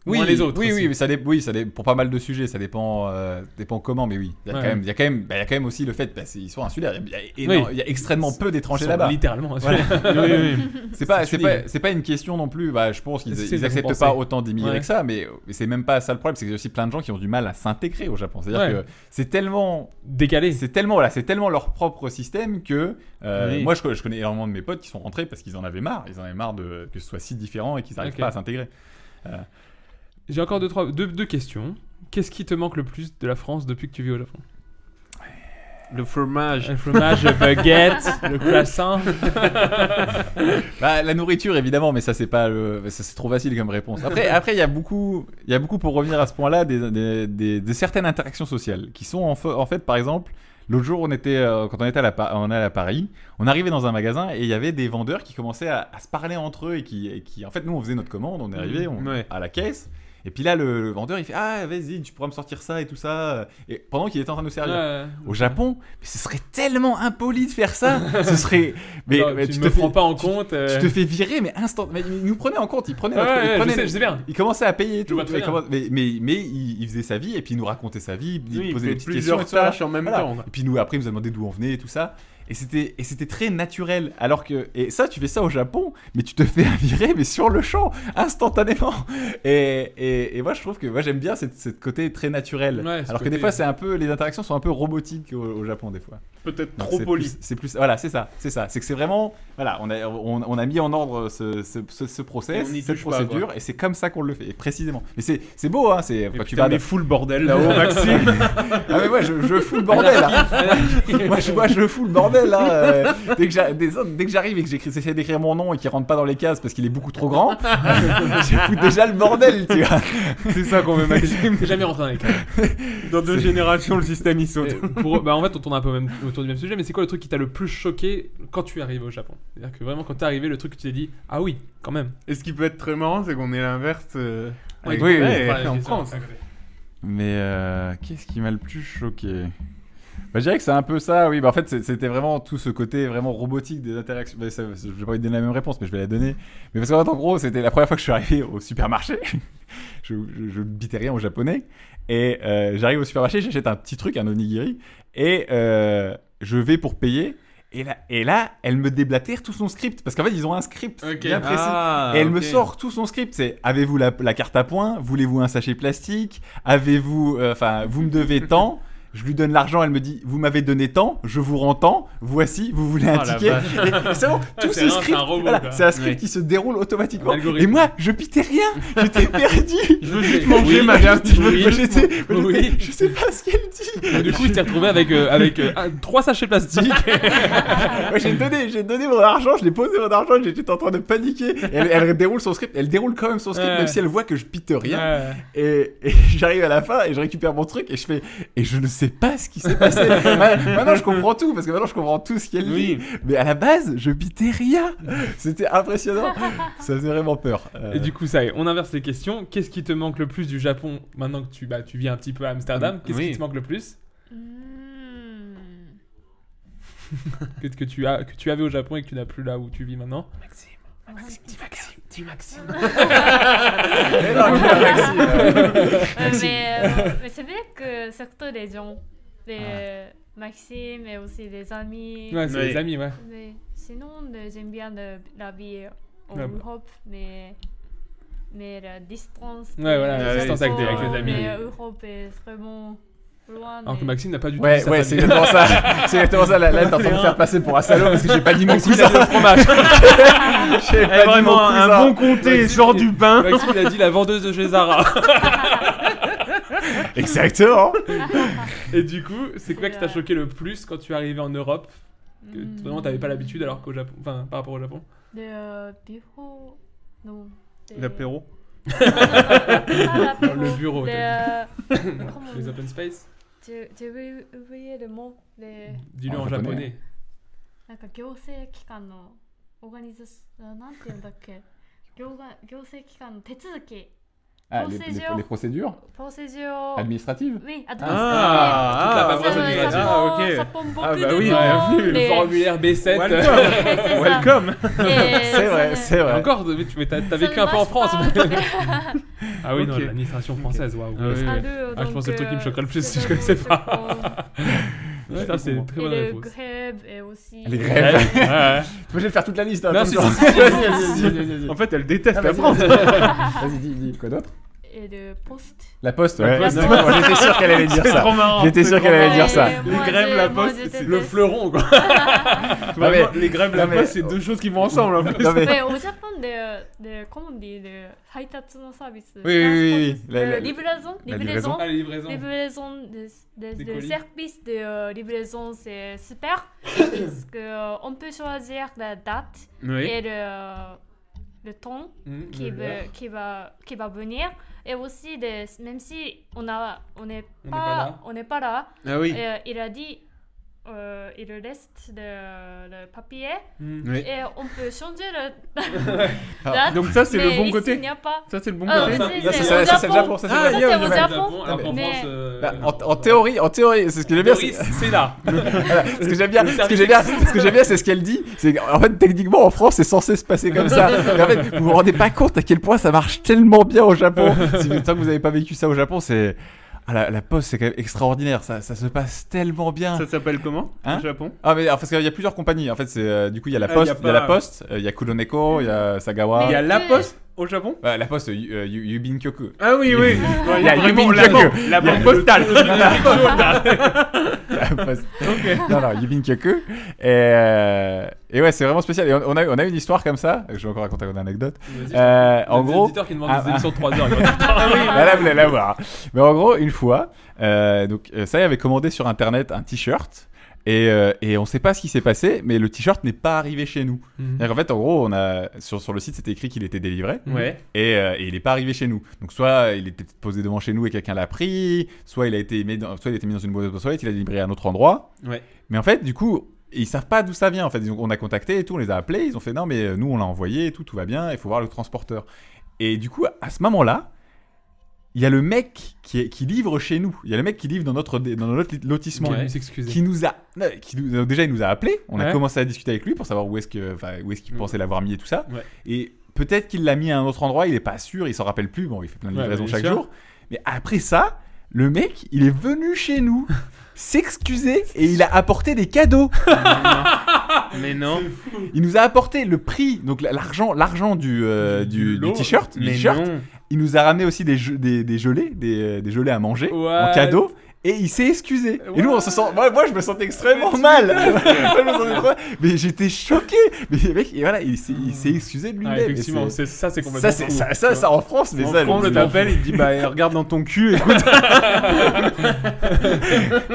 S7: moins les autres.
S8: Oui,
S7: aussi.
S8: oui, mais ça dé- oui, ça dé- pour pas mal de sujets, ça dépend, euh, dépend comment, mais oui. Il y a
S7: Ouais.
S8: quand même, il y a quand même, bah, il y a quand même aussi le fait, bah, c'est- ils sont insulaires. Il y a, il y a éno-
S7: Oui.
S8: il y a extrêmement peu
S7: Ils
S8: d'étrangers
S7: sont
S8: là-bas.
S7: Littéralement. hein,
S8: Voilà.
S9: Oui, oui,
S8: C'est pas,
S7: C'est
S8: c'est
S7: une
S8: pas,
S7: idée.
S8: c'est pas une question non plus. Bah, je pense qu'ils
S7: C'est-
S8: ils
S7: c'est
S8: acceptent
S7: récompensé.
S8: pas autant d'immigrés
S7: Ouais.
S8: que ça, mais mais c'est même pas ça le problème. C'est qu'il y a aussi plein de gens qui ont du mal à s'intégrer au Japon. C'est-à-dire
S7: Ouais.
S8: que c'est tellement
S7: Décalé.
S8: c'est tellement, voilà, c'est tellement leur propre système que euh,
S9: Oui.
S8: moi je, co- je connais énormément de mes potes qui sont rentrés parce qu'ils en avaient marre. Ils en avaient marre de que ce soit si différent et qu'ils n'arrivent
S7: Ok.
S8: pas à s'intégrer.
S7: J'ai encore deux, trois, deux, deux questions. Qu'est-ce qui te manque le plus de la France depuis que tu vis au Japon
S9: Le fromage.
S8: Ah,
S7: Un fromage, le baguette, le croissant.
S8: Bah, la nourriture, évidemment, mais ça, c'est pas le- ça, c'est trop facile comme réponse. Après, après, il y a beaucoup, il y a beaucoup pour revenir à ce point-là, des, des- des- des certaines interactions sociales qui sont en, fa- en fait, par exemple, l'autre jour, on était, euh, quand on était à la, Pa- on est allé à Paris, on arrivait dans un magasin et il y avait des vendeurs qui commençaient à, à se parler entre eux et qui, et qui, en fait, nous, on faisait notre commande, on est arrivé on-
S9: Ouais.
S8: à la caisse. Et puis là, le, le vendeur, il fait Ah, vas-y, tu pourras me sortir ça et tout ça. Et pendant qu'il était en train de nous servir.
S7: Ouais.
S8: Au Japon, mais ce serait tellement impoli de faire ça. ce serait. Mais,
S7: Non,
S8: mais
S7: tu,
S8: te
S7: me
S8: fais-
S7: prends pas en
S8: tu-
S7: compte. euh.
S8: tu te fais virer, mais instant. Mais il nous prenait en compte, il prenait
S7: Ouais,
S8: notre. il
S7: ouais,
S8: prenait-
S7: je sais, je sais bien.
S8: il commençait à payer et tout.
S7: vois très
S8: il
S7: bien.
S8: commence- mais, mais, mais il, il faisait sa vie et puis il nous racontait sa vie, il
S9: Oui,
S8: posait
S9: fait
S8: des petites
S9: plusieurs
S8: questions. et tout ça.
S9: tâches en même
S8: Voilà.
S9: temps, quoi.
S8: Et puis nous, après, il nous a demandé d'où on venait et tout ça. Et c'était, et c'était très naturel. Alors que, et ça, tu fais ça au Japon, mais tu te fais virer, mais sur le champ, instantanément. Et, et, et moi, je trouve que moi, j'aime bien cette, cette côté très naturel.
S7: Ouais, ce
S8: alors que des
S7: côté-
S8: fois, c'est un peu, les interactions sont un peu robotiques au, au Japon, des fois.
S9: Peut-être
S8: Donc,
S9: trop
S8: c'est
S9: poli.
S8: plus- C'est plus, voilà, c'est ça, c'est ça. C'est que c'est vraiment, voilà, on a, on, on a mis en ordre ce, ce, ce, ce process,
S9: Et on n'y
S8: cette
S9: touche pas,
S8: procédure, et c'est comme ça qu'on le fait, et précisément. Mais c'est, c'est beau, hein, c'est.
S9: Et
S8: quand tu
S9: putain,
S8: vas.
S9: mais fous le bordel là-haut, Maxime.
S8: Ah mais moi, je, je fous le bordel. hein. moi, je, moi, je fous le bordel. hein, euh, dès que j'a- des- dès que j'arrive et que j'écris- j'essaie d'écrire mon nom et qu'il rentre pas dans les cases parce qu'il est beaucoup trop grand, je fous déjà le bordel, tu vois.
S9: c'est ça qu'on veut, Maxime.
S7: T'es jamais rentré avec.
S9: Dans deux générations, le système il saute.
S7: Et pour- bah en fait, on tourne un peu au même- autour du même sujet, mais c'est quoi le truc qui t'a le plus choqué quand tu es arrivé au Japon C'est-à-dire que vraiment, quand t'es arrivé, le truc que tu t'es dit, ah oui, quand même.
S9: Et ce qui peut être très marrant, c'est qu'on est l'inverse. euh,
S7: Ouais,
S9: avec-
S8: oui, oui,
S9: ouais,
S7: Voilà,
S9: en
S7: j'ai-
S9: France.
S8: Mais euh, qu'est-ce qui m'a le plus choqué bah, je dirais que c'est un peu ça, oui. Bah, en fait, c'est- c'était vraiment tout ce côté vraiment robotique des interactions. Bah, ça, je vais pas vous donner la même réponse, mais je vais la donner. Mais parce qu'en fait, en gros, c'était la première fois que je suis arrivé au supermarché. je, je, je bitais rien au japonais. Et euh, j'arrive au supermarché, j'achète un petit truc, un onigiri. Et euh, je vais pour payer. Et là, et là, elle me déblatère tout son script. Parce qu'en fait, ils ont un script
S7: Ok.
S8: bien précis.
S9: Ah,
S8: Et elle me
S9: ok.
S8: sort tout son script. C'est avez-vous la, la carte à points Voulez-vous un sachet plastique Avez-vous, euh, enfin, vous me devez tant. Je lui donne l'argent, elle me dit vous m'avez donné tant, je vous rends tant. Voici, vous voulez un
S9: Oh la
S8: ticket.
S9: vache.
S8: Et- et C'est bon, tout
S7: Ah, c'est
S8: ce
S7: un-
S8: script,
S7: c'est un robot,
S8: voilà,
S7: quoi.
S8: c'est un script
S9: Ouais.
S8: qui se déroule automatiquement.
S7: Un algorithme.
S8: Et moi, je pitais rien, j'étais perdu.
S7: Je veux juste
S9: manger, ma viande.
S8: Je- je- j'étais-
S7: Oui.
S8: Je sais pas ce qu'elle dit.
S7: Du coup, il s'est retrouvé avec, euh, avec euh, un- trois sachets plastiques.
S8: Ouais, j'ai donné, j'ai donné mon argent, je l'ai posé mon argent, j'étais en train de paniquer. Et Elle, elle déroule son script, elle déroule quand même son script,
S7: Ouais.
S8: même si elle voit que je pite rien.
S7: Ouais.
S8: Et, et j'arrive à la fin et je récupère mon truc et je fais et je ne sais pas ce qui s'est passé. Ma- maintenant je comprends tout parce que maintenant je comprends tout ce qu'elle dit.
S9: Oui.
S8: Mais à la base je bitais rien. C'était impressionnant. Ça faisait vraiment peur. Euh,
S7: Et du coup, ça y est, on inverse les questions. Qu'est-ce qui te manque le plus du Japon maintenant que tu, bah, tu vis un petit peu à Amsterdam Qu'est-ce
S9: Oui.
S7: qui te manque le plus
S10: Hmm.
S7: que, que, tu as, que tu avais au Japon et que tu n'as plus là où tu vis maintenant
S10: Ah,
S8: mais non, Maxime, euh,
S10: Euh, mais euh, mais c'est vrai que surtout les gens, les Maxime et aussi les amis.
S7: Ah. Ouais, c'est
S9: Oui.
S7: les amis, ouais.
S10: Mais sinon, euh, j'aime bien le- la vie en
S7: Ouais, bah.
S10: Europe, mais, mais la distance.
S7: Ouais, voilà,
S9: la distance
S10: avec,
S9: avec- avec les
S7: amis.
S10: euh, Europe est vraiment loin.
S7: Alors que
S10: mais-
S7: Maxime n'a pas du tout dit
S8: Ouais,
S7: sa
S8: ouais, c'est
S7: famille.
S8: exactement ça. C'est exactement ça. Là, là t'es en train de me faire passer pour un salaud parce que j'ai pas dit mon cousin. J'ai
S9: Eh,
S8: pas dit mon
S9: vraiment, un,
S8: cousin.
S9: bon comté sort du pain.
S7: Maxime, il a dit la vendeuse de chez Zara.
S8: Exactement.
S7: Et du coup, c'est quoi
S10: C'est
S7: qui t'a
S10: vrai.
S7: choqué le plus quand tu es arrivé en Europe que
S10: Hmm.
S7: Vraiment, t'avais pas l'habitude alors qu'au Japon. Enfin, par rapport au Japon.
S10: Le euh, bureau. Non. Ah, le-
S9: L'apéro.
S10: Pas l'apéro,
S7: Le bureau,
S10: le- comment
S7: Les open space
S10: Tu, tu veux oublier le mot les...
S7: Dis-le
S8: En
S7: en, japonais.
S8: japonais.
S10: なんか行政機関のオーガニズスあなんていうんだっけ行が行政機関の手続き
S8: Ah, les, les- les procédures
S10: プロセジュール
S8: administratives.
S10: ウィンアドバンス
S9: Ah,
S7: ah,
S10: ça,
S7: ah,
S10: me- ça,
S9: ah,
S10: prend,
S9: ok.
S10: ça prend beaucoup
S9: Ah, bah
S10: de
S9: oui,
S10: temps.
S9: bah, oui, le
S10: mais-
S7: Le formulaire B7.
S9: Welcome.
S10: c'est ça.
S9: Welcome.
S10: Et
S8: C'est vrai,
S10: ça-
S8: c'est
S7: Et
S8: vrai.
S7: Encore, mais tu- mais t'as t'as
S10: ça
S7: vécu
S10: ne
S7: un peu en
S10: marche
S7: France.
S10: pas.
S7: Ah oui, non,
S9: Ok.
S7: l'administration française, waouh.
S9: Ah oui.
S10: Ah, le-
S7: Ah, je
S10: donc,
S7: pense que c'est le truc qui me
S10: euh,
S7: choquerait le plus,
S10: c'est
S7: je connaissais
S10: le-
S7: pas. Putain, c'est une
S10: Et
S7: très bonne
S10: le
S7: réponse.
S10: grève et aussi.
S8: Les
S7: Ouais,
S8: grèves.
S7: ouais.
S8: Moi, je vais faire toute la liste. hein,
S7: Non,
S8: tout
S7: si,
S8: le temps.
S7: si, si, si, si, si,
S8: Vas-y, vas-y, vas-y, vas-y.
S9: En fait, elle déteste
S8: Ah,
S9: la
S8: vas-y,
S9: France.
S8: vas-y. Vas-y, dis, dis, quoi d'autre
S10: Et et de poste.
S8: La poste, ouais.
S9: La Poste.
S8: Non, moi, J'étais sûr qu'elle allait dire
S9: C'est
S8: ça.
S9: trop marrant.
S8: J'étais sûr
S9: c'est
S8: qu'elle
S9: trop
S8: allait
S9: marrant.
S8: dire ça.
S10: Et
S7: Les
S10: moi,
S7: grèves,
S10: je-
S7: la
S10: moi,
S7: poste,
S10: je
S7: c'est
S10: déteste.
S7: le fleuron, quoi.
S8: mais-
S7: Vraiment, les grèves, la
S8: non, mais-
S7: poste, c'est deux choses qui vont ensemble. en plus.
S8: Non, mais-
S10: Mais au Japon, de, de, comment on dit, de haïtatsu no service.
S8: Oui, oui, oui, oui.
S10: transport,
S8: La- la-
S10: euh, livraison,
S8: la
S10: livraison.
S7: Ah, les livraisons.
S10: Livraison de, de,
S7: Des
S10: de
S7: colis.
S10: service de euh, livraison, c'est super. parce que euh, on peut choisir la date
S7: Oui.
S10: et le, le temps
S7: Mhm,
S10: qui,
S7: le
S10: va,
S7: verre.
S10: qui, va, qui va venir. Et aussi, de, même si on a- on n'est
S7: On n'est
S10: pas, on n'est pas là,
S7: Ah oui.
S10: euh, il a dit euh, il reste le, le papier
S7: Mhm.
S8: Oui.
S10: et on peut changer la date.
S9: Donc ça, c'est le
S10: mais
S9: bon
S10: ici,
S9: côté.
S10: Il n'y a pas.
S9: Ça, c'est le bon
S10: Ah,
S9: côté.
S10: ça,
S8: Ça, c'est
S10: au
S8: ça, ça, c'est le
S10: Japon.
S8: Japon, ça, c'est
S10: Ah,
S8: le
S10: ça,
S8: Japon.
S10: c'est
S7: Ouais,
S10: au
S7: le
S10: Japon.
S7: alors qu'en
S10: Mais-
S7: France, euh,
S8: Bah, en, en
S7: euh,
S8: théorie, en théorie, c'est ce que j'aime bien.
S7: théorie,
S8: c'est-
S7: c'est là.
S8: Ce que j'aime bien,
S7: Le
S8: ce que
S7: service
S8: j'aime bien, ce que j'aime bien, c'est ce qu'elle dit. C'est en fait techniquement en France, c'est censé se passer comme ça. Mais en fait, vous vous rendez pas compte à quel point ça marche tellement bien au Japon. Si vous- tant que vous n'avez pas vécu ça au Japon, c'est ah, la, la poste, c'est quand même extraordinaire. Ça, ça se passe tellement bien.
S9: Ça s'appelle comment
S8: Hein
S9: au Japon
S8: Ah mais alors, parce qu'il y a plusieurs compagnies. En fait, c'est euh, du coup il y a la
S9: Ah, il y a
S8: poste, il y, a
S9: pas-
S8: la poste, euh, il y a Kuroneko, il y a Sagawa.
S10: Mais-
S9: Il y a La
S10: que-
S9: Poste au Japon
S8: Ouais, la poste, Yu- euh, Yu- Yubin-kyoku.
S9: Ah oui, oui. Bon,
S8: Il y a
S9: vraiment
S8: Yubin
S9: la
S8: Kyoku.
S9: banque- La
S8: Il y a
S9: banque
S8: le-
S9: postale.
S8: La poste. Non, non, Yubin Kyoku. Et, euh, et ouais, c'est vraiment spécial. Et on, on a, on a une histoire comme ça. Je vais encore raconter une anecdote. Euh, en
S7: Des
S8: gros,
S7: auditeurs qui demandent
S8: ah,
S7: des
S8: ah.
S7: émissions de 3 heures. ils vont dire,
S8: Bah là, vous allez la voir. Mais en gros, une fois, euh, donc euh, Sai avait commandé sur internet un t-shirt. Et, euh, et on sait pas ce qui s'est passé, mais le t-shirt n'est pas arrivé chez nous.
S7: Mhm.
S8: En fait, en gros, on a sur, sur le site, c'était écrit qu'il était délivré
S9: Ouais.
S8: et, euh, et il n'est pas arrivé chez nous. Donc soit il était posé devant chez nous et quelqu'un l'a pris, soit il a été mis dans, soit il a été mis dans une boîte aux lettres, il a été livré à un autre endroit.
S9: Ouais.
S8: Mais en fait, du coup, ils savent pas d'où ça vient. En fait, Donc, on a contacté et tout, on les a appelés, ils ont fait non mais euh, nous on l'a envoyé, et tout tout va bien, il faut voir le transporteur. Et du coup, à ce moment-là, il y a le mec qui, est- qui livre chez nous. Il y a le mec qui livre dans notre dans notre lotissement
S7: Qui a dû s'excuser.
S8: qui nous a non, qui nous- donc déjà il nous a appelé on
S9: Ouais. Mm.
S8: a commencé à discuter avec lui pour savoir où est-ce que enfin, où est-ce qu'il pensait l'avoir mis et tout ça
S9: Ouais.
S8: et peut-être qu'il l'a mis à un autre endroit il est pas sûr il s'en rappelle plus bon il fait plein de
S9: Ouais,
S8: livraisons
S9: bien
S8: chaque
S9: sûr.
S8: jour mais après ça le mec il est venu chez nous s'excuser et il a apporté des cadeaux
S9: Mais non.
S8: il nous a apporté le prix donc la- l'argent l'argent du euh, du, du
S7: lot.
S8: t-shirt du
S9: Mais
S8: t-shirt.
S9: non.
S8: il nous a ramené aussi des ge- des, des gelées des, euh, des gelées à manger
S7: What
S8: en cadeau et il s'est excusé. Et nous, on se sent. Moi, moi, je me sentais extrêmement
S7: Mais tu
S8: mal. Moi, je me sentais trop- Mais j'étais choqué. Mais le mec, et voilà, il s'est il s'est excusé de
S7: Ah,
S8: lui-même. Et
S7: effectivement,
S8: c'est-
S7: c'est- ça c'est complètement
S8: ça, c'est
S7: fou.
S8: ça, ça, ça, en France, mais
S9: En
S8: ça.
S9: France,
S8: le-
S9: le t'appelle, il te dit bah eh, regarde dans ton cul. Écoute,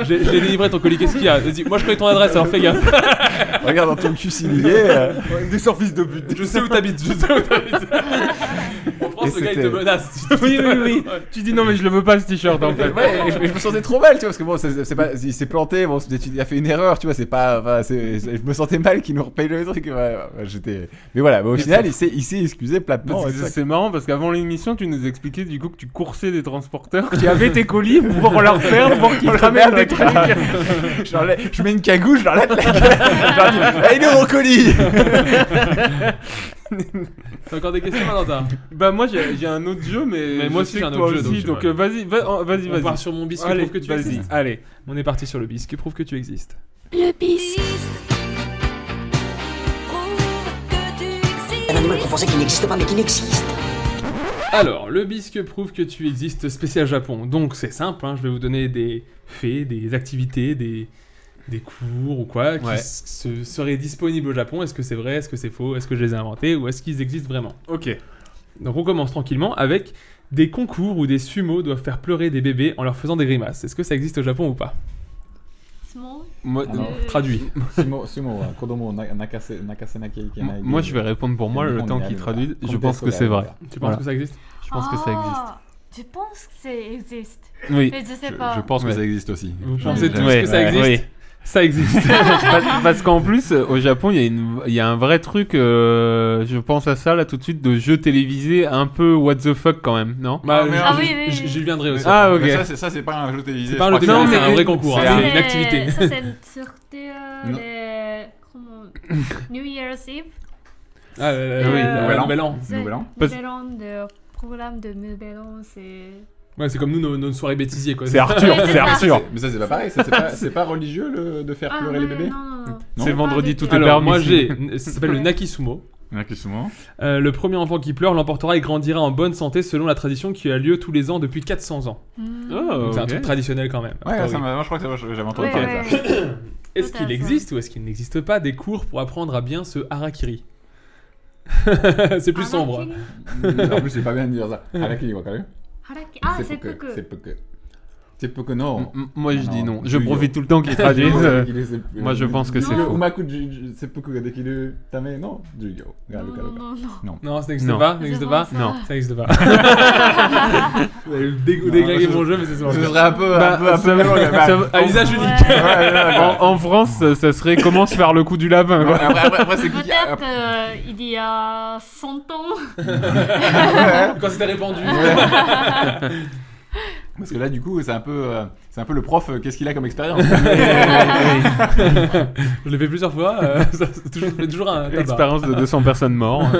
S7: J'ai j'ai délivré ton colis, qu'est-ce qu'il y a Vas-y, moi je connais ton adresse, alors fais gaffe.
S8: Regarde dans ton cul s'il y est. euh,
S9: des services de but.
S7: Je sais où t'habites, je sais où t'habites. En
S8: Et
S7: France, le gars il te
S8: c'était-
S7: menace.
S9: Oui, oui, oui. Tu dis non, mais je le veux pas ce t-shirt en fait.
S8: Ouais, et je, mais je me sentais trop mal, tu vois, parce que bon, c'est c'est pas, il s'est planté, bon, c'était- il a fait une erreur, tu vois, c'est pas, enfin, c'est- c'est- je me sentais mal qu'il nous repaye le truc, ouais, ouais, ouais, j'étais, mais voilà, mais au final, il s'est, il s'est excusé platement. et
S9: Parce que
S8: tout ça.
S9: c'est marrant parce qu'avant l'émission, tu nous expliquais du coup que tu coursais des transporteurs qui avaient tes colis pour leur faire pour qu'ils te ramènent des trucs.
S8: je, leur lève- je mets une cagoule, je leur lève la gueule. Je leur dis, Ah, il est où mon colis
S7: T'as encore des questions, Valentin
S9: Bah moi j'ai j'ai un autre jeu mais,
S7: Mais moi
S9: je
S7: aussi,
S9: sais
S7: j'ai
S9: que
S7: un
S9: toi
S7: autre jeu,
S9: aussi
S7: donc
S9: donc,
S7: je-
S9: euh, vas-y va- en- vas-y
S7: On part
S9: vas-y.
S7: sur mon biscuit,
S9: Allez,
S7: prouve que tu
S9: vas-y,
S7: existes.
S9: allez.
S7: On est parti sur le biscuit, prouve que tu existes.
S6: le bisque.
S11: Un animal qu'on pensait qu'il n'existe pas, mais qui n'existe.
S7: Alors, le bisque prouve que tu existes spécial Japon. Donc, c'est simple, hein, je vais vous donner des faits, des activités, des, des cours ou quoi qui
S9: Ouais.
S7: s- se- seraient disponibles au Japon. Est-ce que c'est vrai Est-ce que c'est faux Est-ce que je les ai inventés Ou est-ce qu'ils existent vraiment
S9: Ok.
S7: Donc, on commence tranquillement avec des concours où des sumo doivent faire pleurer des bébés en leur faisant des grimaces. Est-ce que ça existe au Japon ou pas
S10: Small.
S9: Moi,
S8: Alors,
S10: Euh,
S7: Traduit.
S8: Sumo, sumo, Kodomo, Nakase, Nakasenake,
S9: moi je vais répondre pour moi le temps qu'il traduit. Je pense que c'est vrai.
S7: Tu penses
S9: Voilà.
S7: que ça existe
S9: Je pense que ça existe.
S10: Ah, Je pense que ça existe.
S9: Oui.
S10: Mais je sais pas.
S8: pense
S9: Ouais.
S8: ça existe aussi.
S7: Vous
S8: Je-
S7: pensez
S8: je-
S7: tous
S9: Ouais,
S7: que ça
S9: ouais,
S7: existe
S9: oui.
S7: Ça existe.
S9: Parce parce qu'en plus, euh, au Japon, il y, a une- il y a un vrai truc, euh, je pense à ça là tout de suite, de jeu télévisé un peu what the fuck quand même, non
S7: Bah,
S8: Ah, mais
S7: je-
S10: ah oui,
S7: je-
S10: oui, oui.
S7: J'y viendrai aussi.
S9: Ah, ok.
S8: Mais ça, c'est- ça, c'est pas un jeu télévisé.
S7: C'est
S8: je
S7: pas
S8: crois
S7: le
S8: que
S7: début,
S9: Non,
S7: c'est
S9: mais-
S7: un vrai concours, hein,
S8: C'est
S7: c'est
S8: un-
S7: une activité.
S10: Ça, c'est une sortie euh,
S8: Non.
S10: de. Comment New Year's Eve.
S7: Ah, euh, oui,
S10: Euh,
S7: ouais,
S8: Nouvel an.
S7: nouvel an.
S10: C'est-
S8: Nouvel An
S9: Parce-
S10: Nouvel An, le programme de Nouvel An, c'est.
S7: Ouais, c'est comme nous, nos, nos soirées bêtisiers, quoi.
S9: C'est Arthur,
S10: Ouais, c'est
S9: c'est
S10: ça.
S9: Arthur.
S8: Mais ça, c'est pas pareil. ça, C'est pas, c'est pas religieux le- de faire
S10: Ah,
S8: pleurer les
S10: non,
S8: bébés
S10: Non, non, non.
S9: C'est vendredi
S10: pas
S9: tout
S10: avec
S9: est
S7: Alors,
S9: permis.
S7: moi j'ai. Ça s'appelle le Nakisumo.
S8: Il y en a qui sont morts.
S7: Euh, le premier enfant qui pleure l'emportera et grandira en bonne santé selon la tradition qui a lieu tous les ans depuis 400 ans.
S10: Mm.
S7: Donc C'est un truc traditionnel quand même. a
S8: Ouais,
S9: Ah,
S7: priori.
S8: ça m'a- moi, je crois que ça- j'avais entendu
S10: Ouais,
S8: parler de ça.
S10: ouais.
S7: Est-ce
S10: Tout à
S7: qu'il
S10: fait.
S7: existe ou est-ce qu'il n'existe pas des cours pour apprendre à bien ce harakiri C'est plus sombre. hein.
S10: Harakiri.
S8: en plus, c'est pas bien de dire ça. Harakiri, wa karu
S10: Haraki- Ah, c'est peu
S8: seppuku.
S10: que.
S8: Seppuku. Seppuku no.
S9: M- Moi, je
S8: Non,
S9: dis non.
S8: non,
S9: Je
S8: oui,
S9: profite tout le temps qu'ils traduisent. euh, moi, je pense que c'est
S10: Non.
S9: faux.
S8: Umaku ju- ju- seppuku ga dekiru tame no jugyo ga
S10: Non,
S8: aru
S10: non,
S8: kadoka.
S10: non, non.
S7: Non, ça n'existe
S9: Non.
S7: pas. Ça n'existe
S10: C'est
S7: pas.
S10: bon, ça.
S7: Ça n'existe pas. Vous allez dé- déglinguer mon jeu, mais c'est
S8: Ce
S7: sombre.
S8: serait un peu. un
S9: Bah,
S8: peu- un peu
S9: ça-
S8: mélange,
S9: ça-
S8: bah,
S9: ça-
S7: À usage unique.
S9: en, en France, ça serait commence par le coup du lapin.
S8: Ouais,
S9: quoi.
S8: Après, après, après, c'est qui
S10: Peut-être euh, il y a 100 ans.
S7: Quand c'était répandu.
S8: Parce que là, du coup, c'est un peu, euh, c'est un peu le prof. euh, Qu'est-ce qu'il a comme expérience
S7: Je l'ai fait plusieurs fois. euh, ça c'est toujours, c'est toujours un tabac.
S9: Expérience de 200 personnes mortes.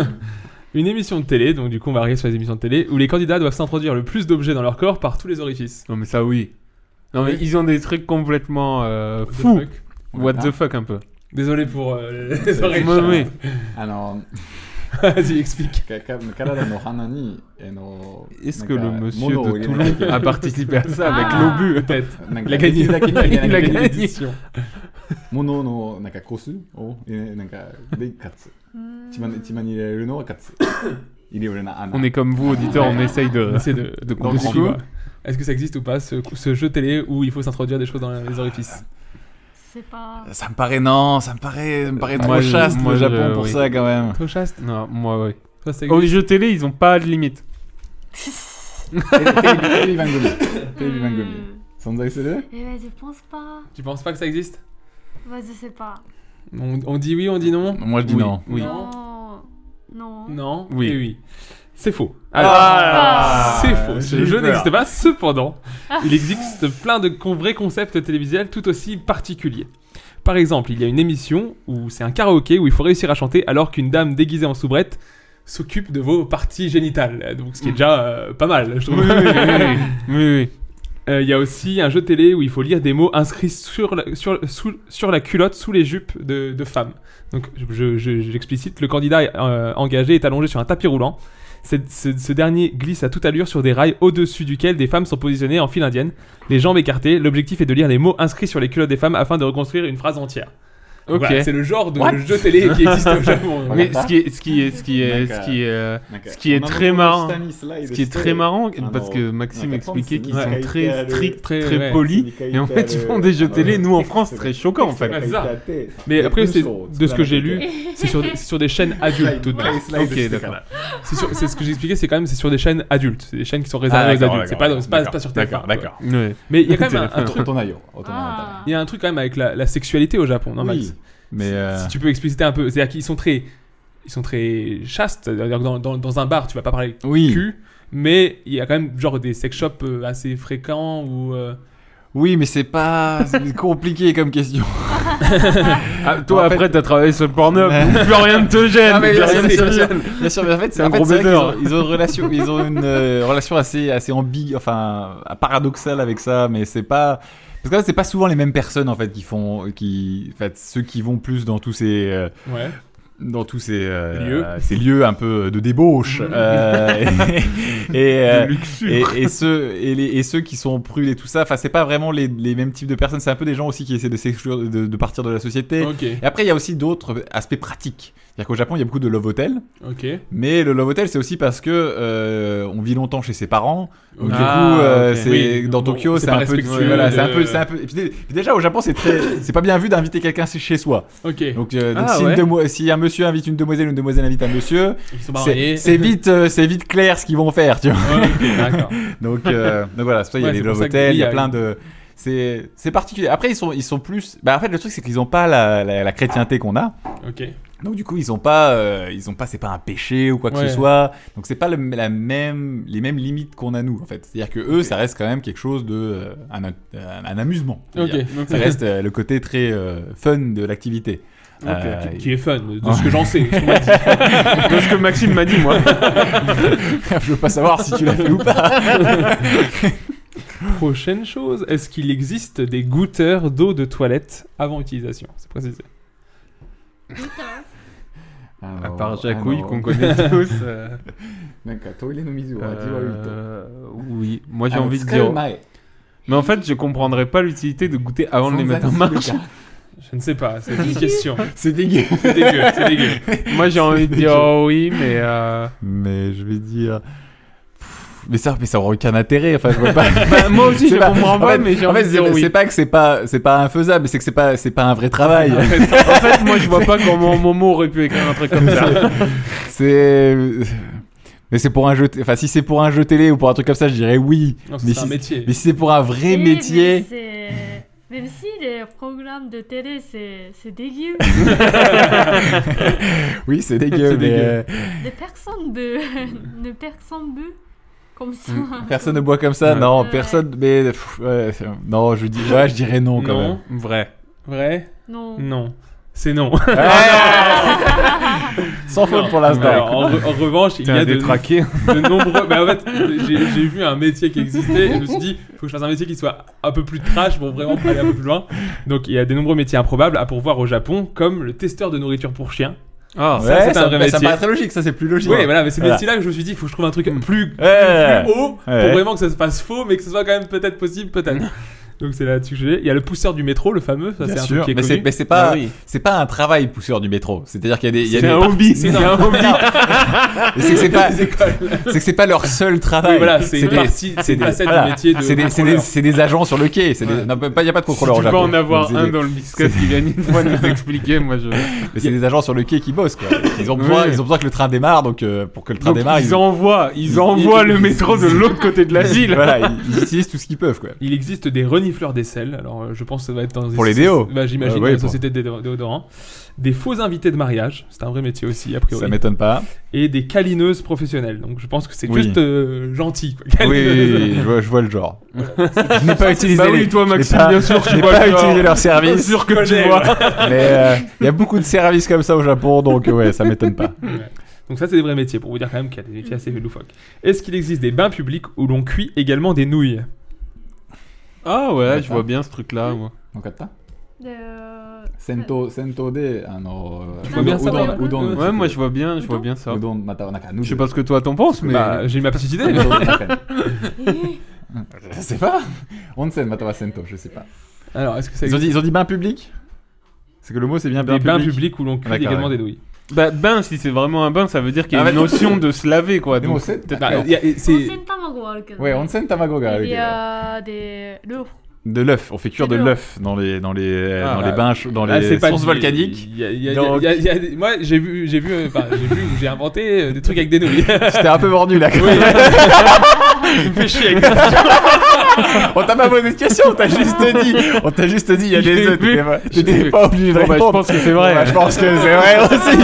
S7: Une émission de télé, donc du coup on va arriver sur les émissions de télé, où les candidats doivent s'introduire le plus d'objets dans leur corps par tous les orifices.
S9: Non, mais ça, oui. Non, mais ils ont des trucs complètement euh, fous.
S7: fuck.
S9: What the fuck, un peu.
S7: Désolé pour euh, les
S9: Oui,
S7: oreilles.
S9: oui.
S8: Alors,
S7: Vas-y, explique.
S9: Est-ce que le monsieur de Toulon a participé à ça avec
S10: Ah.
S9: l'obus peut-être Il a gagné. Il a gagné.
S8: Mono no naka kosu
S9: oh,
S8: o eh, nanka de katsu. Ichiban ichiban ireru no wa katsu. Ireru na ana.
S9: On est comme vous, auditeurs, on essaye de,
S7: On essaie de-
S9: de
S7: Donc, du coup,
S9: comprendre.
S7: Est-ce que ça existe ou pas ce, ce jeu télé où il faut s'introduire des choses dans les orifices
S10: C'est pas.
S8: Ça me paraît non, ça me paraît, ça me paraît
S9: Moi,
S8: trop
S9: je-
S8: chaste
S9: moi,
S8: le
S9: je-
S8: Japon pour
S9: oui.
S8: ça quand même.
S7: Trop chaste
S9: Non, moi, ouais.
S7: Ça, ça
S9: Au
S7: existe.
S9: jeu télé, ils ont pas de limite.
S8: Télévangumi. Télévangumi.
S10: Hmm.
S8: Sanzai suru
S10: Eh ben, je pense pas.
S7: Tu penses pas que ça existe
S10: Bah, je sais pas.
S7: on, on dit oui, on dit non
S8: Moi je dis
S9: Oui.
S8: non.
S9: Oui.
S10: Non. Non.
S7: Non
S9: Oui.
S7: et oui. C'est faux.
S9: Ah.
S7: c'est faux. Ce
S9: j'ai eu
S7: jeu
S9: peur.
S7: n'existe pas. Cependant, il existe plein de con- vrais concepts télévisuels tout aussi particuliers. Par exemple, il y a une émission où c'est un karaoké où il faut réussir à chanter alors qu'une dame déguisée en soubrette s'occupe de vos parties génitales. Donc,
S9: Hmm.
S7: ce qui est déjà euh, pas mal, je trouve.
S9: Oui, oui.
S7: Euh, Il y a aussi un jeu télé où il faut lire des mots inscrits sur la, sur, sous- sur la culotte, sous les jupes de, de femmes. Donc, je- je- je- j'explicite, le candidat euh, engagé est allongé sur un tapis roulant. Cette- ce, ce dernier glisse à toute allure sur des rails au-dessus duquel des femmes sont positionnées en file indienne, les jambes écartées. L'objectif est de lire les mots inscrits sur les culottes des femmes afin de reconstruire une phrase entière.
S9: Ok.
S7: Voilà, c'est le genre de jeu télé qui existe au Japon.
S9: Mais ce qui est, ce qui est, ce qui est,
S8: D'accord.
S9: ce qui est, euh, ce qui est très marrant, ce qui est très marrant, parce que Maxime expliquait qu'ils sont très stricts,
S7: Très, ouais.
S9: très polis, et en fait ils font des jeux télé. Nous en France, c'est très choquant en fait.
S7: Ouais, c'est ça. Mais après, c'est de ce que j'ai lu, c'est sur, c'est sur des chaînes adultes tout de même.
S9: Ok, d'accord.
S7: C'est sur- c'est ce que j'expliquais, c'est quand même c'est sur des chaînes adultes, c'est des chaînes qui sont réservées aux adultes, c'est pas, c'est pas, c'est pas sur TF1.
S8: Ah, D'accord,
S7: quoi.
S8: d'accord.
S9: Ouais.
S7: Mais il y a quand même un, un truc,
S8: Otonayo.
S10: Ah.
S7: il y a un truc quand même avec la, la sexualité au Japon, non Max
S8: Oui. Mais euh,
S7: Si tu peux expliciter un peu, c'est-à-dire qu'ils sont très, ils sont très chastes. c'est-à-dire que Dans, dans, dans un bar, tu vas pas parler
S8: oui.
S7: cul, mais il y a quand même genre des sex shops euh, assez fréquents ou. euh,
S8: Oui, mais c'est pas c'est compliqué comme question.
S9: Ah, toi
S8: En fait-
S9: après t'as travaillé sur le porno,
S8: Ouais.
S9: plus rien ne te gêne.
S8: Ah, mais
S9: plus
S8: bien
S9: rien
S8: sûr,
S9: ne
S8: bien
S9: te
S8: sûr,
S9: gêne.
S8: bien sûr, mais en fait,
S9: C'est un
S8: en fait,
S9: gros
S8: vrai qu'ils
S9: baiser.
S8: ont- Ils ont une relation, ils ont une euh, relation assez, assez ambiguë, enfin paradoxale avec ça, mais c'est pas. Parce que là, c'est pas souvent les mêmes personnes en fait qui font, qui, en fait, ceux qui vont plus dans tous ces, euh,
S7: Ouais.
S8: dans tous ces euh,
S7: Lieux.
S8: ces lieux un peu de débauche euh, et, et, euh, et, et ceux et, les, et ceux qui sont prudes et tout ça. Enfin, c'est pas vraiment les, les mêmes types de personnes. C'est un peu des gens aussi qui essaient de s'exclure, de, de partir de la société.
S7: Ok.
S8: Et après, il y a aussi d'autres aspects pratiques. C'est-à-dire qu'au Japon, il y a beaucoup de love hotels.
S7: Ok.
S8: Mais le love hotel, c'est aussi parce que euh, on vit longtemps chez ses parents. Donc, du coup,
S9: Ah,
S8: euh,
S9: ok.
S8: c'est
S7: Oui.
S8: dans
S7: Bon,
S8: Tokyo,
S7: c'est
S8: c'est
S7: pas
S8: un, peu,
S7: respectueux
S8: voilà,
S7: de-
S8: c'est un peu, c'est un peu. et puis dé- puis déjà, au Japon, c'est très, c'est pas bien vu d'inviter quelqu'un chez soi.
S7: Ok.
S8: Donc, euh, donc,
S9: Ah,
S8: si, une
S9: ouais.
S8: demo- si un monsieur invite une demoiselle, une demoiselle invite un monsieur,
S7: Ils sont
S8: c'est
S7: mariés.
S8: c'est vite, euh, c'est vite clair ce qu'ils vont faire, tu vois.
S7: Ok, D'accord.
S8: Donc, euh, donc voilà, c'est pour ça, il y a
S7: Ouais,
S8: les
S7: c'est pour
S8: love
S7: ça que
S8: hotels, il y
S7: lui,
S8: a
S7: il
S8: plein
S7: a-
S8: de. C'est c'est particulier. Après, ils sont, ils sont plus. Bah, en fait, le truc, c'est qu'ils n'ont pas la, la, la chrétienté qu'on a.
S7: Ok.
S8: Donc du coup, ils ont pas, euh, ils ont pas, c'est pas un péché ou quoi que
S7: Ouais.
S8: ce soit. Donc c'est pas le- la même, les mêmes limites qu'on a nous en fait. C'est-à-dire que eux, ça reste quand même quelque chose de, euh, un, un- un amusement. on va
S7: Ok.
S8: dire. Ça reste euh, le côté très euh, fun de l'activité. Euh,
S7: Qui, qui est fun, de ce que j'en sais.
S9: De ce que Maxime m'a dit moi.
S8: je veux pas savoir si tu l'as fait ou pas.
S7: Prochaine chose, est-ce qu'il existe des goutteurs d'eau de toilette avant utilisation C'est précisé.
S9: À part Jacouille qu'on connaît tous. euh,
S8: なんかトイレの水を味わうと、
S9: euh, oui, moi j'ai
S8: あの
S9: envie de
S8: 使う
S9: dire.
S8: 前
S9: Mais en fait, je comprendrais pas l'utilité de goûter avant de les mettre en marche.
S7: Je ne sais pas, c'est une question.
S8: C'est dégueu.
S7: C'est dégueu, c'est dégueu.
S9: Moi j'ai envie de dire oh oui, mais. euh,
S8: Mais je vais dire. Pff, Mais ça, mais ça aurait aucun intérêt. Enfin, je vois pas.
S9: bah, moi aussi
S8: C'est
S9: je comprends pas,
S8: en fait-
S9: mais j'ai
S8: en
S9: envie
S8: fait,
S9: de
S8: c'est-
S9: dire oui.
S8: C'est pas que c'est pas, c'est pas infaisable, c'est que c'est pas, c'est pas un vrai travail.
S9: Ah, En fait, moi je vois pas comment Momo aurait pu écrire un truc comme ça.
S8: c'est. Mais c'est pour un jeu. t- Enfin, si c'est pour un jeu télé ou pour un truc comme ça, je dirais oui.
S7: Non,
S8: mais
S7: c'est un
S8: si,
S7: métier.
S8: mais si c'est pour un vrai
S10: Eh, mais
S8: métier,
S10: c'est- Même si les programmes de télé, c'est c'est dégueu.
S8: oui, c'est dégueu. mais,
S9: C'est dégueu.
S8: euh,
S10: Les personnes de... ne personne bu comme ça.
S8: personne ne boit comme ça.
S9: Ouais.
S8: Non,
S10: Ouais.
S8: personne. Mais pff, ouais, c'est- non, je dis, ouais, je dirais non quand même.
S7: Non,
S9: Vrai.
S7: vrai,
S10: Non.
S7: non. C'est non.
S8: Ah, Sans faute
S7: Non.
S8: pour l'instant.
S7: Alors, en, re- en revanche, il y
S9: T'es Ah, un
S7: a de,
S9: détraqué.
S7: de nombreux. Mais en fait, j'ai j'ai vu un métier qui existait et je me suis dit, faut que je fasse un métier qui soit un peu plus trash pour vraiment aller un peu plus loin. Donc, il y a de nombreux métiers improbables à pourvoir au Japon, comme le testeur de nourriture pour chiens.
S9: Ah,
S7: ça, c'est un vrai
S8: mais Ça
S7: métier.
S8: paraît très logique, ça c'est plus logique.
S7: Oui, voilà, mais c'est
S8: Voilà. Mm.
S7: métier-là que je me suis dit, faut que je trouve un truc plus,
S8: Ouais.
S7: plus haut pour
S8: Ouais. Mm.
S7: vraiment que ça se fasse faux, mais que ce soit quand même peut-être possible, peut-être. Donc, c'est là-dessus que j'ai. Il y a le pousseur du métro, le fameux. Ça, c'est
S8: Bien
S7: un truc
S8: sûr,
S7: qui est
S8: mais c'est
S7: connu. Bah
S8: mais c'est pas
S9: Ah oui.
S8: c'est pas un travail pousseur du métro. C'est-à-dire qu'il y a des il y a
S9: C'est
S8: des
S9: un
S8: par-
S9: hobby.
S7: C'est
S9: C'est un hobby.
S8: mais c'est que c'est pas
S7: Des écoles.
S8: c'est que c'est pas leur seul travail.
S7: Oui, voilà, c'est une
S8: des-
S7: partie- c'est une
S8: des-
S7: facette du
S8: voilà.
S7: métier de
S8: C'est des c'est des
S7: contrôleur.
S8: c'est des agents sur le quai. C'est des- non, pas il y a pas de
S9: Si tu
S8: contrôleur au
S9: peux
S8: Japon.
S9: en avoir
S8: Donc,
S9: un
S8: c'est des-
S9: dans le biscuit qui vient une fois nous expliquer, moi je.
S8: mais c'est des agents sur le quai qui bossent quoi. Ils ont besoin
S9: Oui.
S8: ils ont besoin que le train démarre donc euh, pour que le train
S9: Donc,
S8: démarre
S9: ils envoient, ils envoient le métro de l'autre côté de la ville.
S8: Voilà, ils, ils utilisent tout ce qu'ils peuvent quoi.
S7: Il existe des renifleurs d'aisselle, alors euh, je pense que ça va être dans des
S8: Pour les
S7: soci-
S8: déos.
S7: Bah, j'imagine
S8: Euh, ouais,
S7: dans les
S8: pour-
S7: sociétés de déo- déodorants. Des faux invités de mariage, c'est un vrai métier aussi a
S8: Ça
S7: priori.
S8: m'étonne pas.
S7: Et des câlineuses professionnelles, donc je pense que c'est
S8: Oui.
S7: juste euh, gentil. Quoi.
S8: Oui, oui,
S7: Câlineuse.
S8: oui, je vois je vois le genre. Je n'ai pas utilisé
S9: Bah
S8: les-
S9: oui, toi
S8: je n'ai
S9: Maxime,
S8: pas-
S9: bien sûr, tu
S8: J'ai
S9: vois
S8: pas
S9: le genre.
S8: utilisé leur
S9: Bien
S8: service.
S9: sûr que tu
S7: connais,
S9: vois.
S8: Mais euh, il y a beaucoup de services comme ça au Japon, donc ouais, ça m'étonne pas.
S7: Ouais. Donc ça c'est des vrais métiers, pour vous dire quand même qu'il y a des métiers assez loufoques. Est-ce qu'il existe des bains publics où l'on cuit également des nouilles
S9: Ah ouais, je
S8: Attends.
S9: vois bien ce truc-là, moi.
S8: 分かった
S10: で
S8: 戦闘戦闘であの
S10: うどん
S7: うどん
S8: うどん
S9: Ouais, moi je vois bien, je vois bien ça.
S8: うどんまたはなんかヌードル
S9: Je sais pas ce que toi t'en penses, mais.
S7: Bah j'ai ma petite idée.
S8: う
S7: mais-
S8: どんの中に
S10: eh,
S8: Je sais pas. 温泉または戦闘 je sais pas
S7: Alors est-ce que ça
S8: ils ont
S7: existe
S8: dit ils ont dit bain public c'est que le mot c'est bien bain
S7: des bains
S8: public
S7: publics où l'on cuit
S8: D'accord,
S7: également
S8: ouais.
S7: des nouilles
S9: Bah, bain, si c'est vraiment un bain, ça veut dire qu'il y a
S8: Ah,
S9: une
S8: bah,
S9: notion de se laver, quoi.
S8: de
S9: donc-
S8: 温泉
S7: Ah, il y a- et c'est-
S10: 温泉卵はあるけど、
S8: ouais 温泉卵がある
S10: い
S8: けど
S10: やーでルーフ
S8: de l'œuf on fait cuire
S10: C'est
S8: de
S10: de
S8: l'œuf dans les dans les
S9: Ah,
S8: dans les
S9: bah,
S8: bains chauds- dans
S7: Ah,
S8: les
S7: pas
S8: sources
S7: du-
S8: volcaniques
S7: il y a- il y a-
S8: Donc-
S7: il y a- il y a des- Moi, j'ai vu, j'ai vu, euh, enfin, j'ai vu, j'ai inventé euh, des trucs avec des nouilles.
S8: j'étais un peu mordu là
S7: Tu me fais chier. avec-
S8: On t'a pas posé de question, on t'a juste dit. On t'a juste dit, il y a
S9: Je l'ai
S8: des œufs.
S9: vu,
S8: t'étais pas-
S9: je l'ai
S8: T'étais
S9: vu.
S8: pas obligé de
S9: Bon, bah,
S8: répondre.
S9: je pense que c'est vrai.
S8: Bah, je pense que c'est vrai aussi.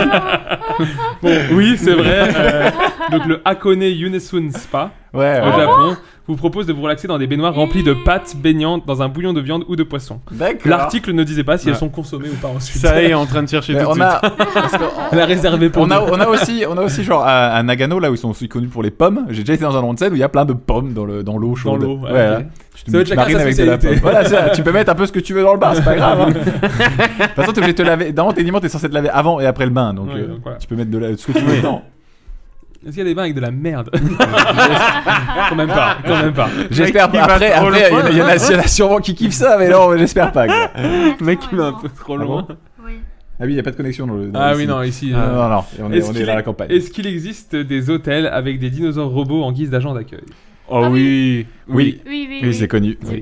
S7: Bon, oui, c'est vrai. euh, donc le Hakone Yunesun Spa
S8: Ouais,
S7: au
S8: ouais.
S7: Japon vous propose de vous relaxer dans des baignoires remplies de pâtes baignantes dans un bouillon de viande ou de poisson.
S8: D'accord.
S7: L'article ne disait pas si
S9: Ouais.
S7: elles sont consommées ou pas ensuite.
S9: Ça y est, en train de chercher
S8: Mais
S9: tout de
S8: on
S9: suite.
S8: a, parce que-
S7: Elle a réservé pour
S8: on a,
S7: nous.
S8: on a aussi, on a aussi genre à, à Nagano là où ils sont aussi connus pour les pommes. J'ai déjà été dans un onsen où il y a plein de pommes dans le dans l'eau chaude.
S7: l'eau, ouais,
S8: Ouais,
S7: ok.
S8: Tu
S7: Ça doit être
S8: tu
S7: chacun
S8: marines
S7: sa
S8: avec de la
S7: spécialité.
S8: pomme. Voilà, c'est ça. tu peux mettre un peu ce que tu veux dans le bar, c'est pas grave. hein. De toute façon, t'es obligé de te laver. Dans techniquement, t'es censé te laver avant et après le bain, donc,
S7: Ouais,
S8: euh,
S7: donc voilà.
S8: tu peux mettre de la, ce que tu veux dedans.
S7: Est-ce qu'il y a des bains avec de la merde Quand même pas. Quand même pas.
S8: J'espère
S9: Mec,
S8: pas.
S9: il va
S8: Après,
S9: trop
S8: après, il y en
S9: loin.
S8: a- il y, en a- il y en a sûrement qui kiffent ça, mais non, j'espère pas. quoi.
S10: Le
S9: Le mec, il va un peu trop
S8: Ah
S9: loin.
S10: Oui.
S8: Ah oui, il n'y a pas de connexion dans le. dans
S7: Ah
S8: le
S7: oui,
S8: site.
S7: non, ici.
S8: Non,
S7: euh,
S8: non, non, on est,
S7: Est-ce
S8: on est
S7: qu'il
S8: dans
S7: est-
S8: la campagne.
S7: Est-ce qu'il existe des hôtels avec des dinosaures robots en guise d'agent d'accueil
S9: Oh
S10: Ah
S9: oui.
S8: Oui,
S10: Oui, oui,
S8: oui, c'est connu.
S7: Je me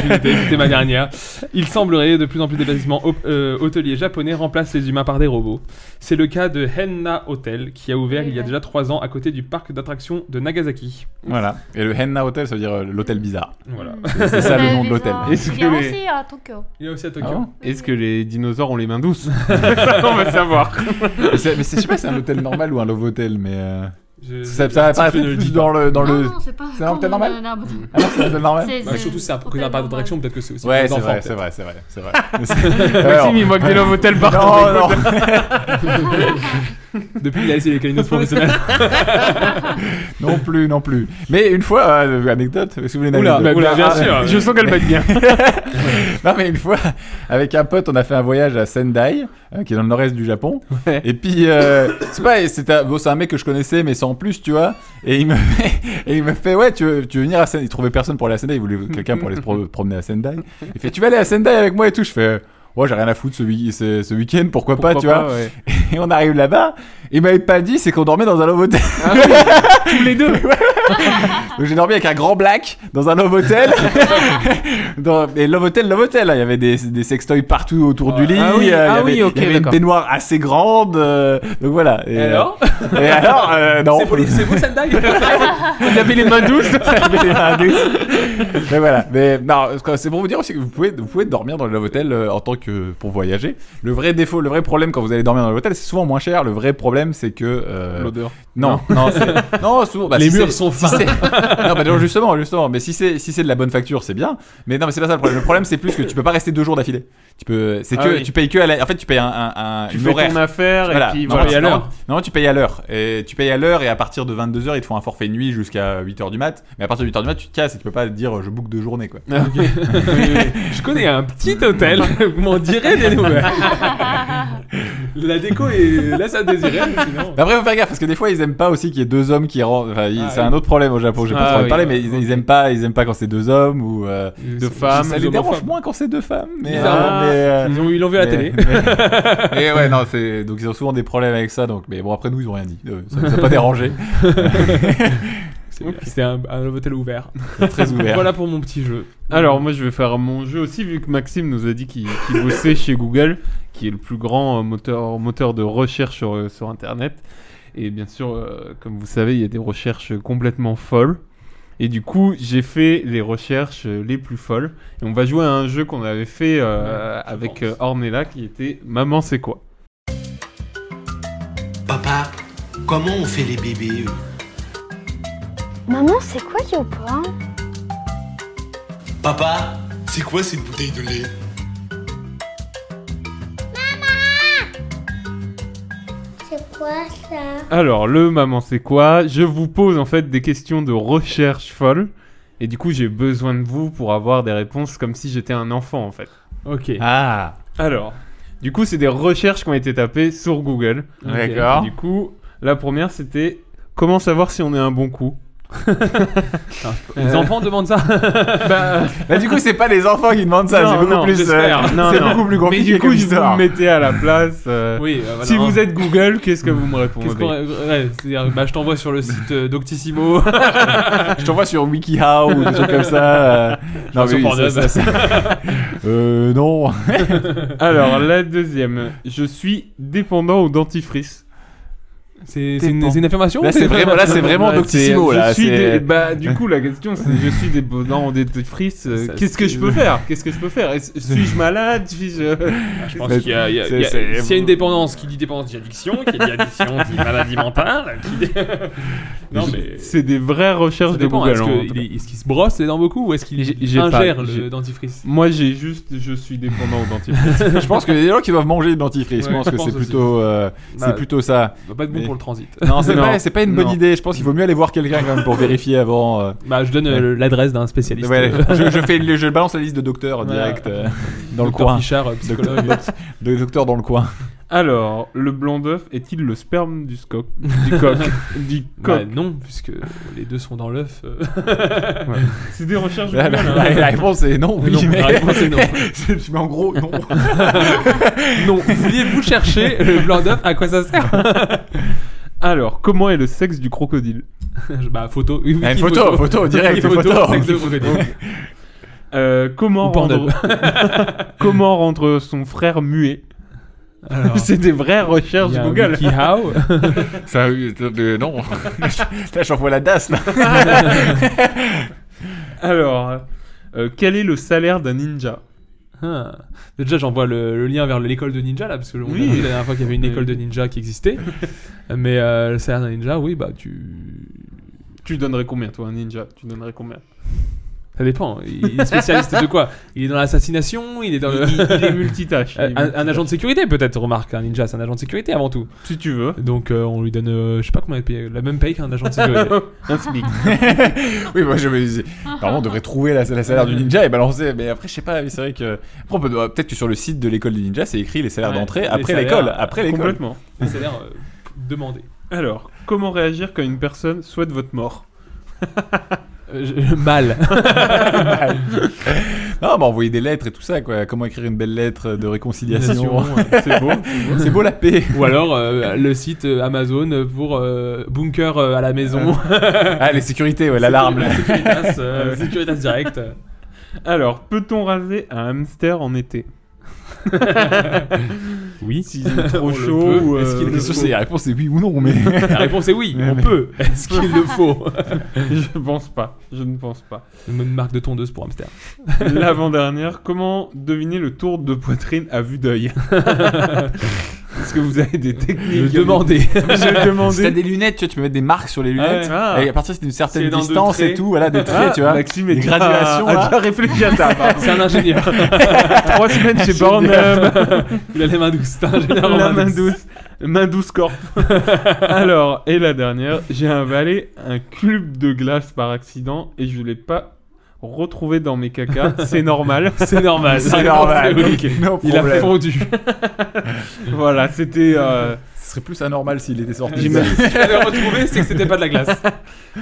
S7: suis douté, C'était ma dernière. Il semblerait de plus en plus d'établissements op- euh, hôteliers japonais remplacent les humains par des robots. C'est le cas de Henna Hotel qui a ouvert il y a déjà 3 ans à côté du parc d'attractions de Nagasaki.
S8: Voilà. Et le Henna Hotel, ça veut dire euh, l'hôtel bizarre.
S10: Mm.
S7: Voilà.
S8: C'est ça
S10: Bah,
S8: le nom de l'hôtel.
S9: Est-ce
S10: Il y a
S9: que les-
S10: aussi à hein, Tokyo.
S7: Il y a aussi à Tokyo.
S8: Ah
S9: Est-ce que les dinosaures ont les mains douces Ça, On va savoir.
S8: bon Mais c'est- mais c'est- je sais pas si c'est un hôtel normal ou un love hotel, mais. euh,
S7: Je-
S8: Ça,
S7: je-
S8: ça
S7: je- je-
S8: apparaît
S7: je ne le
S8: plus
S7: dis
S8: dans le. Dans
S10: non,
S8: le...
S10: Ah non, c'est pas
S8: c'est un hôtel
S10: comme
S8: normal
S10: un arbre.
S8: Ah non, c'est un hôtel normal
S10: C'est-
S7: pas. Bah, surtout, c'est un
S10: hôtel
S7: président par
S10: normal.
S7: d'attraction, peut-être que c'est aussi
S8: Ouais,
S7: pour
S8: c'est
S7: les enfants.
S8: vrai, c'est
S7: peut-être.
S8: vrai, c'est vrai. C'est vrai.
S9: Maxime, il voit que des love hôtels partout.
S8: non, non.
S7: Depuis qu'il a essayé les caninos professionnels.
S8: Non plus, non plus. Mais une fois, euh, anecdote, est-ce que vous voulez une
S9: Oula,
S8: anecdote
S9: oula, bien
S8: Ah,
S9: sûr.
S8: mais-
S9: Je sens qu'elle va être bien.
S8: non mais une fois, avec un pote, on a fait un voyage à Sendai, euh, qui est dans le nord-est du Japon.
S9: Ouais.
S8: Et puis, euh, c'est pas, c'est un, bon, c'est un mec que je connaissais, mais sans plus, tu vois. Et il me fait, et il me fait ouais, tu veux, tu veux venir à Sendai Il trouvait personne pour aller à Sendai, il voulait quelqu'un pour aller se pro- promener à Sendai. Il fait, tu vas aller à Sendai avec moi et tout. Je fais, ouais, j'ai rien à foutre ce, week- ce- ce week-end, pourquoi, pas,
S9: Pourquoi
S8: tu vois.
S9: ouais.
S8: Et on arrive là-bas, il m'avait pas dit, c'est qu'on dormait dans un hôtel.
S9: Ah Tous les deux.
S8: Donc j'ai dormi avec un grand black dans un love hotel. dans, et love hotel, love hotel. hein. Il y avait des, des sextoys partout autour du lit.
S9: Ah oui,
S8: euh,
S9: ah
S8: il y avait,
S9: oui, ok,
S8: il y avait une
S9: d'accord.
S8: baignoire assez grande. euh, donc voilà. Et,
S7: Et alors
S8: euh, Et alors euh, Non.
S7: C'est beau- C'est beau, Sendai
S9: Il avait les mains douces.
S8: mais voilà. Mais non, c'est pour vous dire aussi que vous pouvez, vous pouvez dormir dans le love hotel euh, en tant que pour voyager. Le vrai défaut, le vrai problème quand vous allez dormir dans le hotel, c'est souvent moins cher. Le vrai problème, c'est que euh,
S9: L'odeur.
S8: non, non, c'est- non, souvent. bah,
S7: Les
S8: si
S7: murs
S8: c'est-
S7: sont
S8: si
S7: fins.
S8: c'est- non, bah, non, justement, justement. Mais si c'est si c'est de la bonne facture, c'est bien. Mais non, mais c'est pas ça le problème. Le problème, c'est plus que tu peux pas rester deux jours d'affilée. Tu peux, c'est
S9: Ah
S8: que
S9: oui.
S8: tu payes que à la- en fait, tu payes un, un, un
S9: Tu
S8: une
S9: fais
S8: horaire.
S9: ton affaire
S8: Voilà.
S9: et puis
S8: Non,
S9: voilà.
S8: non, non, tu payes à l'heure. Et tu payes à l'heure et à partir de 22h, ils te font un forfait nuit jusqu'à 8h du mat. Mais à partir de 8h du mat, tu te casses et tu peux pas dire euh, je boucle deux journées quoi.
S7: Je connais un petit hôtel, vous m'en direz des nouvelles. La déco est laisse à désirer, sinon.
S8: Mais Après, faut faire gaffe parce que des fois, ils aiment pas aussi qu'il y ait deux hommes qui rentrent. Enfin, ils-
S7: Ah,
S8: c'est
S7: oui.
S8: un autre problème au Japon, j'ai pas
S9: Ah,
S8: trop envie de
S9: oui,
S8: parler,
S9: oui,
S8: mais ils, ils aiment pas, ils aiment pas quand c'est deux hommes ou. euh,
S9: Deux femmes,
S8: ça les dérange moins quand c'est deux femmes. Mais,
S7: Bizarrement.
S8: euh, mais, euh,
S7: Ils ont- ils l'ont vu à la
S8: mais-
S7: télé.
S8: mais- Et ouais, non, c'est donc ils ont souvent des problèmes avec ça. Donc, mais bon, après nous, ils ont rien dit. Euh, Ça nous a pas dérangé.
S7: C'est bien, C'était un, un hôtel ouvert.
S8: Très ouvert.
S7: Voilà pour mon petit jeu.
S9: Alors moi je vais faire mon jeu aussi vu que Maxime nous a dit qu'il qu'il bossait chez Google, qui est le plus grand euh, moteur, moteur de recherche sur, euh, sur Internet. Et bien sûr, euh, comme vous savez, il y a des recherches complètement folles. Et du coup, j'ai fait les recherches euh, les plus folles. Et on va jouer à un jeu qu'on avait fait euh, avec euh, Ornella qui était Maman c'est quoi
S12: Papa, comment on fait les bébés
S13: Maman, c'est quoi Yopa
S12: Papa, c'est quoi cette bouteille de lait
S14: C'est quoi ça
S9: Alors, le maman c'est quoi Je vous pose en fait des questions de recherche folle. Et du coup, j'ai besoin de vous pour avoir des réponses comme si j'étais un enfant en fait.
S7: Ok.
S8: Ah
S9: Alors, du coup, c'est des recherches qui ont été tapées sur Google.
S7: Ok.
S8: D'accord.
S9: Du coup, la première c'était comment savoir si on est un bon coup
S7: Les enfants demandent ça
S9: Bah,
S8: Bah, du coup, c'est pas les enfants qui demandent ça.
S9: non,
S8: C'est beaucoup
S9: non,
S8: plus.
S9: j'espère.
S8: euh,
S9: Non,
S8: c'est
S9: non.
S8: beaucoup plus compliqué.
S9: Mais du coup,
S8: comme
S9: je vous
S8: histoire.
S9: me mettez à la place. euh,
S7: Oui, euh, voilà,
S9: si
S7: hein.
S9: vous êtes Google, qu'est-ce que vous me répondez
S7: Qu'est-ce qu'on. Ouais, c'est-à-dire, bah, je t'envoie sur le site euh, Doctissimo.
S8: Je t'envoie sur WikiHow ou des trucs comme ça. euh,
S7: Sur
S8: Non, mais oui,
S7: Pornhub.
S8: ça, ça, ça- Euh, non.
S9: Alors, la deuxième, je suis dépendant au dentifrice.
S7: C'est c'est une, Bah, c'est une affirmation
S8: Là,
S7: ou
S8: c'est vraiment, là, c'est vraiment
S9: Ouais,
S8: Doctissimo,
S9: Bah, c'est-
S8: là.
S9: Je suis
S8: c'est-
S9: des- Bah, du coup, la question, c'est je suis des non, des des frites, euh,
S7: Ça,
S9: Qu'est-ce que
S7: c'est-
S9: je peux faire Qu'est-ce que je peux faire Est-ce- Suis-je malade Suis-je. euh,
S7: Ah, Je pense qu'il y a, il y a- il y a-
S8: C'est- c'est-
S7: s'il y a une dépendance qui dit dépendance dit addiction, qui dit addiction dit maladie mentale, qui dit... Non mais...
S9: C'est des vraies recherches
S7: Ça
S9: de
S7: dépend,
S9: Google. hein,
S7: est-ce
S9: en tout
S7: que-
S9: cas.
S7: il est- est-ce qu'il se brosse les dents beaucoup ou est-ce qu'il
S9: J'ai- j'ai
S7: ingère
S9: pas-
S7: le
S9: j'ai-
S7: dentifrice
S9: Moi, j'ai juste, je suis dépendant au dentifrice.
S8: Je pense qu'il y a des gens qui doivent manger le dentifrice.
S7: Ouais,
S8: je pense
S7: je
S8: que
S7: pense
S8: c'est
S7: aussi.
S8: plutôt, euh,
S7: Bah,
S8: c'est plutôt ça.
S7: Ça va pas être bon
S8: Mais-
S7: pour le transit.
S8: Non, c'est
S9: Non.
S8: pas, c'est pas une bonne
S9: Non.
S8: idée. Je pense qu'il vaut mieux aller voir quelqu'un quand même pour vérifier avant. euh.
S7: Bah je donne euh, l'adresse d'un spécialiste.
S8: Ouais,
S7: euh,
S8: je, je fais, le- je balance la liste de docteurs euh, direct euh, dans le
S7: Dr
S8: coin.
S7: Pichard, euh, psychologue.
S8: Docteur- De docteurs dans le coin.
S9: Alors, le blanc d'œuf est-il le sperme du scoc Du coq Du
S7: Bah,
S9: coq
S7: non, puisque les deux sont dans l'œuf. euh.
S9: Ouais. C'est des recherches de
S8: La,
S9: Google.
S8: la-
S9: hein.
S8: la réponse est non. Oui,
S7: non,
S8: mais...
S7: la réponse est non.
S8: C'est- mais en gros, non.
S7: non, vouliez-vous chercher le blanc d'œuf À quoi ça sert
S9: Alors, comment est le sexe du crocodile
S7: Bah photo. oui,
S8: Ah, une
S7: Wiki
S8: photo, photo, direct,
S7: Wiki
S8: photo.
S7: sexe de crocodile.
S9: Euh, comment,
S7: Ou Pornhub.
S9: rendre... comment rendre son frère muet
S7: Alors,
S9: C'est des vraies
S7: Ah. il
S9: recherches
S7: y a
S9: Google.
S7: WikiHow.
S8: Ça, oui, euh, non. Là, j'envoie la DAS. Là.
S9: Alors, euh, quel est le salaire d'un ninja
S7: Ah. Déjà, j'envoie le, le lien vers l'école de ninja là, parce que on
S9: Oui.
S7: a vu la dernière fois qu'il y avait une
S9: Oui.
S7: école de ninja qui existait. Mais euh, le salaire d'un ninja, oui, bah tu.
S9: Tu donnerais combien, toi, un ninja Tu donnerais combien
S7: Ça dépend. Il est spécialiste de quoi Il est dans l'assassination, il est dans le.
S9: Il- il est multitâche, il est
S7: Un- un,
S9: multitâche.
S7: agent de sécurité, peut-être, remarque. Un ninja, c'est un agent de sécurité avant tout.
S9: Si tu veux.
S7: Donc, euh, on lui donne, euh, je sais pas combien il paye, la même paye qu'un agent de sécurité.
S9: un SMIC.
S8: oui, moi je me disais, normalement on devrait trouver la, la salaire du ninja et balancer. Mais après, je sais pas, mais c'est vrai que. Après, on peut- euh, peut-être que sur le site de l'école du ninja, c'est écrit les salaires
S9: Ouais,
S8: d'entrée
S9: les
S8: après
S9: salaires,
S8: l'école. Après l'école.
S9: Complètement.
S7: Les salaires euh, demandés.
S9: Alors, comment réagir quand une personne souhaite votre mort
S7: Euh, je- mal.
S8: Mal. Non, bah envoyer des lettres et tout ça, quoi. Comment écrire une belle lettre de réconciliation.
S9: C'est beau.
S8: C'est beau la paix.
S7: Ou alors euh, le site euh, Amazon euh, pour euh, bunker euh, à la maison.
S8: ah, les sécurités, ouais, l'alarme.
S7: La Securitas, euh,
S9: Ouais.
S7: Securitas Direct.
S9: Alors, peut-on raser un hamster en été
S7: Oui.
S9: S'il est trop
S7: On le
S9: chaud
S7: peut.
S9: ou.
S7: Est-ce qu'il
S9: euh,
S7: est chaud
S8: C'est- La réponse est oui ou non, mais.
S7: La réponse est oui,
S8: Mais-
S7: on
S8: mais-
S7: peut. Est-ce qu'il le faut
S9: Je pense pas. Je ne pense pas.
S7: Une marque de tondeuse pour hamster.
S9: L'avant-dernière, comment deviner le tour de poitrine à vue d'œil Est-ce que vous avez des
S7: Le
S9: techniques
S7: demander.
S9: Je vais
S8: Si t'as
S9: demander.
S8: des lunettes, tu, vois, tu peux mettre des marques sur les lunettes.
S9: Ah, ah.
S8: Et à partir d'une
S7: C'est
S8: certaine
S7: dans Ah, deux
S8: distance et
S7: traits.
S8: tout, voilà, des traits, tu vois.
S9: Maxime est
S8: Des
S9: déjà-
S8: graduations,
S9: a
S8: là.
S9: déjà réfléchi à ça.
S7: C'est un ingénieur.
S9: Trois semaines chez Bornum.
S7: Il a les mains douces. C'est un ingénieur en
S9: La main douce. Main douce corps. Alors, et la dernière, j'ai avalé un cube de glace par accident et je l'ai pas retrouvé dans mes cacas. C'est normal.
S7: C'est normal.
S9: C'est normal.
S7: logique.
S8: Non
S7: Il a
S8: problème.
S7: fondu.
S9: voilà, c'était. euh,
S8: Ce serait plus anormal s'il était sorti.
S9: J'imagine-
S7: Si tu l'avais retrouvé, c'est que c'était pas de la glace.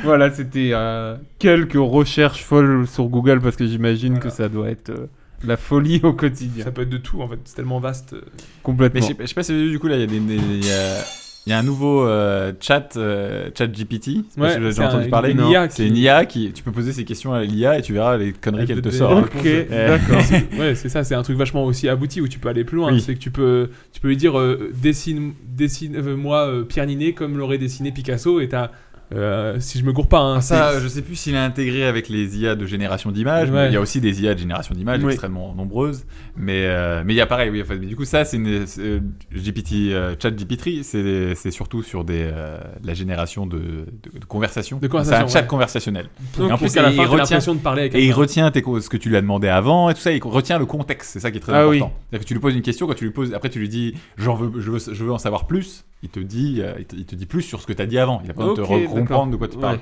S9: voilà, c'était euh, quelques recherches folles sur Google parce que j'imagine que ça doit être euh, la folie au quotidien.
S7: Ça peut être de tout en fait, c'est tellement vaste. euh,
S9: Complètement.
S8: Mais je sais pas- je sais pas si vous avez vu, du coup, là, il y a des- des- il y a- il y a un nouveau euh, chat, euh, chat GPT. Je sais pas
S7: Ouais,
S8: si vous avez
S7: c'est
S8: déjà entendu
S7: un-
S8: parler.
S7: une
S8: Non.
S7: IA
S8: C'est
S7: qui-
S8: une IA qui. Tu peux poser ces questions à l'IA et tu verras les conneries qu'elle te sort. Eh,
S9: Ok, d'accord.
S7: ouais, c'est ça, c'est un truc vachement aussi abouti où tu peux aller plus loin.
S8: Oui.
S7: C'est que tu peux, tu peux lui dire euh, dessine, dessine-moi euh, Pierre Ninet comme l'aurait dessiné Picasso et t'as, euh, si je me cours pas, hein,
S9: Ah,
S8: Ça,
S7: c'est-
S8: euh, je sais plus s'il est intégré avec les IA de génération d'images, mais
S7: Ouais.
S8: il y a aussi des IA de génération d'images
S9: Oui.
S8: extrêmement nombreuses. Mais euh, mais il y a pareil, oui. en fait. mais du coup, ça, c'est une c'est, euh, GPT, euh, chat GPT, c'est c'est surtout sur des euh, de la génération de, de, de conversation.
S7: De conversation,
S8: C'est un chat
S7: ouais.
S8: conversationnel.
S7: Donc,
S8: Et en plus,
S7: à la
S8: il
S7: fin, t'as
S8: retient-
S7: l'impression de parler avec
S8: Et il
S7: quelqu'un.
S8: retient tes co- ce que tu lui as demandé avant et tout ça. Il retient le contexte. C'est ça qui est très
S9: Ah oui.
S8: important. C'est-à-dire que tu lui poses une question, quand tu lui poses, après tu lui dis, j'en veux, je veux, je veux en savoir plus. Il te dit, euh, il te, il te dit plus sur ce que tu as dit avant. Il a pas besoin
S9: Ok,
S8: de te
S9: d'accord.
S8: comprendre de quoi tu parles.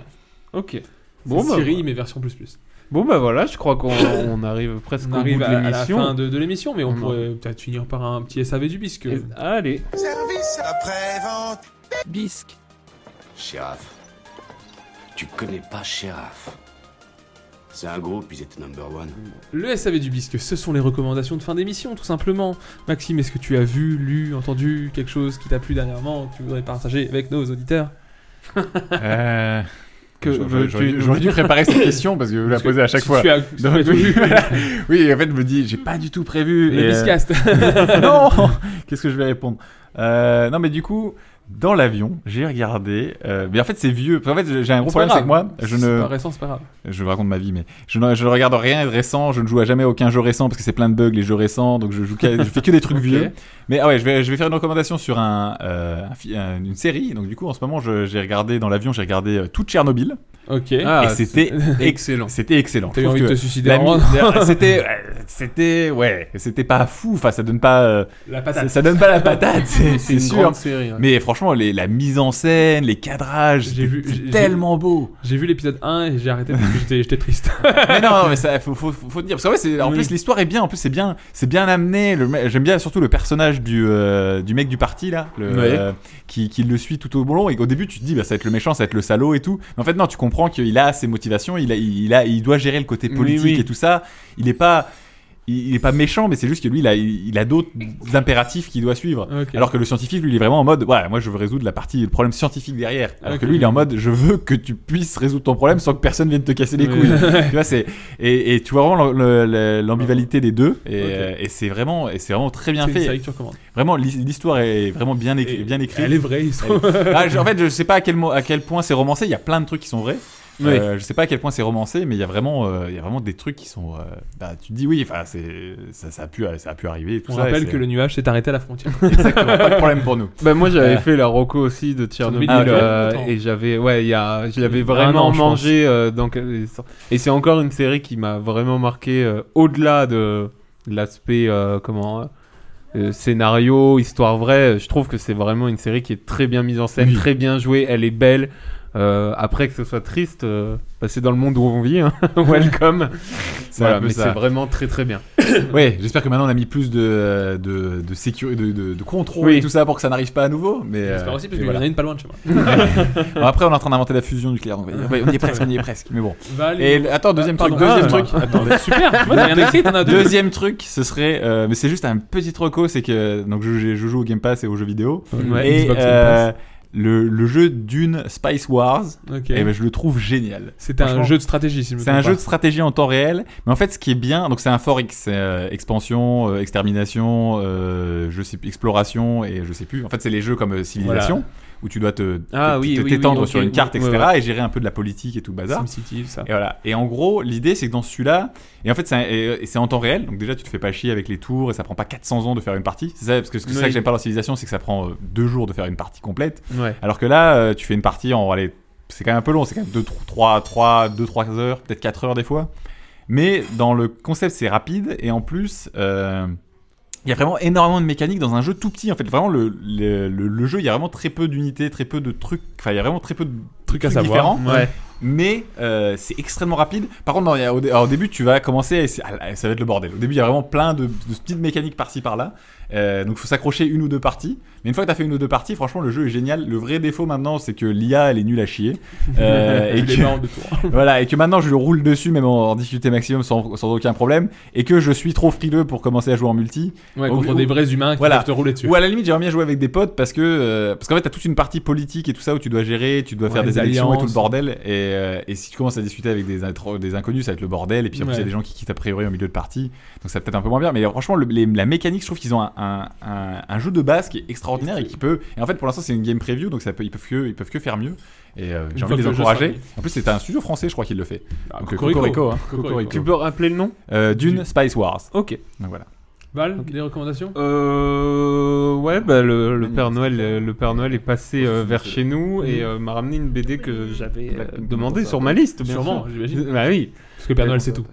S9: Ouais. Ok.
S7: Bon,
S9: Bon, bah,
S7: Siri,
S9: voilà.
S7: mais version plus plus.
S9: Bon bah voilà, je crois qu'on on arrive presque
S7: On
S9: au bout
S7: arrive
S9: de
S7: à, à la
S9: l'émission.
S7: fin de, de l'émission, mais on
S9: Non.
S7: pourrait peut-être finir par un petit SAV du bisque.
S9: Et- Allez,
S12: Service après-vente.
S6: bisque,
S13: Sheriff. Tu connais pas Sheriff. C'est un groupe, ils étaient number one.
S7: Le SAV du bisque, ce sont les recommandations de fin d'émission, tout simplement. Maxime, est-ce que tu as vu, lu, entendu quelque chose qui t'a plu dernièrement, que tu voudrais partager avec nos auditeurs
S8: Euh,
S9: Que
S8: j'aurais-
S9: veux-tu
S8: j'aurais
S9: nous-
S8: dû- j'aurais dû préparer cette question parce que vous la
S7: Parce que
S8: posez à chaque
S7: si
S8: fois.
S7: Tu as,
S8: Non,
S7: tu as tout
S8: oui,
S7: lu.
S8: oui, en fait, je me dis, j'ai pas du tout prévu.
S7: le
S8: et, euh,
S7: biscast.
S8: non Qu'est-ce que je vais répondre Euh, Non, mais du coup, dans l'avion, j'ai regardé. euh, mais en fait, c'est vieux. En fait, j'ai un gros
S7: C'est pas
S8: problème, c'est que moi,
S7: grave.
S8: je
S7: C'est
S8: ne.
S7: pas récent, c'est pas grave.
S8: Je vous raconte ma vie, mais je ne, je ne regarde rien de récent. Je ne joue à jamais aucun jeu récent parce que c'est plein de bugs les jeux récents. Donc je joue, qu'à- je fais que des trucs
S9: Ok.
S8: vieux. Mais ah ouais, je vais, je vais faire une recommandation sur un, euh, un fi- un- une série. Donc du coup, en ce moment, je- j'ai regardé dans l'avion, j'ai regardé euh, tout Tchernobyl.
S7: Ok.
S9: Ah,
S8: et c'était
S9: c'est-
S8: excellent. C'était excellent.
S7: T'as
S8: Je
S7: eu
S8: trouve
S7: envie de
S8: que
S7: te suicider
S8: la
S7: en
S8: mi-
S7: rentrant.
S8: C'était, euh, c'était, ouais, c'était pas fou. Enfin, ça donne pas, euh,
S7: La
S8: ça,
S7: patate.
S8: ça donne pas la patate, c'est
S9: c'est
S8: c'est
S9: une
S8: sûr.
S9: grande série. ouais.
S8: Mais franchement, les- la mise en scène, les cadrages,
S7: J'ai
S8: c'était-
S7: vu-
S8: c'est
S7: j'ai- j'ai-
S8: tellement beau.
S7: J'ai vu l'épisode 1 et j'ai arrêté parce que j'étais- j'étais triste.
S8: mais non, non, mais ça, faut, faut, faut- faut dire parce qu'en en
S7: Oui.
S8: plus l'histoire est bien, en plus c'est bien, c'est bien amené. Le me- J'aime bien surtout le personnage du, euh, du mec du parti là, le,
S9: Ouais.
S8: euh, qui, qui le suit tout au long. Et au début tu te dis bah ça va être le méchant, ça va être le salaud et tout. Mais en fait non, tu comprends qu'il a ses motivations, il a, il a, il doit gérer le côté
S9: Oui,
S8: politique
S9: oui.
S8: et tout ça. Il est pas il il est pas méchant, mais c'est juste que lui, il a, il a d'autres impératifs qu'il doit suivre.
S7: Ok.
S8: Alors que le scientifique, lui, il est vraiment en mode, ouais, moi, je veux résoudre la partie, le problème scientifique derrière. Alors que
S7: Ok.
S8: lui, il est en mode, je veux que tu puisses résoudre ton problème sans que personne vienne te casser les
S9: Oui.
S8: couilles. tu vois, c'est et, et tu vois vraiment le- le- l'ambivalité des deux, et, euh, et c'est vraiment, et c'est vraiment très bien
S7: C'est une série
S8: fait.
S7: que tu recommandes.
S8: Vraiment, l'hi- l'histoire est vraiment bien, écri-
S7: Et-
S8: bien écrite.
S7: Elle est vraie, ils sont.
S8: Ah, je- en fait, je sais pas à quel, mo- à quel point c'est romancé. Il y a plein de trucs qui sont vrais. Oui. Euh, je sais pas à quel point c'est romancé, mais il y a vraiment, euh, il y a vraiment des trucs qui sont. euh, bah, tu te dis oui, enfin, c'est, ça, ça a pu, ça a pu arriver. et tout
S7: On
S8: ça, et
S7: rappelle
S8: c'est-
S7: que le nuage s'est arrêté à la frontière.
S8: Exactement, pas de problème pour nous.
S9: Bah moi j'avais
S8: Euh, Ah,
S9: fait la roco aussi de Tchernobyl
S7: Tchernobyl,
S9: euh,
S7: il y a longtemps.
S9: et j'avais ouais il y a je l'avais
S7: Un
S9: vraiment
S7: an, je
S9: mangé euh, donc euh, et c'est encore une série qui m'a vraiment marqué euh, au-delà de de l'aspect euh, comment euh, scénario histoire vraie euh, je trouve que c'est vraiment une série qui est très bien mise en scène
S8: Oui.
S9: très bien jouée elle est belle Euh, après que ce soit triste euh, bah, c'est dans le monde où on vit hein. welcome
S8: C'est
S9: voilà
S8: un peu
S9: mais
S8: ça.
S9: c'est vraiment très très bien
S8: ouais, j'espère que maintenant on a mis plus de, de, de sécurité, de, de- de contrôle
S9: Oui.
S8: et tout ça pour que ça n'arrive pas à nouveau. Mais euh,
S7: J'espère aussi, parce
S8: mais
S7: qu'il y en a une pas loin de chez moi.
S8: Bon, après, on est en train d'inventer la fusion nucléaire. donc on va- ouais, on y est presque, on y est presque. Mais bon.
S7: Va aller-
S8: Et le- attends, deuxième
S7: Pardon.
S8: truc, deuxième
S7: Ah,
S8: truc.
S7: non.
S8: Attends,
S7: Super, tu vois, t'as rien écrit, t'en as deux.
S8: Deuxième truc, ce serait, euh, mais c'est juste un petit reco, c'est que donc je, je- je joue au Game Pass et aux jeux vidéo
S7: Ouais,
S8: et
S7: Xbox Game
S8: euh, le, le jeu d'une Spice Wars,
S7: Ok.
S8: et ben, je le trouve génial.
S7: C'est un
S8: Franchement,
S7: jeu de stratégie, si je me
S8: c'est
S7: trompe
S8: un jeu
S7: pas.
S8: de stratégie en temps réel, mais en fait, ce qui est bien, donc c'est un fort X, c'est, euh, expansion, euh, extermination, euh, je sais plus, exploration et je sais plus. En fait, c'est les jeux comme euh, Civilization
S9: Voilà.
S8: où tu dois te
S9: Ah
S8: te-
S9: oui,
S8: te-
S9: oui,
S8: t'étendre
S9: oui,
S8: sur
S9: ok,
S8: une carte,
S9: oui,
S8: etc.
S9: ouais, ouais.
S8: et gérer un peu de la politique et tout le bazar.
S7: SimCity, ça.
S8: Et voilà. Et en gros, l'idée, c'est que dans celui-là, et en fait, c'est un- et- et c'est en temps réel, donc déjà, tu te fais pas chier avec les tours et ça prend pas 400 ans de faire une partie. C'est ça, parce que c'est ça
S9: Oui.
S8: que j'aime pas dans Civilization, c'est que ça prend euh, deux jours de faire une partie complète.
S9: Ouais.
S8: Alors que là, euh, tu fais une partie en. Allez, c'est quand même un peu long, c'est quand même 2, 3, 3, 2, 3 heures, peut-être 4 heures des fois. Mais dans le concept, c'est rapide et en plus. euh, il y a vraiment énormément de mécaniques dans un jeu tout petit. En fait, vraiment, le, le, le- le jeu, il y a vraiment très peu d'unités, très peu de trucs. Enfin, il y a vraiment très peu de
S7: Trucs à savoir,
S8: différents.
S7: ouais.
S8: Mais euh, c'est extrêmement rapide. Par contre, non, il y a- au, dé- alors, au début, tu vas commencer et c'est- ah, ça va être le bordel. Au début, il y a vraiment plein de, de petites mécaniques par-ci par-là. Euh, donc, il faut s'accrocher une ou deux parties. Mais une fois que tu as fait une ou deux parties, franchement, le jeu est génial. Le vrai défaut maintenant, c'est que l'IA, elle est nulle à chier. Euh,
S7: Tu
S8: et,
S7: les
S8: que,
S7: mets en deux tours.
S8: voilà, et que maintenant, je le roule dessus, même en, en difficulté maximum, sans, sans aucun problème. Et que je suis trop frileux pour commencer à jouer en multi.
S7: Ouais,
S8: Au-
S7: contre
S8: au-
S7: des vrais humains qui
S8: voilà.
S7: peuvent te rouler dessus.
S8: Ou à la limite, j'aimerais bien jouer avec des potes parce que euh, parce qu'en fait, t'as toute une partie politique et tout ça où tu dois gérer, tu dois
S7: Ouais,
S8: faire
S7: les
S8: des élections et tout le
S7: alliances.
S8: bordel. Et, euh, et si tu commences à discuter avec des, intro- des inconnus, ça va être le bordel. Et puis en plus, il y
S7: Ouais.
S8: a des gens qui quittent a priori au milieu de partie, donc ça va peut-être un peu moins bien. Mais euh, franchement, le- les- la mécanique, je trouve qu'ils ont un, un, un- un jeu de base qui est extraordinaire et qui peut. Et en fait, pour l'instant, c'est une game preview, donc ça peut, ils peuvent que ils peuvent que faire mieux. Et euh,
S7: Une
S8: j'ai envie
S7: fois
S8: de
S7: que
S8: les
S7: le jeu sera
S8: encourager.
S7: fini.
S8: En plus, c'est un studio français, je crois, qui le fait. Donc, euh,
S7: Ah, Cocorico.
S8: Cocorico, hein.
S7: Cocorico.
S8: Cocorico.
S9: tu peux rappeler le nom
S8: Euh, Dune Spice Wars.
S9: ok
S8: Donc voilà.
S7: Val, des recommandations
S9: Euh, ouais, bah, le, le Père Noël, euh, le Père Noël est passé euh, vers chez nous et euh, m'a ramené une BD que j'avais euh, demandé sur ma liste. bien
S7: bah, Sûrement,
S9: sûr.
S7: j'imagine.
S9: Bah oui.
S7: Parce que Père Noël, c'est tout.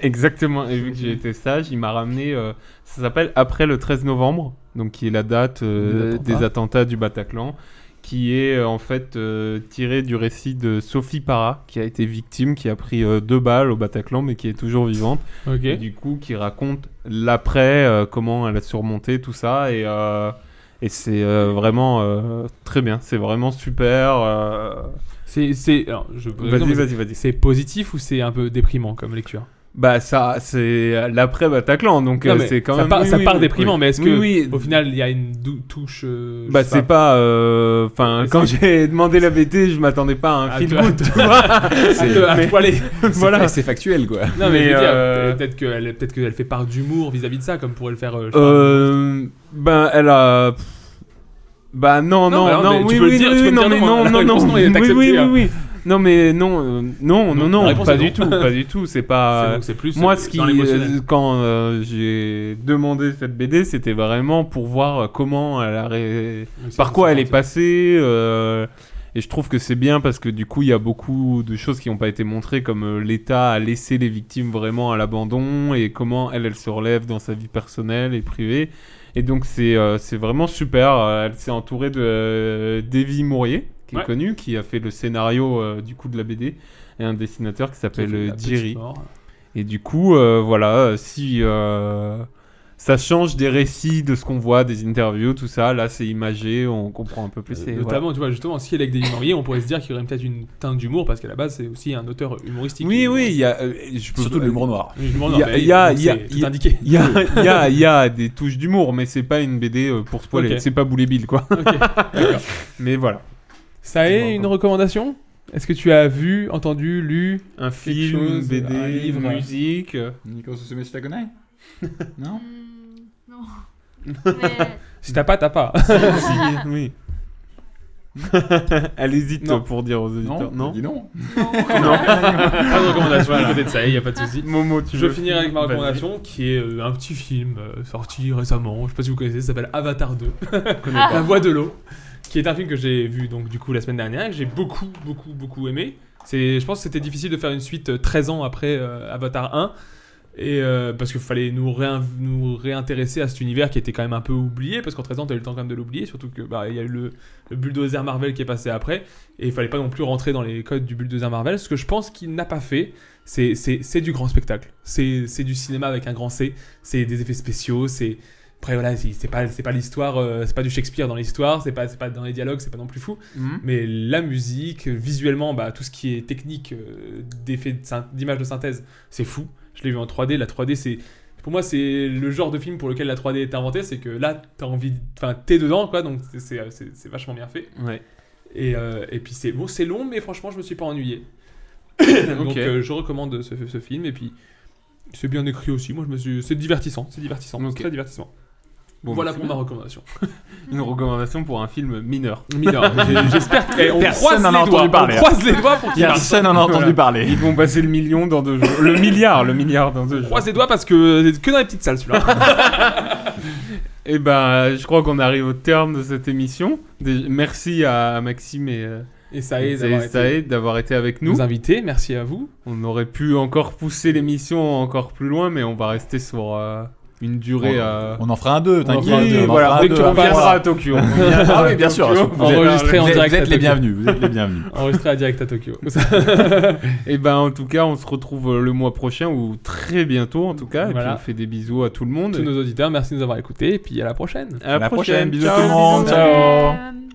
S9: Exactement. Et vu que j'ai été sage, il m'a ramené. euh, ça s'appelle Après le 13 novembre, donc qui est la date euh,
S7: Des attentats.
S9: des attentats du Bataclan, qui est euh, en fait euh, tiré du récit de Sophie Parra, qui a été victime, qui a pris euh, deux balles au Bataclan, mais qui est toujours vivante.
S7: Ok.
S9: Et du coup, qui raconte l'après, euh, comment elle a surmonté tout ça. Et, euh, et c'est euh, vraiment euh, très bien. C'est vraiment super. euh,
S7: C'est, c'est, alors, je peux
S9: Vas-y,
S7: non, mais
S9: vas-y,
S7: c'est-
S9: vas-y.
S7: C'est positif ou c'est un peu déprimant comme lecture
S9: Bah, ça, c'est l'après Bataclan. Donc,
S7: Non,
S9: euh,
S7: mais
S9: c'est quand
S7: ça
S9: même.
S7: part,
S9: oui,
S7: ça
S9: oui,
S7: part
S9: oui.
S7: déprimant,
S9: Oui.
S7: mais est-ce
S9: Oui,
S7: que
S9: oui.
S7: au final il y a une dou- touche euh, je
S9: Bah,
S7: sais
S9: c'est pas. euh, Enfin,
S7: Est-ce
S9: quand
S7: que-
S9: j'ai demandé la BT, je m'attendais pas à un
S7: À
S9: film.
S7: te- à te- à te- à te
S9: Mais-
S7: poiler.
S9: Voilà.
S8: C'est factuel, quoi.
S7: Non mais, je veux dire,
S9: euh,
S7: peut-être qu'elle peut-être qu'elle fait part d'humour vis-à-vis de ça comme pourrait le faire euh, je sais
S9: Euh, ben, elle a. pff, Bah non,
S7: Non,
S9: non,
S7: bah
S9: non,
S7: non, mais tu
S9: oui,
S7: peux le
S9: oui,
S7: dire,
S9: oui,
S7: tu peux
S9: non,
S7: le
S9: mais
S7: dire,
S9: non,
S7: non,
S9: non,
S7: la
S9: non,
S7: réponse, non, elle est
S9: oui, oui,
S7: acceptée,
S9: oui,
S7: hein.
S9: oui. Non, mais non, euh, non, non,
S7: la
S9: non,
S7: réponse
S9: pas
S7: est
S9: du
S7: non.
S9: tout, pas du tout. C'est
S7: pas. C'est-
S9: pas.
S7: donc c'est plus
S9: bah, Moi,
S7: euh,
S9: ce qui,
S7: dans l'émotionnel.
S9: euh, quand euh, j'ai demandé cette BD, c'était vraiment pour voir euh, comment elle a, ré-
S7: Oui, ça,
S9: par
S7: ça
S9: quoi
S7: se
S9: elle est
S7: sentait.
S9: passée. euh, et je trouve que c'est bien parce que du coup, il y a beaucoup de choses qui n'ont pas été montrées, comme euh, l'État a laissé les victimes vraiment à l'abandon et comment elle, elle se relève dans sa vie personnelle et privée. Et donc, c'est euh, c'est vraiment super. Euh, Elle s'est entourée de euh, Davy Mourier, qui
S7: Ouais.
S9: est connu, qui a fait le scénario euh, du coup de la BD, et un dessinateur qui
S7: Qui a fait
S9: s'appelle
S7: la
S9: euh,
S7: petite
S9: Jerry.
S7: mort.
S9: Et du coup, euh, voilà, euh, si euh, ça change des récits de ce qu'on voit, des interviews, tout ça, là c'est imagé, on comprend un peu plus. et voilà.
S7: Euh, Notamment, tu vois, justement, si elle est avec des humoriers, on pourrait se dire qu'il y aurait peut-être une teinte d'humour, parce qu'à la base, c'est aussi un auteur humoristique.
S9: Oui, oui, il y a. euh, je peux-
S8: Surtout de l'humour noir.
S7: Oui, je me
S9: Il y
S7: demande,
S9: a,
S7: mais
S9: il y a,
S7: donc
S9: il y a-
S7: c'est
S9: il y
S7: tout
S9: a-
S7: indiqué.
S9: il y a- il y a- il y a des touches d'humour, mais c'est pas une BD euh, pour spoiler,
S7: Ok.
S9: c'est pas Boulet Bill quoi.
S7: D'accord.
S9: mais voilà.
S7: Ça est une recommandation Est-ce que tu as vu, entendu, lu
S9: Un
S7: Quelque
S9: film, une
S7: chose,
S9: BD,
S7: un livre.
S9: musique. euh,
S8: Nicolas Susume Non
S10: Hmm, non. Mais
S7: Si t'as pas, t'as pas.
S9: si, oui. Elle hésite
S8: Non.
S9: pour dire aux auditeurs.
S8: Non,
S9: Non,
S8: dis non.
S9: Non.
S7: Pas de recommandation du côté de ça, il n'y a pas de souci.
S9: Momo, tu
S7: Je
S9: veux
S7: vais finir avec ma
S9: Vas-y.
S7: recommandation qui est euh, un petit film euh, sorti récemment, je sais pas si vous connaissez, ça s'appelle Avatar 2,
S9: pas.
S7: La Voix de l'eau, qui est un film que j'ai vu donc du coup la semaine dernière et que j'ai beaucoup beaucoup beaucoup aimé. C'est, je pense que c'était difficile de faire une suite euh, 13 ans après euh, Avatar 1. Et euh, parce qu'il fallait nous, réin- nous réintéresser à cet univers qui était quand même un peu oublié, parce qu'en 13 ans, t'as eu le temps quand même de l'oublier, surtout que bah, il y a eu le, le bulldozer Marvel qui est passé après, et il fallait pas non plus rentrer dans les codes du bulldozer Marvel. Ce que je pense qu'il n'a pas fait, c'est- c'est c'est du grand spectacle, c'est c'est du cinéma avec un grand C, c'est des effets spéciaux, c'est. Après voilà, c'est c'est pas, c'est pas l'histoire, euh, c'est pas du Shakespeare dans l'histoire, c'est pas, c'est pas dans les dialogues, c'est pas non plus fou,
S9: Mhm.
S7: mais la musique, visuellement, bah, tout ce qui est technique euh, d'effets de syn- d'image de synthèse, c'est fou. Je l'ai vu en 3D. La 3D, c'est pour moi, c'est le genre de film pour lequel la 3D est inventée. C'est que là, t'as envie, enfin, t'es dedans, quoi. Donc c'est- c'est c'est- c'est vachement bien fait.
S9: Ouais.
S7: Et, euh, et puis c'est bon, c'est long, mais franchement, je me suis pas ennuyé. donc
S9: Ok.
S7: euh, je recommande ce, ce film. Et puis c'est bien écrit aussi. Moi, je me suis, c'est divertissant, c'est divertissant,
S9: Ok.
S7: c'est très divertissant.
S9: Bon,
S7: voilà
S9: bah,
S7: pour
S9: c'est
S7: ma
S9: bien.
S7: recommandation.
S9: Une recommandation pour un film mineur.
S7: Mineur. J'ai- j'espère que- eh, on
S9: Personne
S7: croise
S9: n'en a
S7: les
S9: entendu
S7: doigts, on
S9: parler, hein.
S7: croise les doigts pour qu'il marche.
S9: Personne n'en a entendu
S7: Voilà.
S9: parler. Ils vont passer le million dans deux jours. Le milliard, le milliard dans deux jours.
S7: Croise les doigts parce que que dans les petites salles celui-là.
S9: Et ben, je crois qu'on arrive au terme de cette émission. Dé- merci à Maxime et, euh,
S7: Et Saïd d'avoir été-
S9: Saïd d'avoir été avec nous.
S7: Nos invités, merci à vous.
S9: On aurait pu encore pousser l'émission encore plus loin, mais on va rester sur euh, une durée.
S8: On-
S9: euh,
S8: on en fera un deux,
S9: on en
S8: t'inquiète,
S9: fera un deux,
S8: on en
S9: voilà,
S8: fera un
S9: dès
S8: deux,
S9: qu'on
S8: on fera
S9: viendra
S8: un.
S9: à Tokyo.
S8: On viendra- ah oui, bien sûr,
S9: Tokyo,
S8: vous
S9: on
S8: êtes-
S9: enregistrera
S8: vous
S9: en
S8: êtes-
S9: direct
S8: vous
S9: à
S8: êtes les
S9: Tokyo.
S8: bienvenus, vous êtes les bienvenus.
S7: Enregistré à direct à Tokyo.
S9: et ben en tout cas, on se retrouve euh, le mois prochain ou très bientôt en tout cas. Et
S7: Voilà.
S9: puis on fait des bisous à tout le monde.
S7: Tous nos auditeurs, merci de nous avoir écoutés et puis à la prochaine.
S9: À la,
S7: À la prochaine.
S9: prochaine. Bisous
S7: Ciao,
S9: tout le monde.
S7: bisous.
S9: Ciao.
S10: Euh,